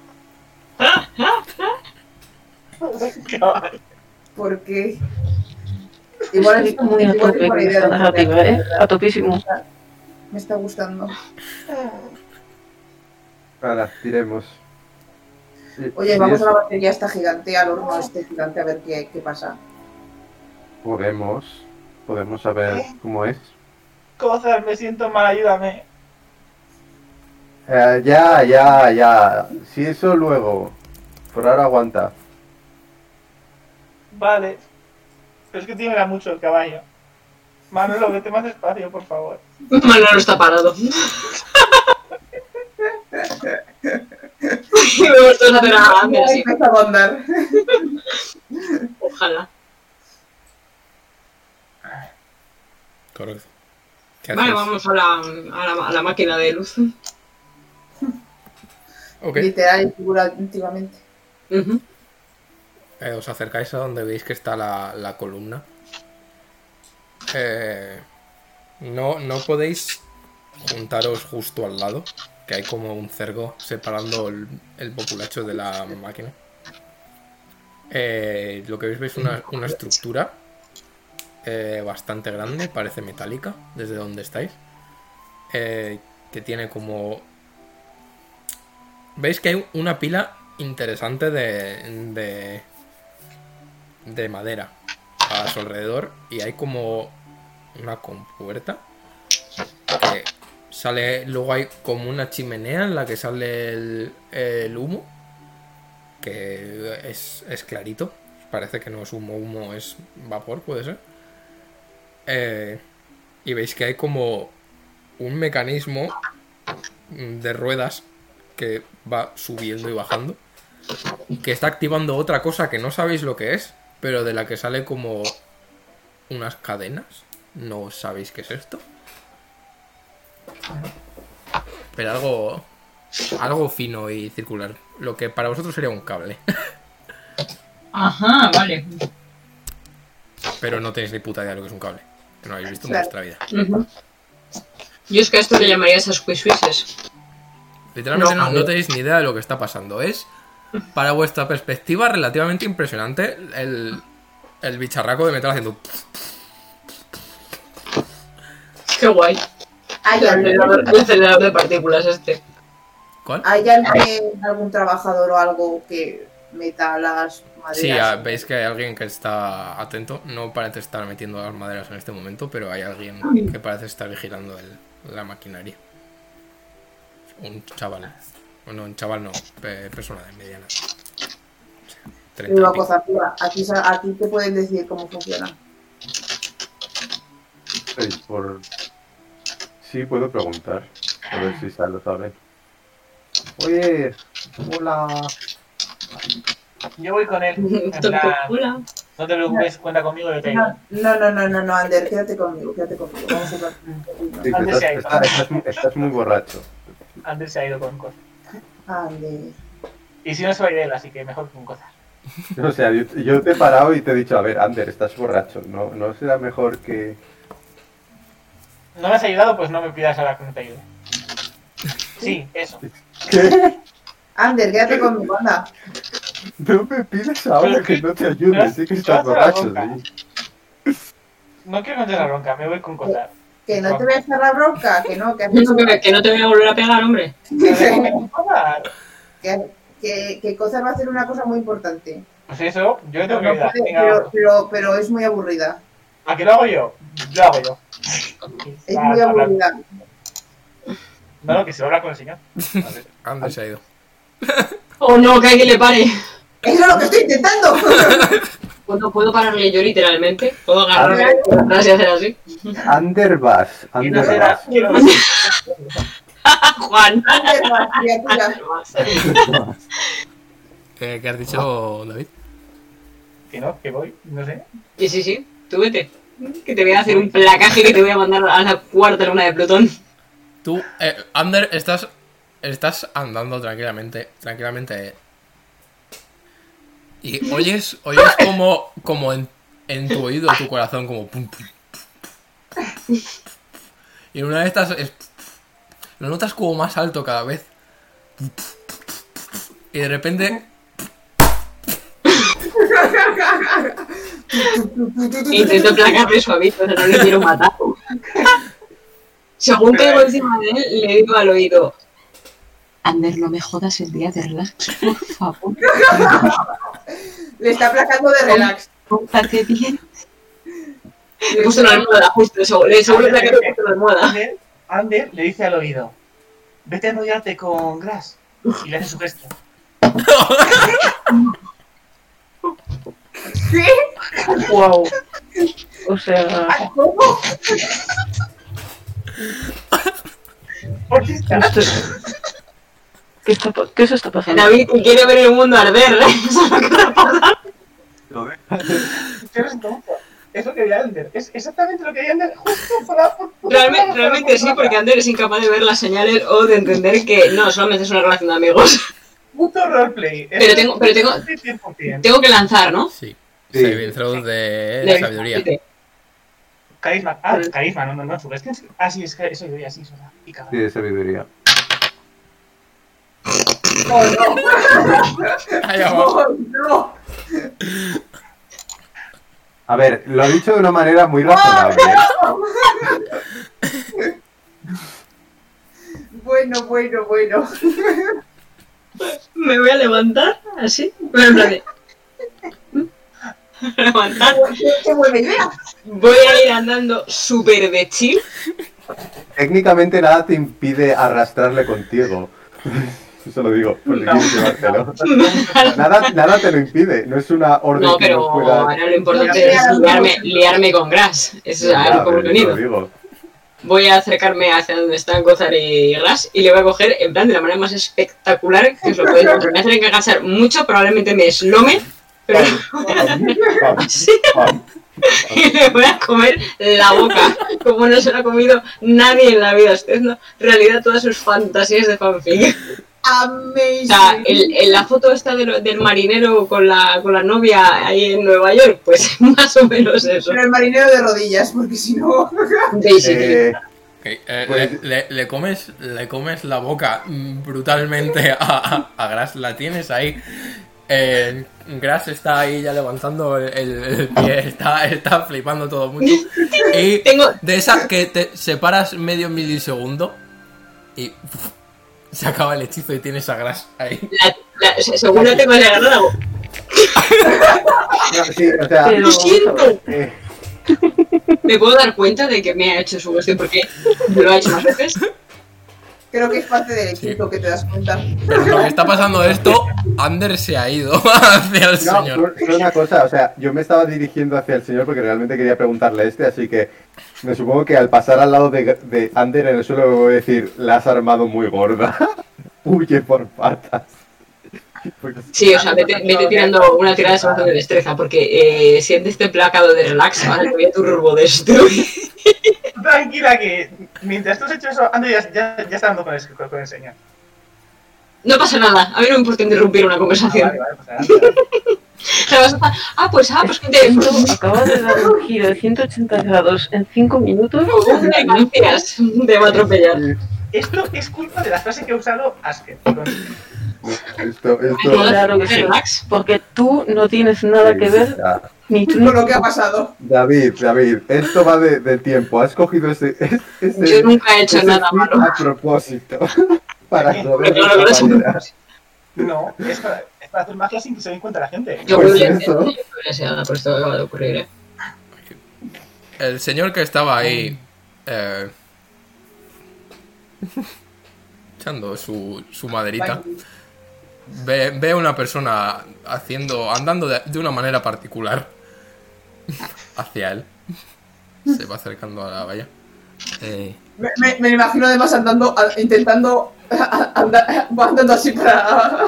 Speaker 7: Caballo.
Speaker 3: Porque igual es
Speaker 12: muy
Speaker 3: igual
Speaker 12: a
Speaker 3: es
Speaker 12: tope con
Speaker 3: buena idea
Speaker 12: esta
Speaker 3: de
Speaker 12: narrativa,
Speaker 3: ponerla,
Speaker 12: ¿eh? A topísimo.
Speaker 3: me está gustando.
Speaker 6: Ahora, tiremos. Sí,
Speaker 3: Oye,
Speaker 6: sí,
Speaker 3: vamos
Speaker 6: es-
Speaker 3: a la batería esta gigante, al
Speaker 2: Ah.
Speaker 3: horno este gigante, a ver qué, qué pasa.
Speaker 6: Podemos. Podemos saber
Speaker 3: ¿Eh?
Speaker 6: cómo es.
Speaker 7: Cosas, me siento mal, ayúdame.
Speaker 6: Eh, ya, ya, ya. Si eso luego. Por ahora aguanta.
Speaker 7: Vale. Pero es que tiembla mucho el caballo. Manolo, vete más despacio, por favor.
Speaker 1: Manolo está parado. Y vemos todos hacer a
Speaker 2: Ah,
Speaker 1: Ander
Speaker 3: Ay,
Speaker 1: así.
Speaker 3: me está bondar.
Speaker 1: Ojalá.
Speaker 2: Correcto. ¿Qué
Speaker 1: Vale,
Speaker 2: hacéis?
Speaker 1: vamos a la, a la, a la máquina de luz.
Speaker 2: Ok,
Speaker 3: Literal y figurativamente.
Speaker 1: Ujú.
Speaker 2: eh, os acercáis a donde veis que está la, la columna. Eh, no, no podéis juntaros justo al lado, que hay como un cerco separando el, el populacho de la máquina. Eh, lo que veis es una, una estructura eh, bastante grande, parece metálica, desde donde estáis. eh, que tiene como... Veis que hay una pila interesante de, de, de madera a su alrededor y hay como una compuerta que sale luego hay como una chimenea en la que sale el, el humo que es, es clarito parece que no es humo humo es vapor puede ser Eh, y veis que hay como un mecanismo de ruedas que va subiendo y bajando que está activando otra cosa que no sabéis lo que es pero de la que sale como unas cadenas no sabéis qué es esto pero algo. Algo fino y circular. Lo que para vosotros sería un cable.
Speaker 1: Ajá, vale.
Speaker 2: Pero no tenéis ni puta idea de lo que es un cable. Que no habéis visto en
Speaker 3: Claro.
Speaker 2: vuestra vida.
Speaker 1: Ujú. Yo es que a esto le llamaría esas cuisuises.
Speaker 2: Literalmente
Speaker 1: No,
Speaker 2: no,
Speaker 1: cable.
Speaker 2: no tenéis ni idea de lo que está pasando. Es, para vuestra perspectiva, relativamente impresionante el, el bicharraco de metal haciendo.
Speaker 1: Qué guay.
Speaker 3: ¿Hay
Speaker 1: El
Speaker 3: alguien-
Speaker 1: acelerador, el acelerador de partículas este.
Speaker 2: ¿Cuál?
Speaker 3: ¿Hay alguien, algún trabajador o algo que meta las maderas?
Speaker 2: Sí, ah, veis que hay alguien que está atento. No parece estar metiendo las maderas en este momento, pero hay alguien que parece estar vigilando el- la maquinaria. Un chaval. No, un chaval no. pe- persona de mediana. O sea, 30 y pico.
Speaker 3: Pero, Cozativa, aquí, sa- aquí te pueden decir cómo funciona.
Speaker 6: Sí, por- sí, puedo preguntar. A ver si Sal lo sabe. Oye, hola.
Speaker 7: Yo voy con él. En plan,
Speaker 1: Hola.
Speaker 7: no te preocupes, cuenta conmigo, yo te ayudo.
Speaker 3: No, no, no, no, no, Ander, quédate conmigo, quédate conmigo. Vamos a hablar.
Speaker 6: Sí, que
Speaker 7: Antes
Speaker 6: estás,
Speaker 7: se ha ido.
Speaker 6: estás- estás muy- estás muy borracho.
Speaker 7: Antes se ha ido con cosas.
Speaker 3: Ander.
Speaker 7: Y si no se va a ir él, así que mejor con cosas.
Speaker 6: O sea, yo, yo te he parado y te he dicho, a ver, Ander, estás borracho. No, no será mejor que.
Speaker 7: No me has ayudado, pues no me pidas ahora que no te ayude. Sí, eso.
Speaker 6: ¿Qué?
Speaker 3: Ander, quédate conmigo, anda.
Speaker 6: No me pides ahora que no te ayude, sí que estás
Speaker 7: Te vas a la
Speaker 6: borracho.
Speaker 7: boca.
Speaker 6: sí.
Speaker 7: No quiero contar la bronca, me voy con cosas.
Speaker 3: Que no te voy a echar la bronca, que no, que has
Speaker 1: No,
Speaker 3: hecho-
Speaker 1: que, que no te voy a volver a pegar, hombre.
Speaker 7: Me voy con cosas.
Speaker 3: que, que, que Cozar va a hacer una cosa muy importante.
Speaker 7: Pues eso, yo le
Speaker 3: No
Speaker 7: tengo que ayudar.
Speaker 3: puede,
Speaker 7: Venga,
Speaker 3: pero,
Speaker 7: vamos.
Speaker 3: pero, pero es muy aburrida.
Speaker 7: ¿A qué lo hago yo? Lo hago yo.
Speaker 3: Es
Speaker 7: Ah,
Speaker 3: muy
Speaker 7: habla-
Speaker 3: aburrida.
Speaker 7: No, no, que se habla con el señor.
Speaker 2: Ander se ha ido.
Speaker 1: Oh no, que alguien le pare.
Speaker 3: Eso es lo que estoy intentando.
Speaker 1: ¿Puedo, puedo pararle yo literalmente? ¿Puedo agarrarme por atrás y hacer así?
Speaker 6: Underbus,
Speaker 7: Y no será.
Speaker 6: Underbus.
Speaker 1: Juan.
Speaker 8: Underbus, criatura.
Speaker 2: Eh, ¿Qué has dicho, David?
Speaker 7: Que no, que voy, no sé.
Speaker 1: Sí, sí, sí. Tú vete. Que te voy a hacer un placaje que te voy a mandar a la cuarta luna de Plutón.
Speaker 2: Tú, eh, Ander, estás, estás andando tranquilamente, tranquilamente. eh. Y oyes, oyes como, como en, en tu oído, tu corazón, como pum, pum, pum, pum, pum. Y en una de estas es- lo notas como más alto cada vez. Y de repente
Speaker 1: E Intento placarle suavito, o sea, no le quiero matar. Según caigo encima de él, le digo al oído. Ander, no me jodas el día de relax, por favor.
Speaker 8: Le está aplacando de relax.
Speaker 1: Pórtate bien.
Speaker 8: Le
Speaker 1: Le puse una almohada, justo. Seguro, le- seguro que le puse una almohada.
Speaker 7: Ander, Ander le dice al oído: Vete a enrollarte con Grass. Y le hace su gesto.
Speaker 13: Wow. O sea,
Speaker 7: Por si está.
Speaker 13: esto- ¿qué, está, pa- qué se está pasando?
Speaker 1: David quiere ver el mundo arder.
Speaker 7: Eres tonto. Es lo que diría Ander. Es exactamente lo que diría Ander justo para. por- por-
Speaker 1: Realmente,
Speaker 7: por-
Speaker 1: realmente
Speaker 7: por-
Speaker 1: sí,
Speaker 7: por-
Speaker 1: porque Ander es incapaz de ver las señales o de entender que no, solamente es una relación de amigos.
Speaker 7: Puto roleplay.
Speaker 1: Pero tengo- pero tengo-
Speaker 7: 100%.
Speaker 1: Tengo que lanzar, ¿no?
Speaker 2: Sí.
Speaker 6: Sí.
Speaker 2: Saving throw de
Speaker 1: Le-
Speaker 2: sabiduría.
Speaker 7: Carisma. Ah, carisma, no, no, no. Su gesto es. Ah, sí, es que eso yo así, sola. Y caga.
Speaker 6: Sí, de sabiduría.
Speaker 2: Ahí abajo.
Speaker 6: A ver, lo ha dicho de una manera muy razonable.
Speaker 1: ¡Ah!
Speaker 8: Bueno, bueno, bueno.
Speaker 1: Me voy a levantar así. Bueno, en plan de- Levantar.
Speaker 8: ¿Qué te mueve ya?
Speaker 1: Voy a ir andando súper de chill.
Speaker 6: Técnicamente nada te impide arrastrarle contigo. Eso lo digo, porque quieres llevártelo. Nada, nada te lo impide, no es una orden
Speaker 1: No,
Speaker 6: que
Speaker 1: pero
Speaker 6: no pueda...
Speaker 1: ahora lo importante es liarme, liarme con Gras. Eso es
Speaker 6: Ya,
Speaker 1: algo
Speaker 6: pero yo te lo
Speaker 1: unido.
Speaker 6: digo.
Speaker 1: Voy a acercarme hacia donde están Gozar y Gras y le voy a coger en plan de la manera más espectacular que os lo podéis mostrar. Me hacen que agachar mucho, probablemente me eslome, pero
Speaker 6: Pam,
Speaker 1: así
Speaker 6: pam,
Speaker 1: y le voy a comer la boca, como no se lo ha comido nadie en la vida, haciendo realidad todas sus fantasías de fanfic. O sea,
Speaker 8: Amazing.
Speaker 1: el- el- la foto esta de lo- del marinero con la, con la novia ahí en Nueva York, pues más o menos eso.
Speaker 8: Pero el marinero de rodillas, porque si no.
Speaker 1: Daisy Duke.
Speaker 6: eh,
Speaker 2: Ok, eh,
Speaker 6: Pues-
Speaker 2: le, le- le comes, le comes la boca mm, brutalmente a, a, a Gras, la tienes ahí. Eh, Gras está ahí ya levantando el, el- el pie, está, está flipando todo mucho. Y
Speaker 1: Tengo-
Speaker 2: de esa que te separas medio milisegundo y uf, se acaba el hechizo y tienes a Gras ahí.
Speaker 1: La- la- se- según la tengo de agarrar, hago,
Speaker 6: no, sí, o sea,
Speaker 13: Pero-
Speaker 1: ¡Lo siento!
Speaker 6: eh,
Speaker 1: ¿Me puedo dar cuenta de que me ha hecho su cuestión? Porque lo ha hecho más veces.
Speaker 8: Creo que es parte del equipo que te das cuenta.
Speaker 2: Pero lo que está pasando esto, Ander se ha ido hacia el
Speaker 6: no,
Speaker 2: señor.
Speaker 6: solo- solo una cosa, o sea, yo me estaba dirigiendo hacia el señor porque realmente quería preguntarle a este, así que me supongo que al pasar al lado de, de Ander en el suelo me voy a decir, la has armado muy gorda. Huye por patas. Porque-
Speaker 1: Sí, o sea, vete, vete tirando una tirada de salvación de destreza, porque eh, siente este placado de relax, ¿vale? Te voy a tu turbo destruir.
Speaker 7: Tranquila, que mientras tú has hecho eso, Ander ya, ya, ya está dando con el, con el señor.
Speaker 1: No pasa nada, a mí no me importa interrumpir una
Speaker 7: Ah,
Speaker 1: conversación.
Speaker 7: vale, vale, pues adelante.
Speaker 1: Además, está, Ah, pues, ah, pues que te...
Speaker 13: Esto acaba de dar un giro de 180 grados en 5 minutos.
Speaker 1: Gracias, te va a atropellar.
Speaker 7: Esto es culpa de la frase que ha usado Asker.
Speaker 6: Esto, esto...
Speaker 13: Claro que sí.
Speaker 1: Relax.
Speaker 13: Porque tú no tienes nada que ver,
Speaker 6: Ya.
Speaker 13: ni tú ni
Speaker 8: Con lo que ha pasado.
Speaker 6: David, David, esto va de, de tiempo. Has cogido este, ese. ese-
Speaker 1: Yo nunca he hecho
Speaker 6: ese
Speaker 1: nada
Speaker 6: este tweet
Speaker 1: malo.
Speaker 6: A propósito. Para joder
Speaker 1: Pero
Speaker 6: a
Speaker 1: claro que
Speaker 6: mis
Speaker 1: sí.
Speaker 6: compañeras.
Speaker 7: No, es para, es para hacer magia sin que se den cuenta la gente.
Speaker 1: Yo
Speaker 6: Pues
Speaker 1: voy a
Speaker 6: eso.
Speaker 1: yo voy a por esto que acaba de ocurrir, ¿eh?
Speaker 2: El señor que estaba ahí eh, echando su, su maderita ve, ve a una persona haciendo, andando de, de una manera particular hacia él. Se va acercando a la valla. Eh,
Speaker 3: Me, me- me imagino además andando, a- intentando a- a- andar, va andando así para.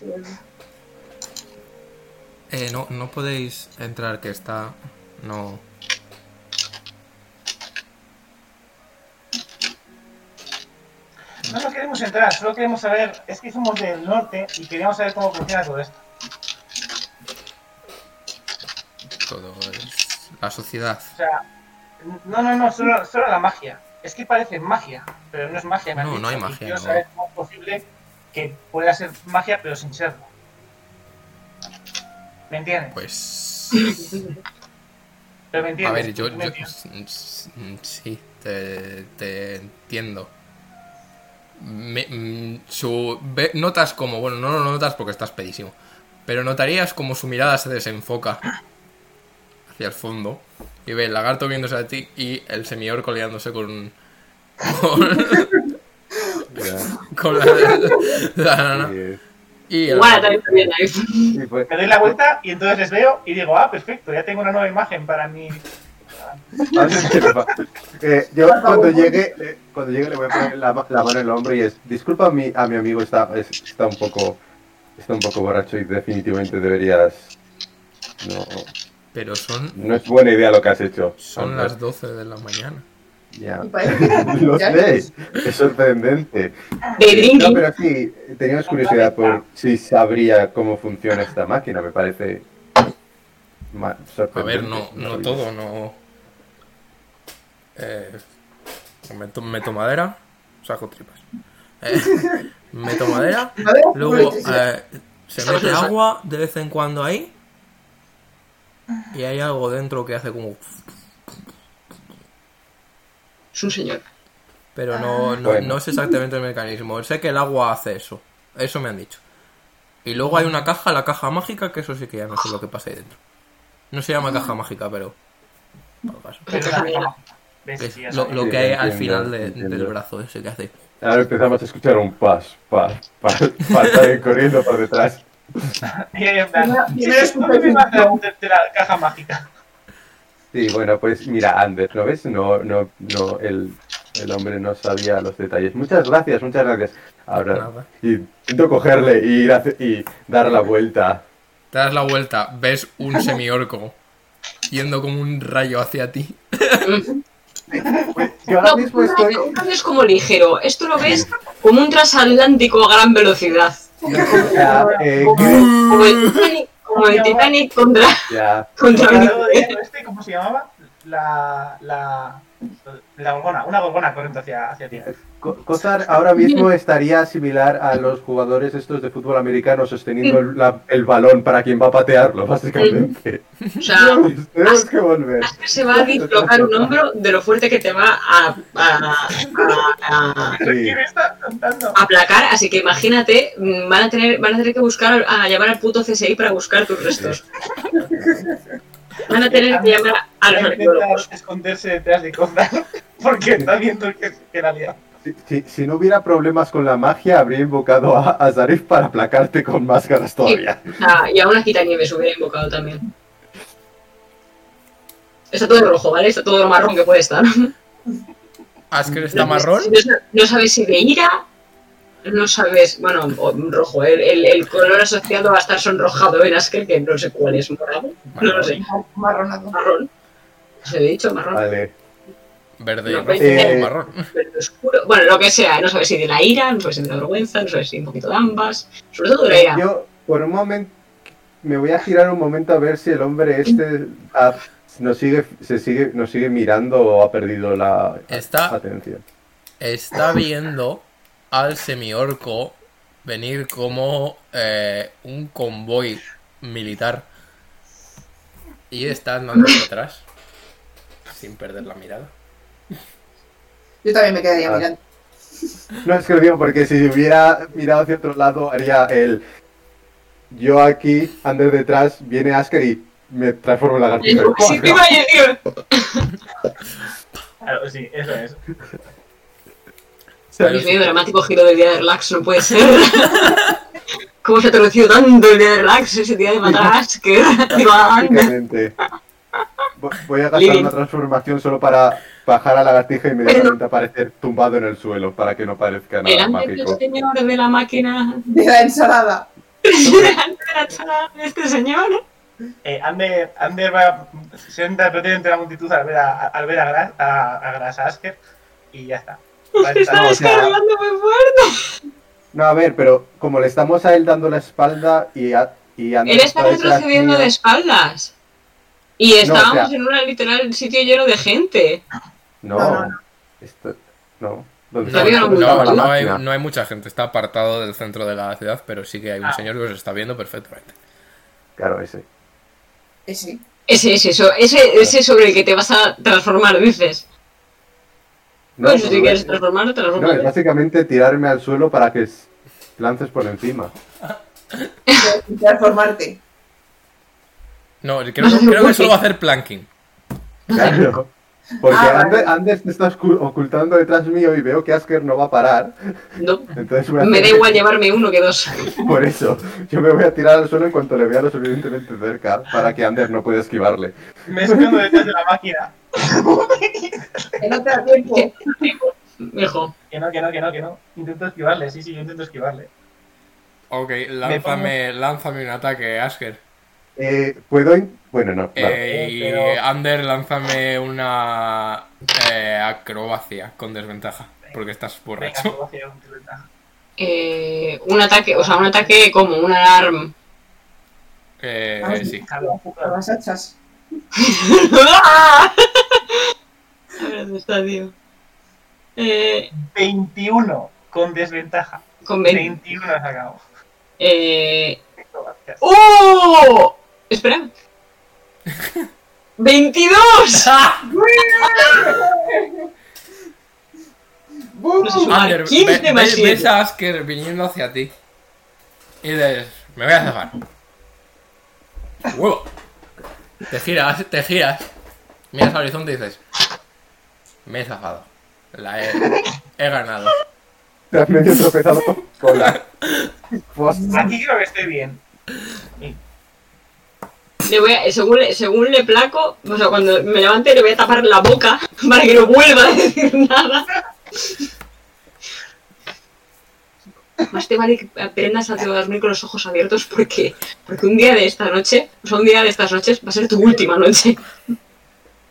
Speaker 2: eh, no, no podéis entrar, que está. No.
Speaker 7: No nos queremos entrar, solo queremos saber, es que somos del norte y queríamos saber cómo funciona todo esto.
Speaker 2: Todo es. La sociedad.
Speaker 7: O sea, no, no, no, solo, solo la magia. Es que parece magia, pero no es magia. me han
Speaker 2: No, no
Speaker 7: dicho,
Speaker 2: hay
Speaker 7: y
Speaker 2: magia,
Speaker 7: Quiero
Speaker 2: no.
Speaker 7: saber cómo es posible que pueda ser magia, pero sin serlo. ¿Me entiendes?
Speaker 2: Pues.
Speaker 7: Pero me
Speaker 2: A
Speaker 7: entiendes.
Speaker 2: ver, yo.
Speaker 7: ¿Me
Speaker 2: yo
Speaker 7: entiendes?
Speaker 2: sí, te, te entiendo. Me- mm, su, ve- notas como. Bueno, no lo notas porque estás pedísimo. Pero notarías como su mirada se desenfoca hacia el fondo. Y ve el lagarto viéndose a ti y el semior coleándose con. con, con la, la nana. Y el-
Speaker 1: Guarda también ahí.
Speaker 6: Y fue-
Speaker 7: Me doy la vuelta y entonces les veo y digo, ah, perfecto, ya tengo una nueva imagen para mi...
Speaker 6: A ver si me va. Eh, yo cuando llegue, le- cuando llegue le voy a poner la, ma- la mano en el hombro y es, disculpa a mi, a mi amigo, está, es- está un poco está un poco borracho y definitivamente deberías... No,
Speaker 2: Pero son,
Speaker 6: no es buena idea lo que has hecho.
Speaker 2: son las 12 de la mañana.
Speaker 6: Ya.
Speaker 3: Y parece que era
Speaker 6: Lo
Speaker 3: ya.
Speaker 6: sé, es sorprendente. Eh,
Speaker 1: De
Speaker 6: No,
Speaker 1: drinking.
Speaker 6: pero sí, teníamos curiosidad por si sabría cómo funciona esta máquina, me parece ma-
Speaker 2: A
Speaker 6: sorprendente.
Speaker 2: ver, no, no todo, no. Eh, meto, meto madera, saco tripas. Eh, meto madera,
Speaker 3: Madera,
Speaker 2: luego eh, se mete agua de vez en cuando ahí. Y hay algo dentro que hace como.
Speaker 1: Es un señor.
Speaker 2: Pero no, no,
Speaker 6: Bueno.
Speaker 2: no sé exactamente el mecanismo. Sé que el agua hace eso. Eso me han dicho. Y luego hay una caja, la caja mágica, que eso sí que ya no sé lo que pasa ahí dentro. No se llama caja mágica, pero. algo así.
Speaker 7: Pero la- ¿Ves?
Speaker 2: Es
Speaker 7: Sí, ya
Speaker 2: pues, lo,
Speaker 7: sabía.
Speaker 2: lo que
Speaker 6: Sí,
Speaker 2: hay
Speaker 6: lo
Speaker 2: al
Speaker 6: entiendo,
Speaker 2: final de-
Speaker 6: lo entiendo.
Speaker 2: del brazo ese que hace.
Speaker 6: Ahora empezamos a escuchar un pas, pas, pas, pas, salir corriendo por detrás.
Speaker 7: Y ahí en plan,
Speaker 3: Primero
Speaker 7: "Sí, ¿dónde me vas a de, de la caja mágica?
Speaker 6: Sí, bueno, pues mira, Ander, ¿lo ves? No, no, no, el, el hombre no sabía los detalles. Muchas gracias, muchas gracias. Ahora,
Speaker 2: Nada.
Speaker 6: y intento cogerle y, ir hacia- y dar la vuelta.
Speaker 2: Te das la vuelta, ves un semiorco yendo como un rayo hacia ti.
Speaker 6: Yo ahora
Speaker 1: No,
Speaker 6: mismo
Speaker 1: no,
Speaker 6: estoy...
Speaker 1: no, es como ligero. Esto lo ves como un transatlántico a gran velocidad.
Speaker 6: Ya, eh,
Speaker 1: Como el Titanic, como el Titanic contra,
Speaker 6: ya,
Speaker 1: contra
Speaker 7: Al
Speaker 1: mí.
Speaker 7: lado de ella, este, ¿Cómo se llamaba? La... la... La gorgona, una gorgona corriendo hacia, hacia ti.
Speaker 6: Co- Cosar ahora mismo estaría similar a los jugadores estos de fútbol americano sosteniendo la- el balón para quien va a patearlo, básicamente.
Speaker 1: O sea,
Speaker 6: Tenemos que volver.
Speaker 1: Asker se va a dislocar un hombro de lo fuerte que te va a, a- a- a-
Speaker 6: Sí.
Speaker 7: ¿Qué me estás contando?
Speaker 1: a aplacar. Así que imagínate, mm, van a tener, van a tener que buscar, a llamar al puto CSI para buscar tus restos. Van a tener que llamar a los
Speaker 7: Va a intentar
Speaker 1: arqueólogos.
Speaker 7: esconderse detrás de Cozar porque está viendo que, que la lía.
Speaker 6: Si, si- si no hubiera problemas con la magia, habría invocado a, a Zarif para aplacarte con máscaras todavía.
Speaker 1: Ah, y a una quitanieves hubiera invocado también. Está todo rojo, ¿vale? Está todo lo marrón que puede estar.
Speaker 2: Asker está marrón.
Speaker 1: No, sa- no sabes si de ira, no sabes, bueno, o rojo, el, el- el color asociado va a estar sonrojado en Asker, que no sé cuál es, morado, no lo sé,
Speaker 3: marronado.
Speaker 1: marrón. Se lo he dicho, marrón,
Speaker 6: Vale.
Speaker 2: Verde y
Speaker 1: No,
Speaker 2: rojo,
Speaker 6: eh,
Speaker 2: o marrón.
Speaker 1: verde oscuro, bueno, lo que sea, no sabes si de la ira, no sabes si de la vergüenza, no sabes si un poquito de ambas, sobre todo de la ira.
Speaker 6: Yo, por un momento, me voy a girar un momento a ver si el hombre este ah, nos sigue, se sigue, nos sigue mirando o ha perdido la
Speaker 2: Está-
Speaker 6: atención.
Speaker 2: Está viendo al semiorco venir como eh, un convoy militar. Y está andando detrás. Sin perder la mirada.
Speaker 3: Yo también me quedaría
Speaker 6: Ah.
Speaker 3: mirando.
Speaker 6: No es que lo digo porque si hubiera mirado hacia otro lado haría el yo aquí, Ander detrás, viene Asker y me transformo en lagartija.
Speaker 1: Sí, te iba a decir,
Speaker 7: Claro, sí, eso es.
Speaker 1: Dios mío, dramático giro del día de relax, no puede ser. ¿Cómo se ha traducido tanto el día de relax, ese día de matarás? Que digo, "Ah, anda.
Speaker 6: Prácticamente. Vo- Voy a gastar
Speaker 1: Lili.
Speaker 6: una transformación solo para bajar a la lagartija y inmediatamente aparecer tumbado en el suelo para que no parezca
Speaker 1: El
Speaker 6: nada
Speaker 1: ángel del
Speaker 6: mágico.
Speaker 1: señor de la máquina.
Speaker 3: de la ensalada.
Speaker 1: Delante de la sala de este señor.
Speaker 6: Ah,
Speaker 7: Eh, Ander, Ander va, se entra perdido entre la multitud al ver a, al ver a, Gra- a, a Gras Asker y ya está. Va a estar-
Speaker 1: Está
Speaker 6: o sea-
Speaker 1: descargando muy fuerte.
Speaker 6: No, a ver, pero como le estamos a él dando la espalda y a, y a
Speaker 1: Él está
Speaker 6: detrás
Speaker 1: retrocediendo
Speaker 6: mío-
Speaker 1: de espaldas. Y estábamos
Speaker 6: o sea-
Speaker 1: en un literal sitio lleno de gente.
Speaker 6: No,
Speaker 3: No, no,
Speaker 6: Esto- no. ¿Dónde
Speaker 1: Todavía
Speaker 6: está?
Speaker 1: no,
Speaker 6: ¿Dónde estaba
Speaker 2: No,
Speaker 6: la
Speaker 2: no hay,
Speaker 6: máquina?
Speaker 2: no hay mucha gente, está apartado del centro de la ciudad, pero sí que hay un
Speaker 7: Ah.
Speaker 2: señor que os está viendo perfectamente.
Speaker 6: Claro, ese.
Speaker 3: Ese.
Speaker 1: Ese es eso, ese, ese sobre el que te vas a transformar, dices.
Speaker 6: No,
Speaker 1: pues si
Speaker 6: no,
Speaker 1: quieres
Speaker 6: es-
Speaker 1: transformar,
Speaker 6: no, es
Speaker 1: transformar.
Speaker 6: básicamente tirarme al suelo para que s- lances por encima.
Speaker 3: de transformarte.
Speaker 2: No, creo,
Speaker 1: Vas a hacer un
Speaker 2: creo que
Speaker 1: burpee.
Speaker 2: solo va a hacer planking.
Speaker 6: Claro. Porque
Speaker 3: Ah, vale.
Speaker 6: Ander, Ander se está oscu- ocultando detrás mío y veo que Asker no va a parar.
Speaker 1: No,
Speaker 6: Entonces voy a
Speaker 1: me da
Speaker 6: hacer-
Speaker 1: igual llevarme uno que dos.
Speaker 6: Por eso, yo me voy a tirar al suelo en cuanto le vea lo suficientemente cerca para que Ander no pueda esquivarle.
Speaker 7: Me escondo detrás de la máquina.
Speaker 3: Que no te da tiempo.
Speaker 1: Mejor.
Speaker 7: Que no, que no, que no, que no. Intento esquivarle, sí, sí, yo intento esquivarle.
Speaker 2: Ok, lánzame, lánzame un ataque, Asker.
Speaker 6: Eh, ¿Puedo? in- Bueno, no. claro.
Speaker 2: Eh, y
Speaker 7: pero-
Speaker 2: Ander, lánzame una eh, acrobacia con desventaja, porque estás
Speaker 7: Venga,
Speaker 2: borracho.
Speaker 7: acrobacia con desventaja.
Speaker 1: Eh, un ataque, o sea, un ataque como un alarm.
Speaker 2: Eh,
Speaker 3: Ah,
Speaker 2: sí.
Speaker 7: Claro,
Speaker 3: Con
Speaker 7: claro.
Speaker 3: las hachas.
Speaker 1: A ver dónde está, tío. Eh,
Speaker 7: 21 con desventaja.
Speaker 1: con 20.
Speaker 7: 21 ha sacado.
Speaker 1: Eh,
Speaker 7: Gracias.
Speaker 1: ¡Oh! Espera. ¡22!
Speaker 3: ¡Bum!
Speaker 1: No sé si-
Speaker 2: Ander,
Speaker 1: ¿Quién
Speaker 2: ve-
Speaker 1: te
Speaker 2: ve-
Speaker 1: va a decir?
Speaker 2: ves a Asker viniendo hacia ti. Y dices, me voy a zafar. ¡Huevo! Te giras, te giras. Miras al horizonte y dices, me he zafado. La he, he ganado.
Speaker 6: Te has medio tropezado con la.
Speaker 7: Aquí creo que estoy bien.
Speaker 1: Le voy a- según, le- según le placo, o sea, cuando me levante le voy a tapar la boca para que no vuelva a decir nada. Más te vale que aprendas a dormir con los ojos abiertos porque, porque un día de esta noche, o sea, un día de estas noches va a ser tu última noche.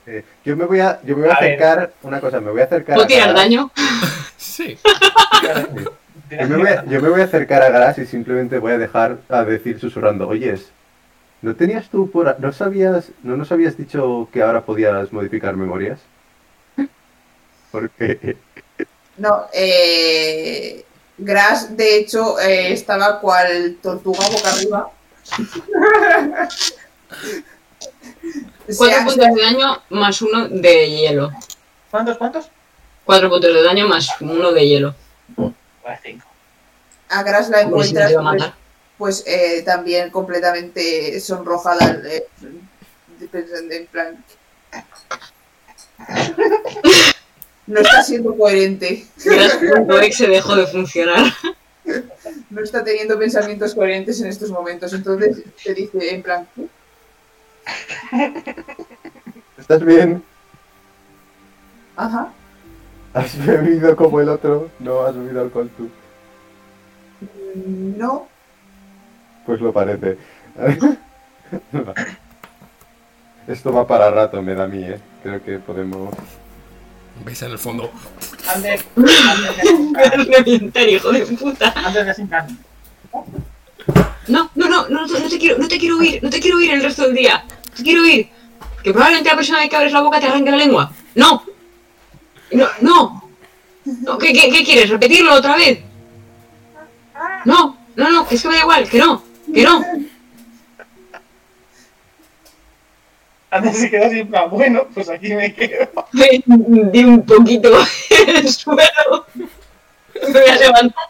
Speaker 6: Eh, yo me voy a, yo me voy a,
Speaker 7: A ver.
Speaker 6: acercar. Una cosa, me voy a acercar.
Speaker 1: ¿Puedo
Speaker 6: a
Speaker 1: tirar
Speaker 6: Garas.
Speaker 1: daño?
Speaker 2: Sí.
Speaker 6: Yo me, voy a, yo me voy a acercar a Garas y simplemente voy a dejar a decir susurrando: Oyes, ¿no tenías tú por. a- ¿No sabías. ¿No nos habías dicho que ahora podías modificar memorias? Porque.
Speaker 3: No, eh. Gras, de hecho, eh, estaba cual tortuga boca arriba.
Speaker 1: Cuatro
Speaker 3: Se ha-
Speaker 1: puntos de daño más uno de hielo.
Speaker 7: ¿Cuántos, cuántos?
Speaker 1: Cuatro puntos de daño más uno de hielo.
Speaker 7: Vale, cinco.
Speaker 3: a Gras la
Speaker 1: Hombre, si no
Speaker 3: encuentras
Speaker 1: te iba a
Speaker 3: pues,
Speaker 1: matar.
Speaker 3: pues, eh, también completamente sonrojada. eh, pensando en plan. No está siendo coherente.
Speaker 1: Gras.exe se dejó de funcionar.
Speaker 3: no está teniendo pensamientos coherentes en estos momentos. Entonces te dice en plan, ¿qué?
Speaker 6: ¿Estás bien?
Speaker 3: Ajá.
Speaker 6: ¿Has bebido como el otro? No has bebido alcohol tú.
Speaker 3: mm, No.
Speaker 6: Pues lo parece. Esto va para rato, me da a mí, ¿eh? Creo que podemos...
Speaker 2: Veis en el fondo.
Speaker 7: Ander, Ander,
Speaker 1: reventar, hijo de puta.
Speaker 7: Ander, ya sin plan.
Speaker 1: No, no, no, no, no, te- no te quiero, no te quiero huir, no te quiero huir el resto del día. No Te quiero huir. Que probablemente la próxima vez que abres la boca te arranque la lengua. No. No, no. no ¿qué, qué, qué quieres? ¿Repetirlo otra vez? No, no, no, que es que me da igual, que no, que no.
Speaker 7: Ander se queda sin plan. Bueno, pues aquí me quedo.
Speaker 1: Di un poquito en el suelo. Me voy a levantar.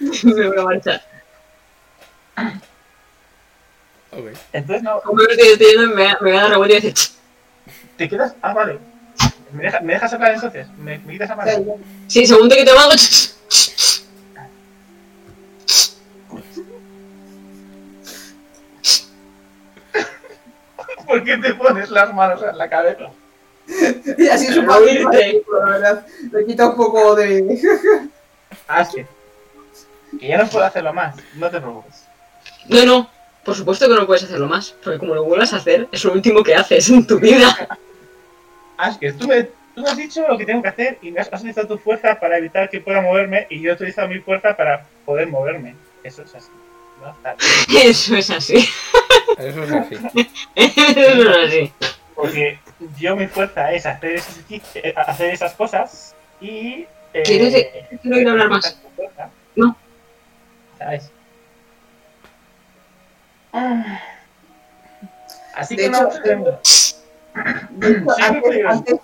Speaker 1: Me voy a marchar.
Speaker 2: Ok.
Speaker 7: Entonces no,
Speaker 1: Como me estoy despidiendo, me, voy a- me voy a dar la vuelta y decir, "Ch".
Speaker 7: te quedas. Ah, vale. ¿Me, deja- me dejas hablar entonces? ¿Me, me quitas a
Speaker 3: O sea,
Speaker 7: mano?
Speaker 1: sí, segundo que te mando, "Ch, ch, ch, ch".
Speaker 7: ¿Por qué te pones las manos en la cabeza?
Speaker 3: Y así es un
Speaker 1: Pero
Speaker 3: poco
Speaker 1: dice-
Speaker 3: más ridículo, la verdad. Le quita un poco de.
Speaker 7: Ah, sí. Que ya no puedo hacerlo más, no te preocupes.
Speaker 1: No, no. Por supuesto que no puedes hacerlo más, porque como lo vuelvas a hacer, es lo último que haces en tu vida.
Speaker 7: Ah, que tú me, tú me has dicho lo que tengo que hacer y me has, has utilizado tu fuerza para evitar que pueda moverme y yo he utilizado mi fuerza para poder moverme. Eso es así. ¿no? Está-
Speaker 1: Eso es así.
Speaker 2: Eso es así.
Speaker 1: Eso es así.
Speaker 7: Porque yo mi fuerza es hacer esas, eh, hacer esas cosas y... Eh,
Speaker 1: ¿Quieres- Quiero ir a hablar más. No.
Speaker 7: ¿Sabes? Así
Speaker 3: De
Speaker 7: que
Speaker 3: hecho, eh,
Speaker 7: no tengo.
Speaker 3: De hecho,
Speaker 7: Sí,
Speaker 3: antes,
Speaker 7: pero-
Speaker 3: antes-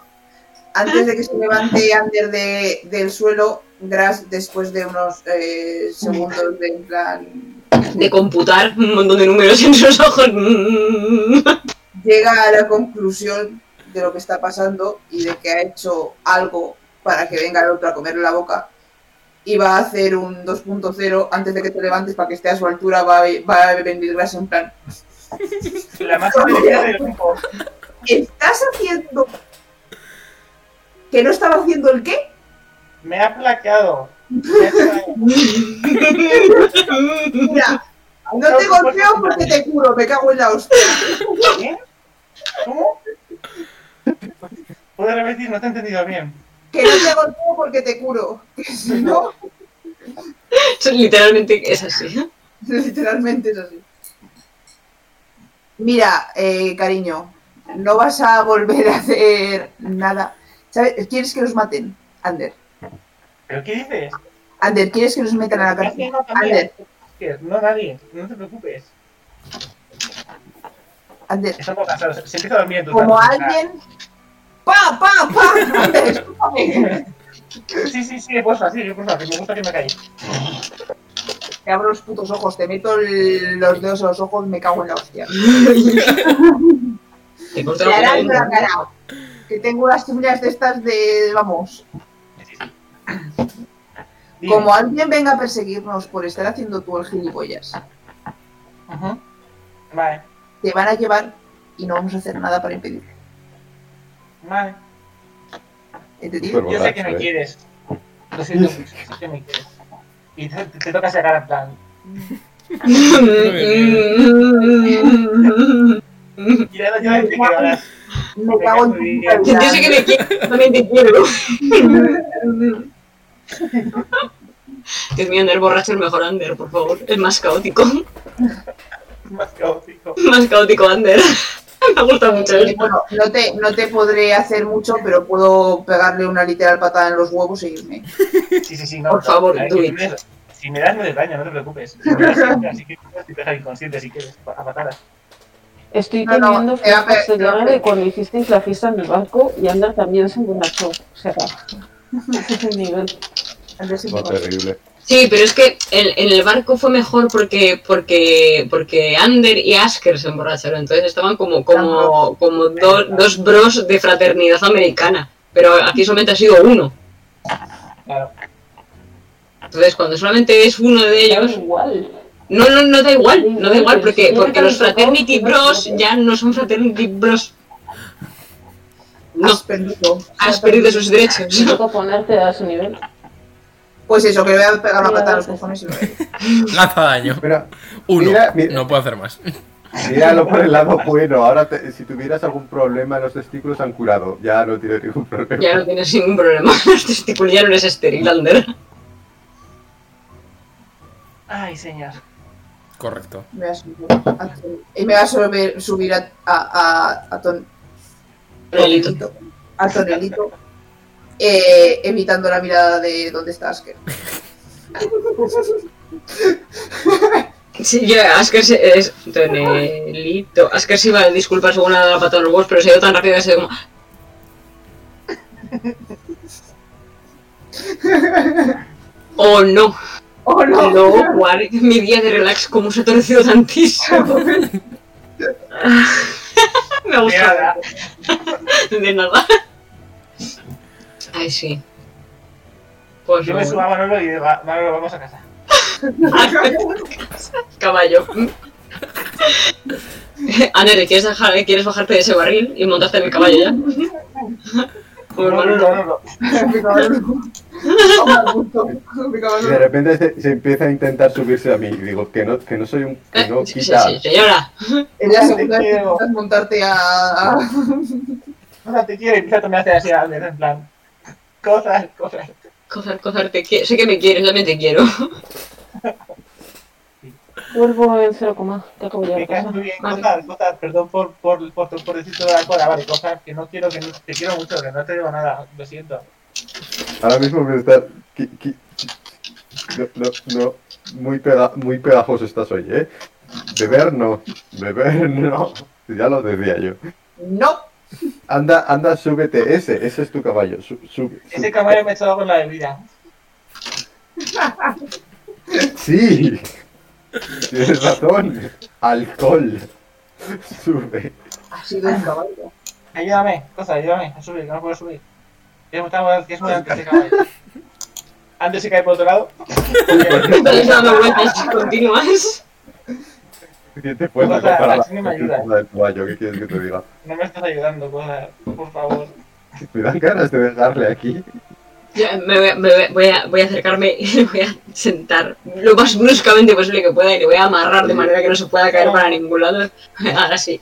Speaker 3: antes de que se levante Ander de- del suelo, Gras, después de unos eh, segundos de en plan,
Speaker 1: De computar un montón de números en sus ojos. Mm.
Speaker 3: llega a la conclusión de lo que está pasando y de que ha hecho algo para que venga el otro a comerle la boca. Y va a hacer un 2.0 antes de que te levantes para que esté a su altura. Va a, va a venir Gras en plan.
Speaker 7: La más inteligente del grupo.
Speaker 3: ¿Estás haciendo. que no estaba haciendo el qué?
Speaker 7: Me ha plaqueado. Me ha plaqueado.
Speaker 3: Mira, no te golpeo porque te curo, me cago en la hostia.
Speaker 7: ¿Eh? ¿Cómo? ¿Puedo repetir? No te he entendido bien.
Speaker 3: Que no te golpeo porque te curo. Que si no,
Speaker 1: Eso Literalmente es así.
Speaker 3: literalmente es así. Mira, eh, cariño, no vas a volver a hacer nada. ¿Sabes? ¿Quieres que los maten? Ander.
Speaker 7: ¿Pero qué dices?
Speaker 3: Ander, ¿quieres que los metan a la
Speaker 7: Casi
Speaker 3: cárcel?
Speaker 7: no también. No, nadie. No te preocupes.
Speaker 3: Ander.
Speaker 7: Estamos cansados. Se empieza a dormir. en tu
Speaker 3: Como
Speaker 7: tarde.
Speaker 3: alguien. ¡Pa, pa, pa! Ander, escúchame.
Speaker 7: Sí, sí, sí, por favor, sí, por favor, que me gusta que me calles.
Speaker 3: Te abro los putos ojos, te meto el- los dedos a los ojos, me cago en la hostia.
Speaker 1: Te corto
Speaker 3: Te
Speaker 1: la
Speaker 3: harán
Speaker 1: punta.
Speaker 3: la cara. Que tengo las uñas de estas de, vamos,
Speaker 7: Dime.
Speaker 3: como alguien venga a perseguirnos por estar haciendo tú el gilipollas,
Speaker 7: Ujú. Vale,
Speaker 3: te van a llevar y no vamos a hacer nada para impedirlo.
Speaker 7: vale.
Speaker 3: ¿Entendido?
Speaker 5: Súper
Speaker 7: Yo sé que
Speaker 5: borracho,
Speaker 7: me
Speaker 5: ¿eh?
Speaker 7: quieres. Lo siento mucho, sé que me quieres. Y te, te toca sacar en plan.
Speaker 1: Yo
Speaker 7: Y ahora yo te quiero ahora.
Speaker 3: Me cago en tu puta vida.
Speaker 1: sé que me quieres, también te quiero. Dios mío, Ander borracho es mejor Ander, por favor. Es más caótico.
Speaker 7: Es más caótico.
Speaker 1: Más caótico Ander. Me gusta mucho
Speaker 3: Eh,
Speaker 1: esto.
Speaker 3: bueno, no te, no te podré hacer mucho, pero puedo pegarle una literal patada en los huevos e irme.
Speaker 7: Sí, sí, sí, no.
Speaker 1: Por
Speaker 7: no,
Speaker 1: favor,
Speaker 7: hay
Speaker 1: do
Speaker 7: que
Speaker 1: it.
Speaker 7: tener- Si me das, no des daño, no te preocupes. Si me das, siempre, así que te dejar inconsciente si quieres, a patadas.
Speaker 13: Estoy
Speaker 3: No, no,
Speaker 13: teniendo
Speaker 3: te va a
Speaker 13: flashbacks de
Speaker 3: pe- te va a
Speaker 13: Diana
Speaker 3: pe-
Speaker 13: de cuando hicisteis la fiesta en el barco y Ander también se emborrachó. O sea, ese es el nivel.
Speaker 3: Antes de
Speaker 5: No,
Speaker 3: que-
Speaker 5: terrible.
Speaker 1: Sí, pero es que el- en el barco fue mejor porque porque porque Ander y Asker se emborracharon, entonces estaban como como como do- dos bros de fraternidad americana, pero aquí solamente ha sido uno.
Speaker 7: Claro.
Speaker 1: Entonces, cuando solamente es uno de
Speaker 13: Da
Speaker 1: ellos,
Speaker 13: igual.
Speaker 1: no no no da igual, no da igual porque porque los fraternity bros ya no son fraternity bros. No,
Speaker 3: Has perdido.
Speaker 1: has perdido sus derechos.
Speaker 13: Te toca ponerte a su nivel.
Speaker 3: Pues eso, que le voy a pegar una
Speaker 13: Mira,
Speaker 3: patada a los
Speaker 13: gracias.
Speaker 3: cojones y lo voy
Speaker 2: Lanza daño.
Speaker 6: Mira,
Speaker 2: Uno.
Speaker 6: Mira, mira.
Speaker 2: No puedo hacer más.
Speaker 6: míralo por el lado bueno. Ahora, te- si tuvieras algún problema, los testículos han curado. Ya no tienes ningún problema.
Speaker 1: Ya no tienes ningún problema. Los testículos ya no eres estéril, Ander.
Speaker 7: Ay, señor.
Speaker 2: Correcto.
Speaker 3: Me va a subir a Ton- y me va a subir, subir a, a, a, a Ton- Tonelito. A Tonelito. eh, evitando la mirada de dónde está Asker.
Speaker 1: Sí, yo, Asker se, es tonelito. Asker se iba a disculpar según la de la pata en los huevos, pero se ha ido tan rápido que se ha ido como... Oh no,
Speaker 3: ¡Oh, no!
Speaker 1: luego guar- mi día de relax, cómo se ha torcido tantísimo. Me ha gustado.
Speaker 7: Mira,
Speaker 1: De nada. Ay, sí. Pues
Speaker 7: yo me
Speaker 1: bueno.
Speaker 7: subo a Manolo y digo, "Va, Manolo, vamos a casa.
Speaker 1: Caballo. Anere, Ah, ¿quieres, dejar- ¿quieres bajarte de ese barril y montarte en mi caballo ya? Como
Speaker 7: No, no,
Speaker 1: hermano.
Speaker 7: no, no, no.
Speaker 3: Me cago en el- Me cago en
Speaker 6: Y
Speaker 3: el-
Speaker 6: de repente se, se empieza a intentar subirse a mí. Y digo, que no, que no soy un. Que no,
Speaker 1: Eh, sí, sí,
Speaker 6: quita.
Speaker 1: sí, señora.
Speaker 3: Es la segunda vez que
Speaker 7: Te quiero.
Speaker 3: intentas montarte a. a-
Speaker 7: O sea, te quiero y Plato me hace así a ver, en plan. Cosas, cosas.
Speaker 1: Cozar, cozar, te quiero. Sé que me quieres, también te quiero.
Speaker 13: Vuelvo en 0, coma, te acabo ya
Speaker 7: Me
Speaker 13: de
Speaker 7: caes
Speaker 13: casa.
Speaker 7: muy bien,
Speaker 1: Vale.
Speaker 7: cosas, cosas. Perdón por, por, por, por, decirte la cosa, vale, cosas que no quiero, que no, te quiero mucho, que no te digo nada, lo siento.
Speaker 6: Ahora mismo me está. qui- qui- No, no, no. Muy, pega- muy pegajoso estás hoy, ¿eh? Beber no. Beber no. Ya lo decía yo.
Speaker 3: No.
Speaker 6: Anda, anda, súbete. Ese, ese es tu caballo. Su- sube,
Speaker 7: Ese caballo me ha echado con la bebida.
Speaker 6: Sí. Tienes razón. Alcohol. Sube.
Speaker 3: Ha sido un caballo.
Speaker 7: Ayúdame, cosa, ayúdame a subir, que no puedo subir. Que es muy que es muy alto ese caballo. Antes se cae por otro lado.
Speaker 1: Estás dando vueltas continuas.
Speaker 6: Suficiente fuerza
Speaker 7: Ojalá,
Speaker 6: comparada
Speaker 7: así me ayuda.
Speaker 6: con la del caballo. ¿Qué quieres que te diga?
Speaker 7: No me estás ayudando, cosa, por favor.
Speaker 6: Me dan ganas de dejarle aquí.
Speaker 1: Ya, me voy, a- me voy a- voy a, voy a acercarme y le voy a sentar lo más bruscamente posible que pueda y le voy a amarrar de manera que no se pueda caer para ningún lado. Ahora sí.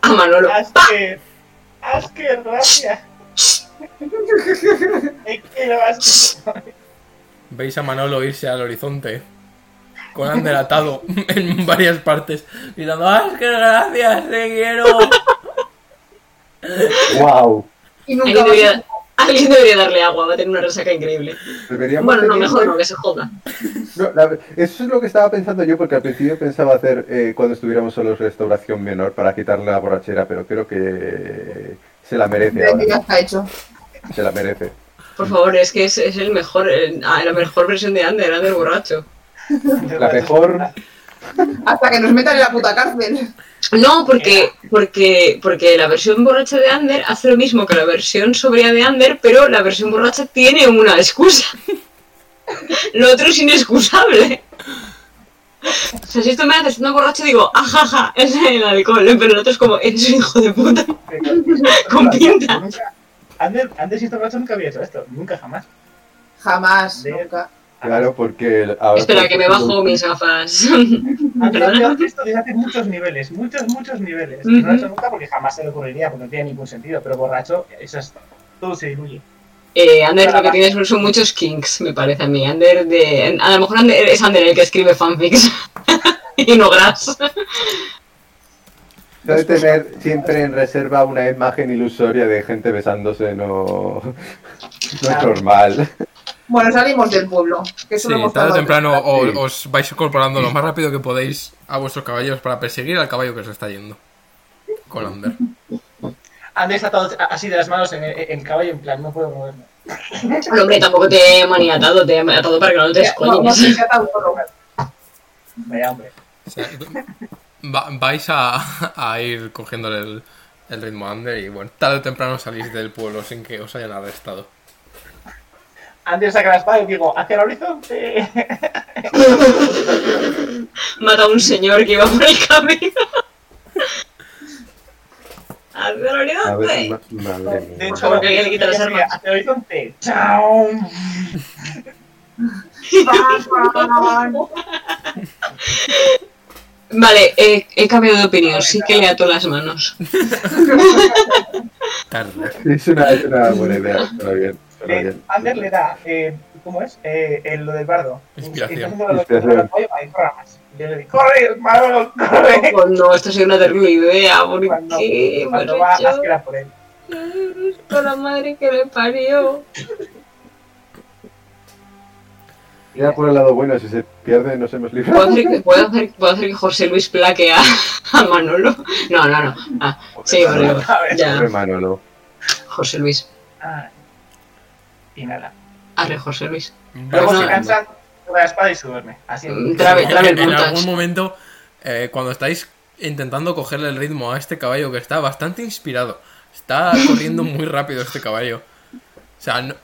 Speaker 1: A Manolo.
Speaker 7: Asker, Asker, gracias. Te quiero, Asker.
Speaker 2: Veis a Manolo irse al horizonte con Ander atado en varias partes gritando ¡Ah, qué gracias! ¡Te quiero!
Speaker 6: ¡Wow!
Speaker 3: Y nunca
Speaker 1: Alguien
Speaker 3: vas a-
Speaker 1: debería, alguien debería darle agua, va a tener una resaca increíble.
Speaker 6: Deberíamos
Speaker 1: Bueno, no,
Speaker 6: tener-
Speaker 1: mejor no, que este se joda.
Speaker 6: No, la- Eso es lo que estaba pensando yo, porque al principio pensaba hacer eh, cuando estuviéramos solos restauración menor para quitarle la borrachera, pero creo que se la merece
Speaker 3: Creo que ya
Speaker 6: ahora.
Speaker 3: está hecho.
Speaker 6: Se la merece.
Speaker 1: Por favor, es que es, es el mejor, el- ah, la mejor versión de Ander, Ander borracho.
Speaker 6: La mejor.
Speaker 3: Hasta que nos metan en la puta cárcel.
Speaker 1: No, porque, porque, porque la versión borracha de Ander hace lo mismo que la versión sobria de Ander, pero la versión borracha tiene una excusa. Lo otro es inexcusable. O sea, si esto me hace estando borracho, digo, ajaja, es el alcohol, ¿eh? pero el otro es como, eres un hijo de puta. Con pinta.
Speaker 7: Nunca- Ander, Ander, si está borracho, nunca había hecho esto. Nunca, jamás.
Speaker 3: Jamás,
Speaker 7: Sí.
Speaker 3: nunca.
Speaker 6: Claro, porque el- ahora.
Speaker 1: Espera, que me bajo mis gafas.
Speaker 7: Ander
Speaker 1: Perdona.
Speaker 7: ha hecho esto desde hace muchos niveles, muchos, muchos niveles. No lo ha hecho nunca porque jamás se le ocurriría, porque no tiene ningún sentido. Pero borracho, eso es. Todo se diluye.
Speaker 1: Eh, Ander lo que tienes son muchos kinks, me parece a mí. Ander de... A lo mejor Ander- es Ander el que escribe fanfics. y no Gras.
Speaker 6: Debe tener siempre en reserva una imagen ilusoria de gente besándose, no. No es normal.
Speaker 3: Bueno, salimos del pueblo. Que eso
Speaker 2: Sí,
Speaker 3: lo hemos
Speaker 2: tarde o
Speaker 3: tardado.
Speaker 2: temprano o-
Speaker 6: Sí.
Speaker 2: os vais incorporando lo más rápido que podéis a vuestros caballos para perseguir al caballo que se está yendo. Con Ander.
Speaker 7: Ander está atado así de las manos en el, en el caballo, en plan, no puedo moverme.
Speaker 1: Bueno, hombre, tampoco te he maniatado, te he maniatado para que no te
Speaker 3: Ya, no, no
Speaker 1: escoñes.
Speaker 3: se trata de un zorro.
Speaker 7: Vaya hombre.
Speaker 2: O sea, va- vais a, a ir cogiendo el, el ritmo a Ander y bueno, tarde o temprano salís del pueblo sin que os hayan arrestado.
Speaker 7: Ander saca la espada y digo, hacia el horizonte.
Speaker 1: Mata a un señor que iba por el camino. Hacia el
Speaker 6: A ver,
Speaker 1: horizonte.
Speaker 6: ma- madre mía.
Speaker 7: De hecho,
Speaker 1: favor, que alguien le quite las
Speaker 7: decía,
Speaker 1: armas.
Speaker 7: Hacia el horizonte. ¡Chao!
Speaker 1: Vale, eh, he cambiado de opinión, sí que le ato las manos.
Speaker 2: Tarde.
Speaker 6: Es una, es una buena idea. Está bien. Está
Speaker 7: Le-
Speaker 6: bien.
Speaker 7: Eh, Ander le da, eh, ¿cómo es? Eh, el- lo del bardo.
Speaker 2: Inspiración.
Speaker 7: Está haciendo lo del-
Speaker 6: Inspiración.
Speaker 7: lo del caballo, ahí, corra más. Y yo le digo, ¡corre, Manolo, corre!
Speaker 1: Oh, no, esto ha sido una terrible idea, ¿por
Speaker 7: Cuando,
Speaker 1: qué? hemos
Speaker 7: cuando va
Speaker 1: hecho
Speaker 7: a quedar por él.
Speaker 1: Con la madre que le parió.
Speaker 6: Mira por el lado bueno, si se pierde, nos hemos
Speaker 1: ¿Puedo
Speaker 6: librado.
Speaker 1: hacer, que- puedo hacer- puedo hacer que José Luis plaque a, a Manolo? No, no, no. Ah, sí, vale, vale.
Speaker 7: A ver.
Speaker 1: Ya,
Speaker 6: Pobre Manolo.
Speaker 1: José Luis.
Speaker 7: Ah, Y nada.
Speaker 1: Arre, José Luis.
Speaker 7: Luego
Speaker 1: no,
Speaker 7: se
Speaker 1: no.
Speaker 7: cansa, coge la espada y se duerme. Así
Speaker 1: Mm, trabe, trabe el
Speaker 2: En, en
Speaker 1: montaje.
Speaker 2: algún momento, eh, cuando estáis intentando cogerle el ritmo a este caballo que está bastante inspirado, está corriendo muy rápido este caballo. O sea, no-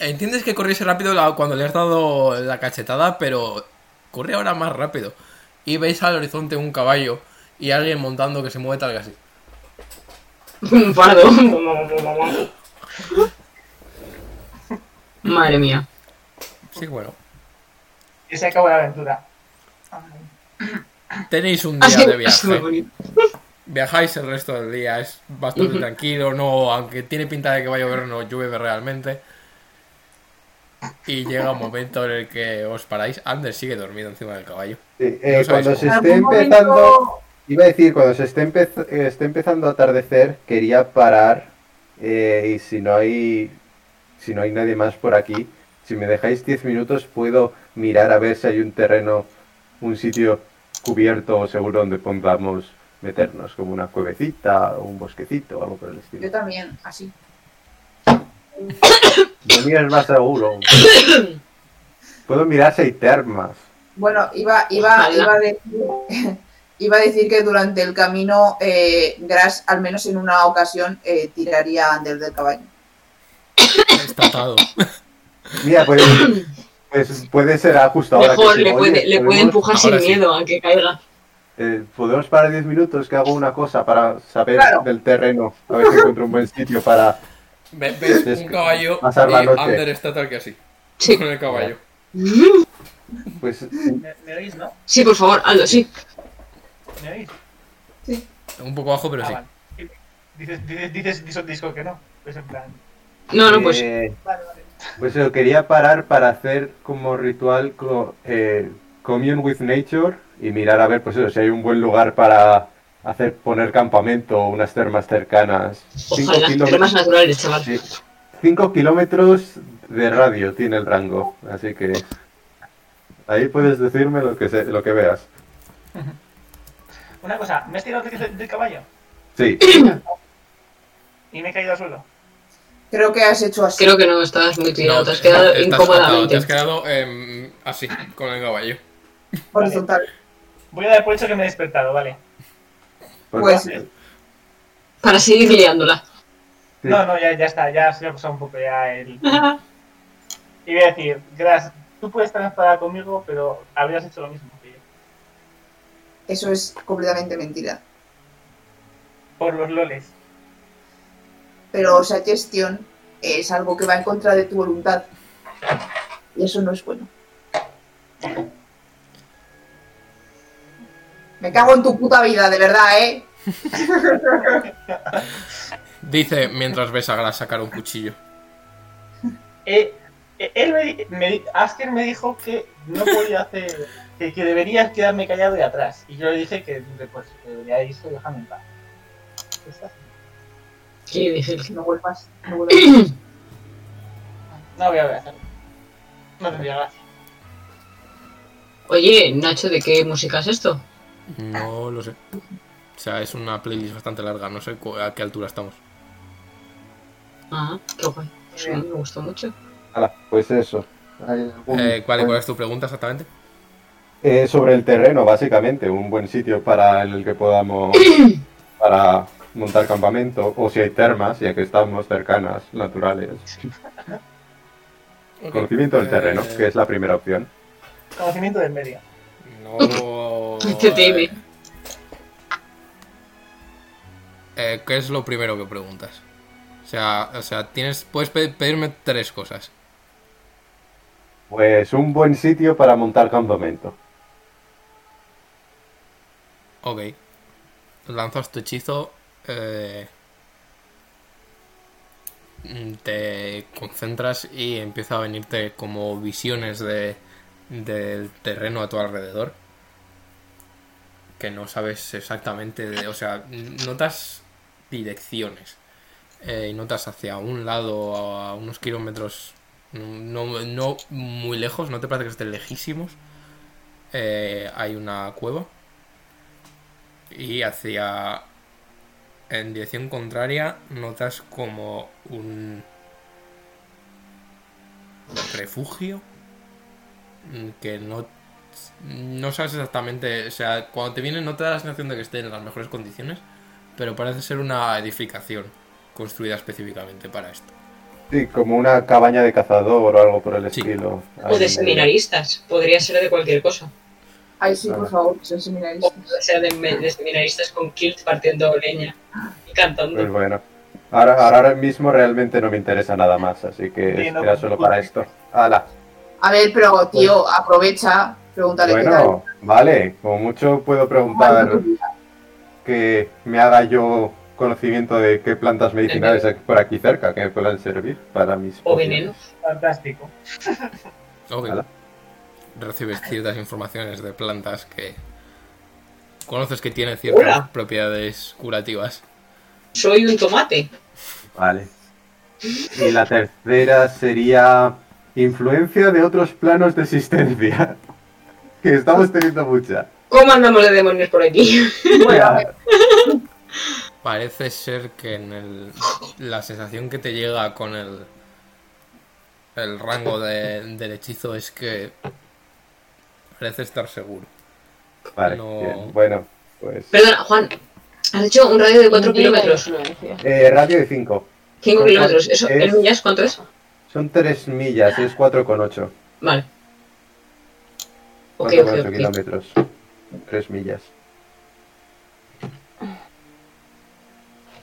Speaker 2: entiendes que corriese rápido la- cuando le has dado la cachetada, pero corre ahora más rápido. Y veis al horizonte un caballo y alguien montando que se mueve tal que así.
Speaker 1: Un pardo. Madre mía.
Speaker 2: Sí, bueno.
Speaker 7: Y se acabó la aventura.
Speaker 2: Tenéis un
Speaker 1: Así-
Speaker 2: día de
Speaker 1: así me
Speaker 2: viaje.
Speaker 1: ponía.
Speaker 2: Viajáis el resto del día, es bastante
Speaker 1: Ujú.
Speaker 2: tranquilo, no, aunque tiene pinta de que va a llover, no llueve realmente. Y llega un momento en el que os paráis. Anders sigue dormido encima del caballo.
Speaker 6: Sí, eh,
Speaker 2: No sabéis
Speaker 6: cuando
Speaker 2: cómo.
Speaker 6: se
Speaker 3: En
Speaker 6: esté
Speaker 3: algún momento-
Speaker 6: empezando, iba a decir, cuando se esté, empez- eh, esté empezando a atardecer, quería parar eh, y si no hay si no hay nadie más por aquí, si me dejáis 10 minutos puedo mirar a ver si hay un terreno, un sitio cubierto o seguro donde podamos meternos, como una cuevecita o un bosquecito o algo por el
Speaker 3: Yo
Speaker 6: estilo.
Speaker 3: también, así.
Speaker 6: Lo mío es más seguro. Puedo mirar si hay termas.
Speaker 3: Bueno, iba, iba,
Speaker 1: Ojalá.
Speaker 3: iba, a, decir, iba a decir que durante el camino eh, Gras, al menos en una ocasión, eh, tiraría a Ander del caballo.
Speaker 2: Está atado.
Speaker 6: Mira, pues, pues puede ser ah, justo ahora. que
Speaker 1: Mejor,
Speaker 6: digo,
Speaker 1: le
Speaker 6: oye,
Speaker 1: puede, le puede
Speaker 6: podemos-
Speaker 1: empujar sin
Speaker 2: ahora sí.
Speaker 1: miedo a que caiga.
Speaker 6: Eh, ¿Podemos parar 10 minutos? Que hago una cosa para saber
Speaker 3: Claro.
Speaker 6: del terreno. A ver si encuentro un buen sitio para.
Speaker 2: Ve- Ves
Speaker 6: Es
Speaker 2: un
Speaker 6: que
Speaker 2: caballo
Speaker 6: pasar la
Speaker 2: y
Speaker 6: noche.
Speaker 2: Ander está tal que así.
Speaker 1: Sí.
Speaker 2: Con el caballo.
Speaker 6: Pues
Speaker 7: ¿Me, me oís, no?
Speaker 1: Sí, por favor, Aldo, sí.
Speaker 7: ¿Me oís?
Speaker 2: Un poco bajo, pero
Speaker 7: Ah,
Speaker 2: sí.
Speaker 7: vale. Dices, dices, dices disco, disco que no. Pues en plan.
Speaker 1: No, no, pues.
Speaker 6: eh, pues yo quería parar para hacer como ritual co- eh, Commune with Nature y mirar a ver pues eso, si hay un buen lugar para hacer poner campamento o unas termas cercanas. Cinco
Speaker 1: Ojalá,
Speaker 6: kilómetros-
Speaker 1: termas naturales, chaval.
Speaker 6: sí. Cinco kilómetros de radio tiene el rango, así que ahí puedes decirme lo que, se- lo que veas.
Speaker 7: Una cosa, me he tirado del, del caballo
Speaker 6: Sí.
Speaker 7: y me he caído al suelo.
Speaker 3: Creo que has hecho así.
Speaker 1: Creo que no estabas muy tirado,
Speaker 2: No,
Speaker 1: te has quedado
Speaker 2: estás atado, Te
Speaker 1: incómodamente.
Speaker 2: has quedado em, así, con el caballo.
Speaker 3: Horizontal.
Speaker 7: Voy a dar por hecho que me he despertado, vale.
Speaker 3: Pues
Speaker 1: Para seguir liándola.
Speaker 6: Sí.
Speaker 7: No, no, ya, ya está, ya se me ha pasado un poco ya el. Y voy a decir, Gras, tú puedes estar enfadada conmigo, pero habrías hecho lo mismo que yo.
Speaker 3: eso es completamente mentira.
Speaker 7: Por los loles.
Speaker 3: Pero esa gestión es algo que va en contra de tu voluntad. Y eso no es bueno. Me cago en tu puta vida, de verdad, ¿eh?
Speaker 2: Dice mientras ves a Gras sacar un cuchillo.
Speaker 7: Eh, eh, él me, di- me di- Asker me dijo que no podía hacer. Que, que deberías quedarme callado y atrás. Y yo le dije que pues, que debería irse dejando en paz. Ya está.
Speaker 1: Qué difícil.
Speaker 3: No vuelvas, no vuelvas.
Speaker 7: No voy a voy a hacerlo. No tendría gracia.
Speaker 1: Oye, Nacho, ¿de qué música es esto?
Speaker 2: No lo sé. O sea, es una playlist bastante larga, no sé cu- a qué altura estamos.
Speaker 1: Ah, qué guay. Pues a mí me gustó mucho.
Speaker 6: Ala, pues eso. Hay algún-
Speaker 2: Eh, ¿cuál, cuál es tu pregunta exactamente?
Speaker 6: Eh, sobre el terreno, básicamente, un buen sitio para el que podamos para montar campamento, o si hay termas, ya que estamos cercanas, naturales. Conocimiento del terreno,
Speaker 2: Eh,
Speaker 6: que es la primera opción.
Speaker 7: Conocimiento del medio.
Speaker 2: No.
Speaker 1: Este
Speaker 2: eh,
Speaker 1: teme.
Speaker 2: eh, ¿Qué es lo primero que preguntas? O sea, o sea tienes, puedes pe- pedirme tres cosas.
Speaker 6: Pues un buen sitio para montar campamento.
Speaker 2: Ok. Lanzas tu hechizo. eh, mm, te concentras y empieza a venirte como visiones de, del terreno a tu alrededor. Que no sabes exactamente de. O sea, notas direcciones. eh, y notas hacia un lado, a unos kilómetros. No, no muy lejos, no te parece que estén lejísimos. eh, hay una cueva y hacia en dirección contraria notas como un refugio mm, que no no sabes exactamente o sea cuando te viene no te da la sensación de que esté en las mejores condiciones pero parece ser una edificación construida específicamente para esto
Speaker 6: Sí, como una cabaña de cazador o algo por el
Speaker 2: Sí.
Speaker 6: estilo.
Speaker 1: O de
Speaker 6: Ahí medio.
Speaker 1: seminaristas. Podría ser de cualquier cosa.
Speaker 3: Ay, sí, por favor, que son seminaristas.
Speaker 1: O sea, de, de seminaristas con kilt partiendo leña y cantando.
Speaker 6: Pues bueno. Ahora, ahora mismo realmente no me interesa nada más, así que
Speaker 7: Sí, no, pues,
Speaker 6: era solo para esto. ¡Hala!
Speaker 3: A ver, pero tío, aprovecha, pregúntale
Speaker 6: Bueno, vale, como mucho puedo
Speaker 3: qué tal.
Speaker 6: preguntar que me haga yo conocimiento de qué plantas medicinales hay por aquí cerca que me puedan servir para mis...
Speaker 1: O veneno.
Speaker 7: Fantástico.
Speaker 2: Ok.
Speaker 6: Ala.
Speaker 2: Recibes ciertas informaciones de plantas que conoces que tienen ciertas
Speaker 1: Hola.
Speaker 2: propiedades curativas.
Speaker 1: Soy un tomate.
Speaker 6: Vale. Y la tercera sería influencia de otros planos de existencia, que estamos teniendo mucha.
Speaker 1: ¿Cómo andamos de demonios por aquí?
Speaker 2: Parece ser que en el, la sensación que te llega con el, el rango de- del hechizo es que parece estar seguro.
Speaker 6: Vale,
Speaker 2: No.
Speaker 6: bien, bueno, pues...
Speaker 1: Perdona, Juan. Has hecho un radio de 4 kilómetros.
Speaker 6: Eh, radio de 5.
Speaker 1: 5
Speaker 6: Con-
Speaker 1: kilómetros. ¿Eso
Speaker 6: es-
Speaker 1: en millas cuánto es?
Speaker 6: Son 3 millas, es 4,8.
Speaker 1: Vale. Ok, ok,
Speaker 6: 4,8
Speaker 1: ok.
Speaker 6: kilómetros. 3 millas.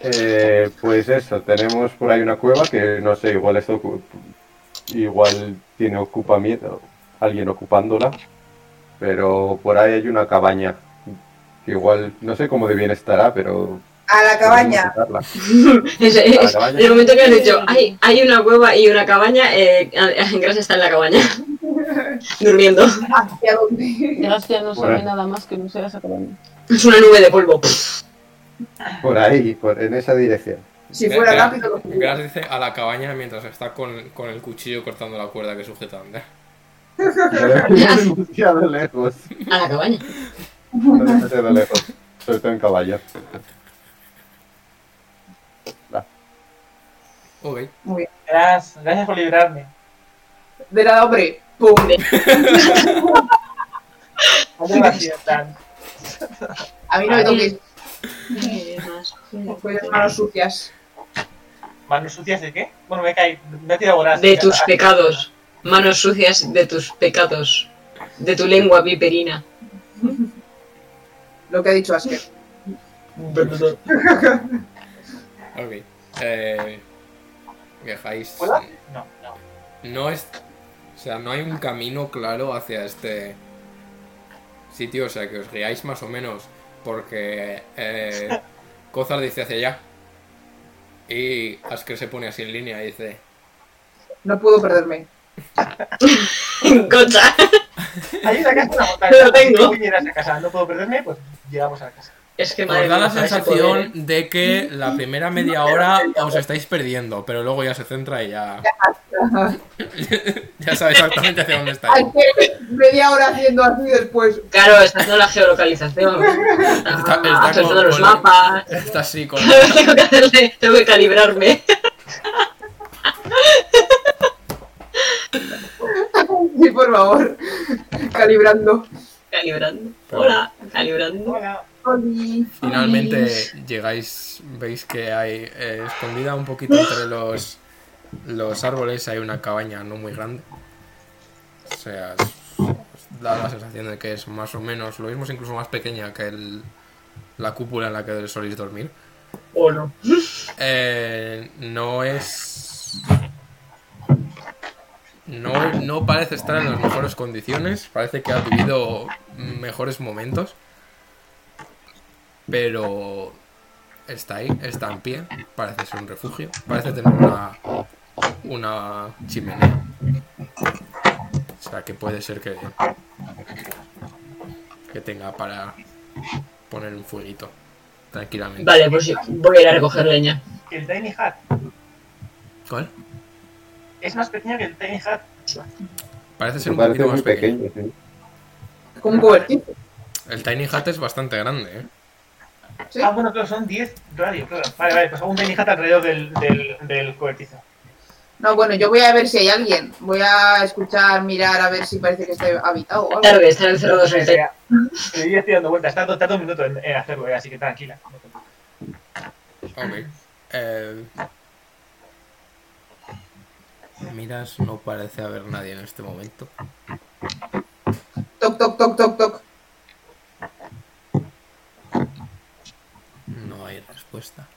Speaker 6: Eh, pues eso, tenemos por ahí una cueva que no sé, igual esto ocu- igual tiene ocupamiento, alguien ocupándola, pero por ahí hay una cabaña. que Igual, no sé cómo de bien estará, pero...
Speaker 8: A la cabaña.
Speaker 6: podemos
Speaker 1: Es, es-
Speaker 6: cabaña.
Speaker 1: el momento que has dicho, hay, hay una cueva y una cabaña, eh, Gracia está en la cabaña. Durmiendo.
Speaker 3: ¿Hacia dónde?
Speaker 13: Gracias, no sabe
Speaker 6: Bueno.
Speaker 13: nada más que no sea esa colonia.
Speaker 1: Es una nube de polvo.
Speaker 6: usarla. Por ahí, por, en esa dirección.
Speaker 3: Si fuera
Speaker 2: Gra-
Speaker 3: rápido, lo
Speaker 2: Gras dice a la cabaña mientras está con, con el cuchillo cortando la cuerda que sujeta a Ander.
Speaker 6: Lo vemos demasiado lejos.
Speaker 1: A la cabaña.
Speaker 6: No demasiado lejos. Sobre todo en caballo.
Speaker 2: Ok.
Speaker 7: Gracias, gracias por librarme.
Speaker 3: pues, De nada, hombre. ¡Pum!
Speaker 7: Muchas gracias, Dan.
Speaker 3: A mí no me toques. Fue de manos
Speaker 1: De
Speaker 3: sucias.
Speaker 7: ¿Manos sucias de qué? Bueno, me caí, me he tirado voraz.
Speaker 1: tus pecados. Manos sucias de tus pecados. De tu lengua viperina.
Speaker 3: Lo que ha dicho Asker.
Speaker 2: Ok. Eh, viajáis.
Speaker 7: ¿Puedo? No, no.
Speaker 2: No es. O sea, no hay un camino claro hacia este sitio. O sea, que os guiáis más o menos. Porque. Eh, Cozar dice hacia allá. Y Asker se pone así en línea y dice:
Speaker 3: No puedo perderme.
Speaker 1: Concha.
Speaker 7: Hay una casa en la montaña.
Speaker 1: Lo tengo.
Speaker 7: Si tú llegas a casa, no puedo perderme, pues llegamos a la casa.
Speaker 1: Es que madre
Speaker 2: Os da
Speaker 1: mía,
Speaker 2: la
Speaker 1: ese poder. ¿eh?
Speaker 2: sensación de que la primera media hora os estáis perdiendo. Pero luego ya se centra y ya. ya sabe exactamente hacia dónde estáis.
Speaker 3: Hay que media hora haciendo así después.
Speaker 1: Claro, está haciendo la geolocalización.
Speaker 2: Está- está
Speaker 1: Está actualizando
Speaker 2: con-
Speaker 1: los
Speaker 2: con-
Speaker 1: mapas.
Speaker 2: Está así con.
Speaker 1: tengo que hacerle, tengo que calibrarme.
Speaker 3: Sí, por favor. Calibrando.
Speaker 1: Calibrando. Hola, calibrando.
Speaker 7: Hola.
Speaker 3: Oli.
Speaker 2: Finalmente llegáis, veis que hay eh, escondida un poquito entre los, los árboles, hay una cabaña no muy grande. O sea, os- os da la sensación de que es más o menos, lo mismo es incluso más pequeña que el- la cúpula en la que soléis dormir.
Speaker 1: O no.
Speaker 2: Eh, no es... No, no parece estar en las mejores condiciones, parece que ha vivido mejores momentos, pero está ahí, está en pie, parece ser un refugio, parece tener una, una chimenea. O sea que puede ser que, que tenga para poner un fueguito tranquilamente.
Speaker 1: Vale, pues voy a ir a recoger leña.
Speaker 7: El Tiny Hat.
Speaker 2: ¿Cuál?
Speaker 7: Es más pequeño que el Tiny Hat.
Speaker 2: Parece ser
Speaker 6: Me
Speaker 2: un
Speaker 6: parece
Speaker 2: poquito
Speaker 6: muy
Speaker 2: más pequeño.
Speaker 6: pequeño, sí.
Speaker 3: Como un cobertizo.
Speaker 2: El Tiny Hat es bastante grande, ¿eh?
Speaker 3: Sí.
Speaker 7: Ah, bueno, claro, son 10 radio, claro. Vale, vale, pues hago un Tiny Hat alrededor del, del, del cobertizo.
Speaker 3: No, bueno, yo voy a ver si hay alguien. Voy a escuchar, mirar, a ver si parece que está habitado o algo.
Speaker 1: Tarde, estar encerrados en
Speaker 7: Le
Speaker 1: el techo.
Speaker 7: voy a estoy dando vueltas. Tardo, tardo un minuto en, en hacerlo, eh, así que tranquila.
Speaker 2: Ok. Eh, miras, no parece haber nadie en este momento.
Speaker 3: Toc, toc, toc, toc, toc.
Speaker 2: respuesta.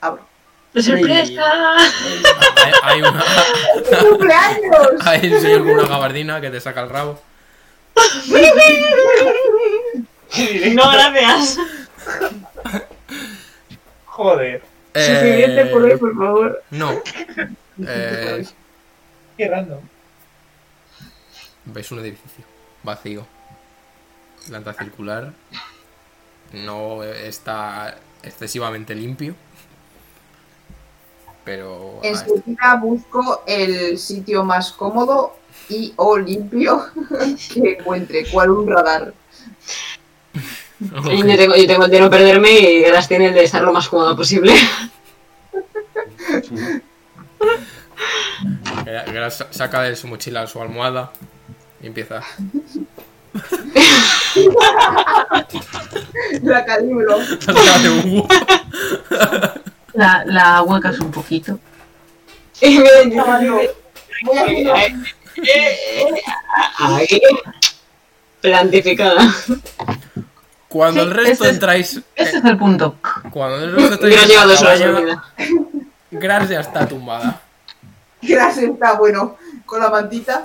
Speaker 3: Abro.
Speaker 1: ¡Sorpresa!
Speaker 2: Hay, hay una.
Speaker 8: ¡Cumpleaños!
Speaker 2: Hay un señor con una gabardina que te saca el rabo.
Speaker 1: No, gracias.
Speaker 7: Joder,
Speaker 2: Eh,
Speaker 1: Suficiente este por hoy, por favor. Este
Speaker 2: No. Eh,
Speaker 7: qué random.
Speaker 2: Veis un edificio vacío. Planta circular. No está excesivamente limpio. Pero. ah, está-
Speaker 3: Enseguida busco el sitio más cómodo y o limpio que encuentre, cual un radar.
Speaker 1: Yo tengo, yo tengo el de no perderme y Gras tiene el de estar lo más cómodo posible.
Speaker 2: Gra- Gra- sa- saca de su mochila su almohada y empieza.
Speaker 3: La calibro.
Speaker 2: Dale un huevo.
Speaker 12: La, la huecas un poquito.
Speaker 1: Y me
Speaker 8: Chavallo, Voy a hacer una-
Speaker 1: Ahí. Plantificada.
Speaker 2: Cuando el
Speaker 12: Sí,
Speaker 2: resto
Speaker 12: ese es-
Speaker 2: entráis.
Speaker 12: Ese
Speaker 2: eh,
Speaker 12: Este es el punto.
Speaker 2: cuando el resto
Speaker 1: Yo he
Speaker 2: entráis. en
Speaker 1: llevado
Speaker 2: la
Speaker 1: dos horas
Speaker 2: cabaña,
Speaker 1: dormida.
Speaker 2: Gras ya está tumbada.
Speaker 3: Gras está bueno con la mantita.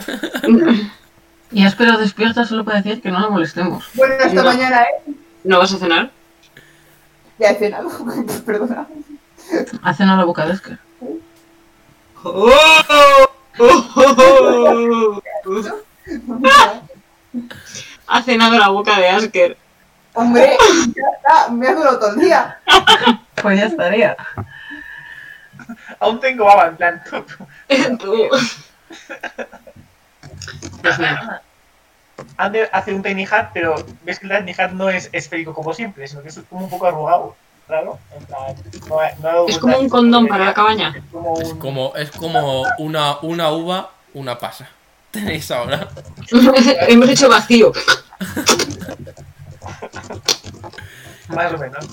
Speaker 12: Y espero despierta solo para decir que no la molestemos.
Speaker 3: Bueno, hasta
Speaker 1: No.
Speaker 3: mañana, ¿eh?
Speaker 1: ¿No vas a cenar?
Speaker 3: Ya he cenado. Perdona.
Speaker 12: Hace no la boca de Esker.
Speaker 1: Ha cenado la boca de Asker.
Speaker 3: Hombre, ya está. Me ha durado todo el día.
Speaker 12: Pues ya estaría.
Speaker 7: Aún tengo baba en plan.
Speaker 1: Tú.
Speaker 7: Ander hace un tiny hat, pero ves que el tiny hat no es esférico como siempre, sino que es como un poco arrugado, claro. En plan, no ha- no ha dado
Speaker 1: Es
Speaker 7: vuelta
Speaker 1: como un
Speaker 7: así.
Speaker 1: condón para la cabaña.
Speaker 7: Es como
Speaker 2: Es
Speaker 7: un.
Speaker 2: como, es como una, una uva, una pasa. Tenéis ahora.
Speaker 1: Hemos hecho vacío.
Speaker 7: Más o menos.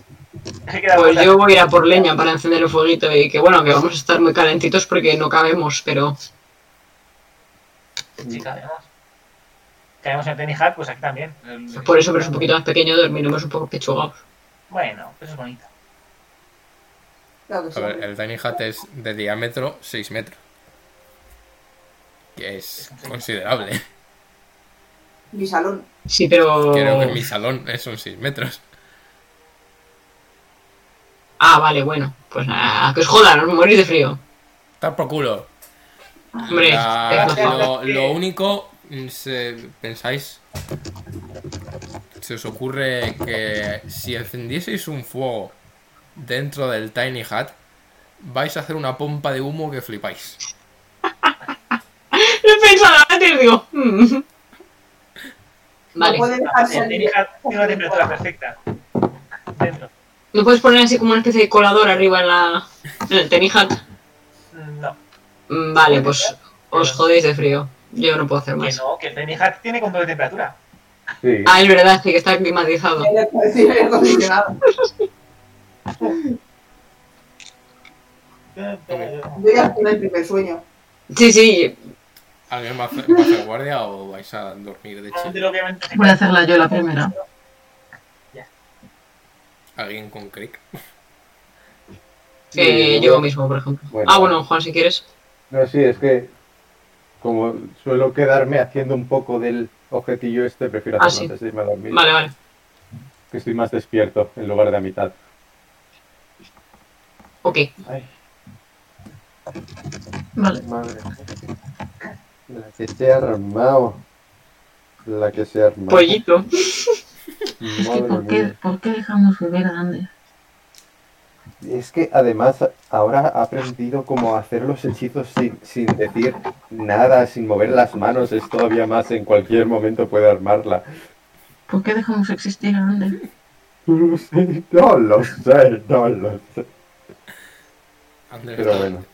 Speaker 7: Se queda
Speaker 1: Pues
Speaker 7: vuelta.
Speaker 1: yo voy a ir a por leña para encender el fueguito y que bueno, que vamos a estar muy calentitos porque no cabemos, pero
Speaker 7: Sí, cabemos. Cabemos en el tiny hat, pues aquí también. El-
Speaker 1: por eso, pero es un poquito más pequeño, dormiremos un poco pechugados.
Speaker 7: Bueno, eso es bonito.
Speaker 3: Claro que
Speaker 2: A
Speaker 3: sí.
Speaker 2: ver, el Tiny Hat es de diámetro 6 metros. Que es considerable.
Speaker 3: Mi salón.
Speaker 1: Sí, pero...
Speaker 2: Creo que en mi salón eh, son 6 metros.
Speaker 1: Ah, vale, bueno. Pues nada, que os jodan, os morís de frío.
Speaker 2: Está por culo.
Speaker 1: Hombre,
Speaker 2: La-
Speaker 1: es mejor.
Speaker 2: lo, lo único, mm, se- pensáis, se os ocurre que si encendieseis un fuego dentro del Tiny Hat, vais a hacer una pompa de humo que flipáis.
Speaker 1: Lo he pensado antes, digo... mm. Vale,
Speaker 3: No puede dejar
Speaker 7: El
Speaker 3: salir.
Speaker 7: tiny hat tiene una temperatura perfecta. Dentro.
Speaker 1: ¿no puedes poner así como una especie de colador arriba en la... en el tenijat?
Speaker 7: No,
Speaker 1: Mm, Vale, pues os jodéis de frío. Yo no puedo hacer
Speaker 7: que
Speaker 1: más.
Speaker 7: no, que el tiny hat tiene control de temperatura.
Speaker 5: Sí.
Speaker 1: Ah, es verdad, sí que está climatizado.
Speaker 3: Sí, aire acondicionado. Yo ya estoy en el primer sueño.
Speaker 1: Sí, sí, eh,
Speaker 2: ¿Alguien va a hacer, va a hacer guardia o vais a dormir de
Speaker 7: Ander,
Speaker 2: chill?
Speaker 7: obviamente,
Speaker 12: Voy a hacerla yo la primera.
Speaker 2: ¿Alguien con Crick?
Speaker 1: eh, yo mismo, por ejemplo.
Speaker 6: Bueno.
Speaker 1: Ah, bueno, Juan, si quieres.
Speaker 6: No, sí, es que como suelo quedarme haciendo un poco del objetillo este, prefiero
Speaker 1: Ah,
Speaker 6: hacerlo
Speaker 1: sí.
Speaker 6: antes de irme a dormir,
Speaker 1: Vale, vale.
Speaker 6: que estoy más despierto en lugar de a mitad.
Speaker 1: Ok.
Speaker 6: Ay,
Speaker 12: Vale.
Speaker 6: madre. La que se ha armado. La que se ha armado.
Speaker 1: Pollito.
Speaker 12: Es que ¿por
Speaker 6: Madre
Speaker 12: qué,
Speaker 6: mía.
Speaker 12: ¿por qué dejamos beber a Ander?
Speaker 6: Es que además ahora ha aprendido cómo hacer los hechizos sin, sin decir nada, sin mover las manos. Es todavía más, en cualquier momento puede armarla.
Speaker 12: ¿Por qué dejamos existir a Ander?
Speaker 6: No lo sé, no lo sé.
Speaker 2: Ander
Speaker 6: Pero
Speaker 2: está-
Speaker 6: bueno.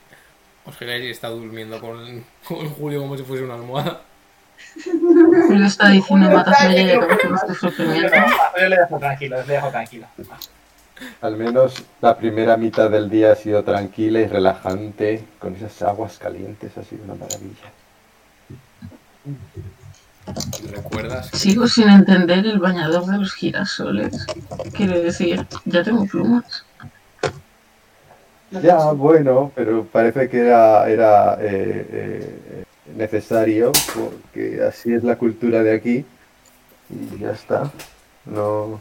Speaker 2: Os giráis y Pues está durmiendo con, con Julio como si fuese una almohada.
Speaker 12: Julio está diciendo matasme ya y acabas con este
Speaker 7: Yo
Speaker 12: sufrimiento.
Speaker 7: no, yo le dejo tranquilo, le dejo tranquilo.
Speaker 6: Al menos la primera mitad del día ha sido tranquila y relajante, con esas aguas calientes, ha sido una maravilla.
Speaker 2: ¿Recuerdas?
Speaker 12: Sigo sin entender el bañador de los girasoles. Quiero decir, ya tengo plumas.
Speaker 6: Ya, bueno, pero parece que era, era eh, eh, necesario porque así es la cultura de aquí. Y ya está. No.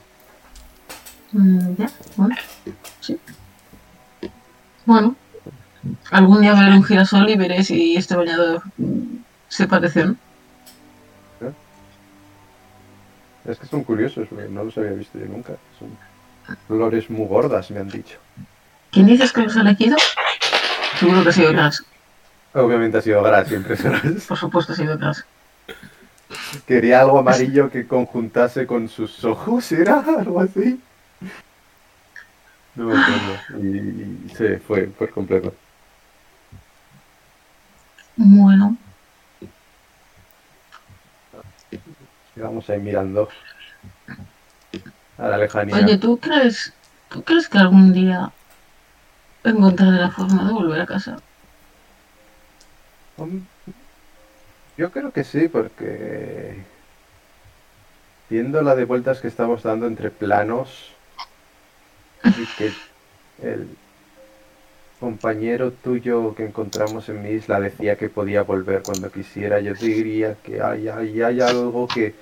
Speaker 12: Mm, ya, bueno. Sí. Bueno, algún día veré un girasol y veré si este bañador mm, se parece o no.
Speaker 6: Es que son curiosos, porque no los había visto yo nunca. Son flores muy gordas, me han dicho.
Speaker 12: ¿Quién dices que los ha elegido? Seguro que ha sido Gras.
Speaker 6: Obviamente ha sido gras, siempre es gras.
Speaker 12: Por supuesto ha sido Gras.
Speaker 6: Quería algo amarillo que conjuntase con sus ojos, ¿era algo así? No me acuerdo. Y, y se fue por completo.
Speaker 12: Bueno,
Speaker 6: Vamos ahí mirando a la lejanía.
Speaker 12: oye, ¿tú crees, ¿tú crees que algún día encontraré la forma de volver a casa?
Speaker 6: Mm, Yo creo que sí, porque viendo la de vueltas que estamos dando entre planos y que el compañero tuyo que encontramos en mi isla decía que podía volver cuando quisiera, yo diría que hay, hay, hay algo que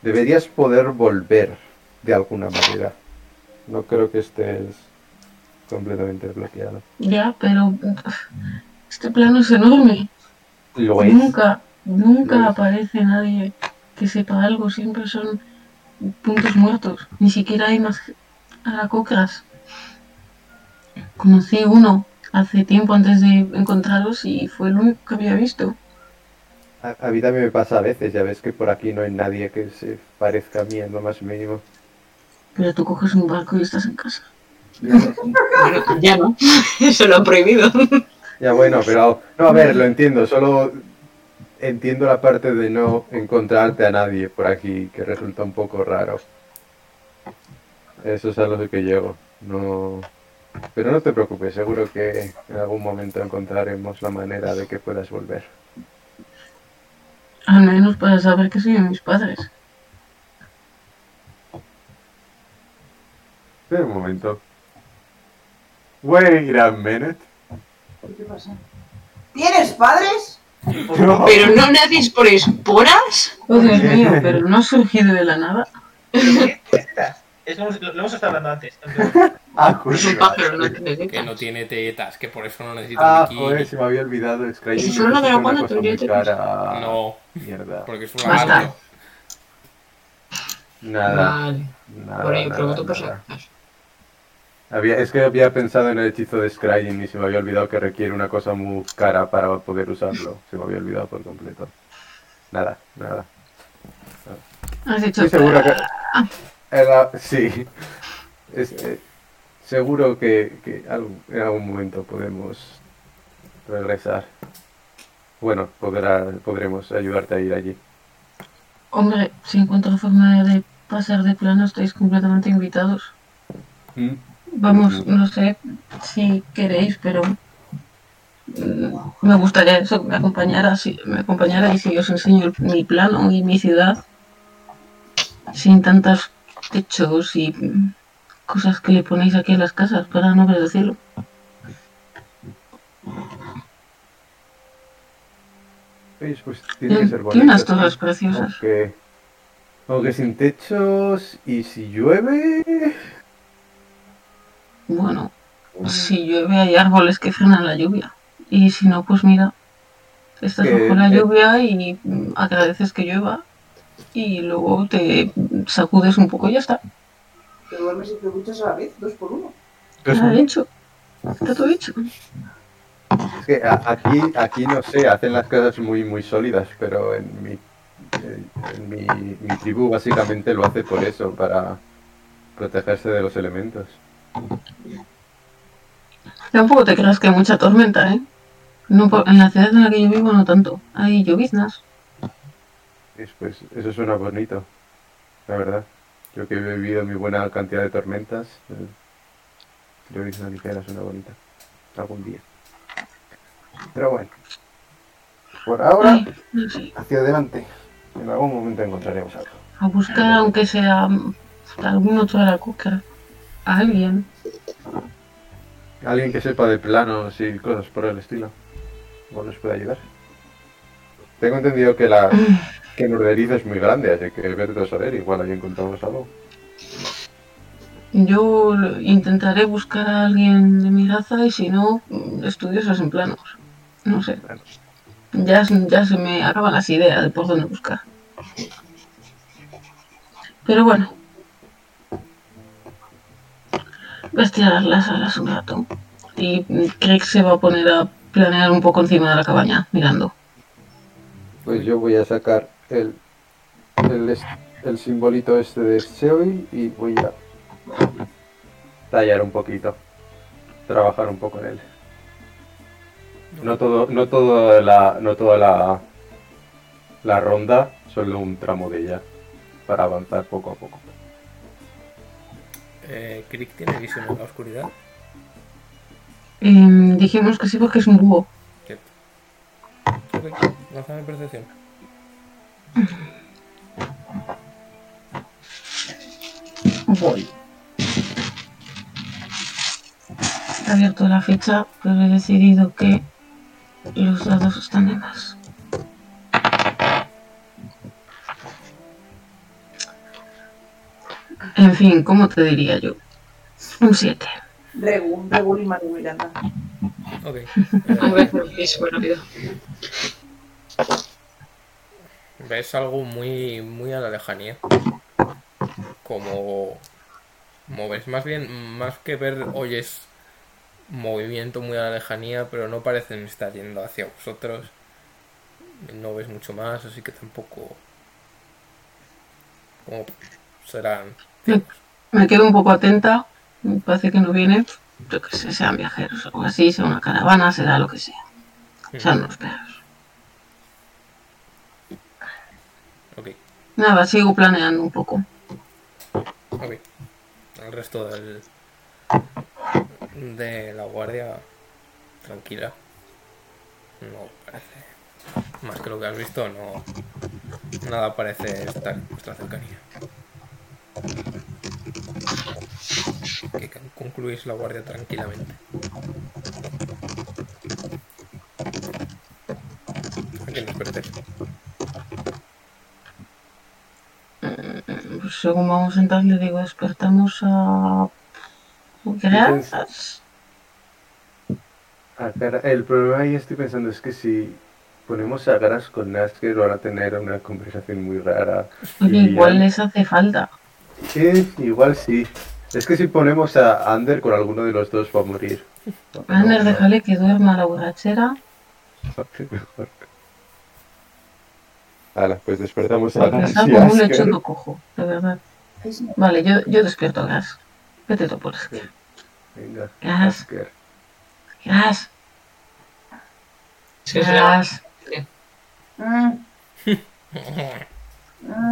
Speaker 6: deberías poder volver de alguna manera. No creo que estés completamente bloqueado.
Speaker 12: Ya, pero uf, este plano es enorme.
Speaker 6: Lo es.
Speaker 12: Nunca, nunca
Speaker 6: Lo es.
Speaker 12: aparece nadie que sepa algo. Siempre son puntos muertos. Ni siquiera hay más aracocras. Conocí uno hace tiempo antes de encontraros y fue el único que había visto.
Speaker 6: A, a mí también me pasa a veces, ya ves que por aquí no hay nadie que se parezca a mí en lo más mínimo.
Speaker 12: Pero tú coges un barco y estás en casa.
Speaker 1: Bueno, ya no. Eso lo han prohibido.
Speaker 6: Ya bueno, pero no, a ver, lo entiendo, solo entiendo la parte de no encontrarte a nadie por aquí, que resulta un poco raro. Eso es a lo que llego. No, pero no te preocupes, seguro que en algún momento encontraremos la manera de que puedas volver.
Speaker 12: Al menos para saber que soy de mis padres.
Speaker 6: Espera un momento. Wait a minute.
Speaker 3: ¿Qué pasa?
Speaker 8: ¿Tienes padres?
Speaker 6: No.
Speaker 1: Pero no naces por esporas.
Speaker 12: Oh, Dios mío, pero no ha surgido de la nada.
Speaker 7: Es como lo, lo hemos estado hablando antes.
Speaker 6: Ah, joder,
Speaker 1: Es un pájaro, no tiene
Speaker 2: Que
Speaker 1: tetas.
Speaker 2: no tiene tetas, que por eso no necesita
Speaker 6: ah,
Speaker 2: bikini.
Speaker 6: joder, se me había olvidado. Es que
Speaker 1: ¿Y si fuera la de la Wanda,
Speaker 6: cosa
Speaker 1: tendría
Speaker 6: muy
Speaker 1: tetas?
Speaker 6: cara.
Speaker 2: No,
Speaker 6: Mierda.
Speaker 2: porque es un
Speaker 12: Basta.
Speaker 2: lagarto.
Speaker 6: Nada.
Speaker 1: Vale.
Speaker 6: nada,
Speaker 1: Ah, Por ahí
Speaker 6: nada,
Speaker 1: pregunto por si
Speaker 6: nada.
Speaker 1: acaso.
Speaker 6: Había, es que había pensado en el hechizo de Scrying y se me había olvidado que requiere una cosa muy cara para poder usarlo. Se me había olvidado por completo. Nada, nada.
Speaker 12: Has dicho.
Speaker 6: Estoy seguro que.
Speaker 1: Ah.
Speaker 6: Era- sí. Este, seguro que, que algo- en algún momento podemos regresar. Bueno, podrá, podremos ayudarte a ir allí.
Speaker 12: Hombre, si encuentro forma de pasar de plano, estáis completamente invitados.
Speaker 6: ¿Mm?
Speaker 12: Vamos, no sé si queréis, pero mm, me gustaría eso, que me acompañara, si, me acompañara y si os enseño el- mi plano y mi ciudad, sin tantos techos y mm, cosas que le ponéis aquí a las casas para no ver el cielo.
Speaker 6: Oye, pues tiene que
Speaker 12: Tiene
Speaker 6: ser bonito.
Speaker 12: unas
Speaker 6: sí.
Speaker 12: torres preciosas.
Speaker 6: Aunque, aunque sin techos y si llueve.
Speaker 12: Bueno, si llueve hay árboles que frenan la lluvia. Y si no, pues mira, estás
Speaker 6: Que-
Speaker 12: bajo la
Speaker 6: que-
Speaker 12: lluvia y mm, agradeces que llueva y luego te sacudes un poco y ya está.
Speaker 3: Te duermes y te duchas a la vez, dos por uno.
Speaker 6: pues,
Speaker 12: Está hecho. Está todo hecho.
Speaker 6: Es que a- aquí, aquí no sé, hacen las casas muy, muy sólidas, pero en mi, eh, en mi, mi tribu básicamente lo hace por eso, para protegerse de los elementos.
Speaker 12: Tampoco te creas que hay mucha tormenta, ¿eh? No, por- en la ciudad en la que yo vivo no tanto. Hay lloviznas.
Speaker 6: Es, pues, eso suena bonito, la verdad. Yo que he vivido mi buena cantidad de tormentas, eh, creo que es una ligera, suena bonita. Algún día. Pero bueno. Por ahora,
Speaker 12: Ay, no sé.
Speaker 6: hacia adelante. En algún momento encontraremos algo.
Speaker 12: A buscar, aunque sea mm, algún otro de la cuca. A alguien.
Speaker 6: Alguien que sepa de planos y cosas por el estilo. ¿O nos puede ayudar? Tengo entendido que la que Nurderiz es muy grande, así que vete a saber, igual ahí encontramos algo.
Speaker 12: Yo lo- intentaré buscar a alguien de mi raza y si no, mm, estudiosos en planos. No sé. Ya, se- ya se me acaban las ideas de por dónde buscar. Pero bueno. Voy a estirar las alas un rato. Y mm, Craig se va a poner a planear un poco encima de la cabaña, mirando.
Speaker 6: Pues yo voy a sacar el, el, es- el simbolito este de Seoil y voy a tallar un poquito, trabajar un poco en él. No todo, no todo la, no toda la, la ronda, solo un tramo de ella para avanzar poco a poco.
Speaker 2: Eh, Crick tiene visión en la oscuridad.
Speaker 12: Em, dijimos que sí porque es un búho.
Speaker 2: Cierto. Ok, lánzame percepción.
Speaker 12: Voy. He abierto la ficha, pero he decidido que los dados están de más. En fin, ¿cómo te diría yo? Un 7.
Speaker 8: Regu, Regu y Manu Miranda.
Speaker 2: Ok. Eh,
Speaker 1: Voy a hacer un pie súper rápido.
Speaker 2: Ves algo muy, muy a la lejanía. Como moves. Más bien, más que ver, oyes movimiento muy a la lejanía, pero no parecen estar yendo hacia vosotros. No ves mucho más, así que tampoco. Como serán.
Speaker 12: Me, me quedo un poco atenta. Me parece que no viene. Yo que sé, sean viajeros o algo así, sea una caravana, será lo que sea. Sean unos perros.
Speaker 2: Ok,
Speaker 12: Nada, sigo planeando un poco.
Speaker 2: ok. El resto del. de la guardia. tranquila. No parece. Más que lo que has visto, no. Nada parece estar en vuestra cercanía. Que can- concluís la guardia tranquilamente. ¿A qué nos pertenece?
Speaker 12: Mm, pues según vamos entrar, le digo, despertamos a. Gracias.
Speaker 6: Ah, cara, El problema ahí estoy pensando es que si ponemos a Garas con Nasker van a tener una conversación muy rara.
Speaker 12: Oye,
Speaker 6: y
Speaker 12: igual les hace falta.
Speaker 6: Sí, igual sí. Es que si ponemos a Ander con alguno de los dos va a morir.
Speaker 12: Ander, déjale que duerma la borrachera.
Speaker 6: Hala, pues despertamos a
Speaker 12: Porque
Speaker 6: Garas
Speaker 12: está
Speaker 6: y
Speaker 12: como un
Speaker 6: Asker.
Speaker 12: lechugo cojo, de verdad. Vale, yo, yo despierto a Gas. Vete tú por Asker.
Speaker 6: Venga,
Speaker 12: Gas.
Speaker 6: Asker.
Speaker 12: Gas.
Speaker 1: Sí, se llama-
Speaker 12: Gas.
Speaker 8: Mm.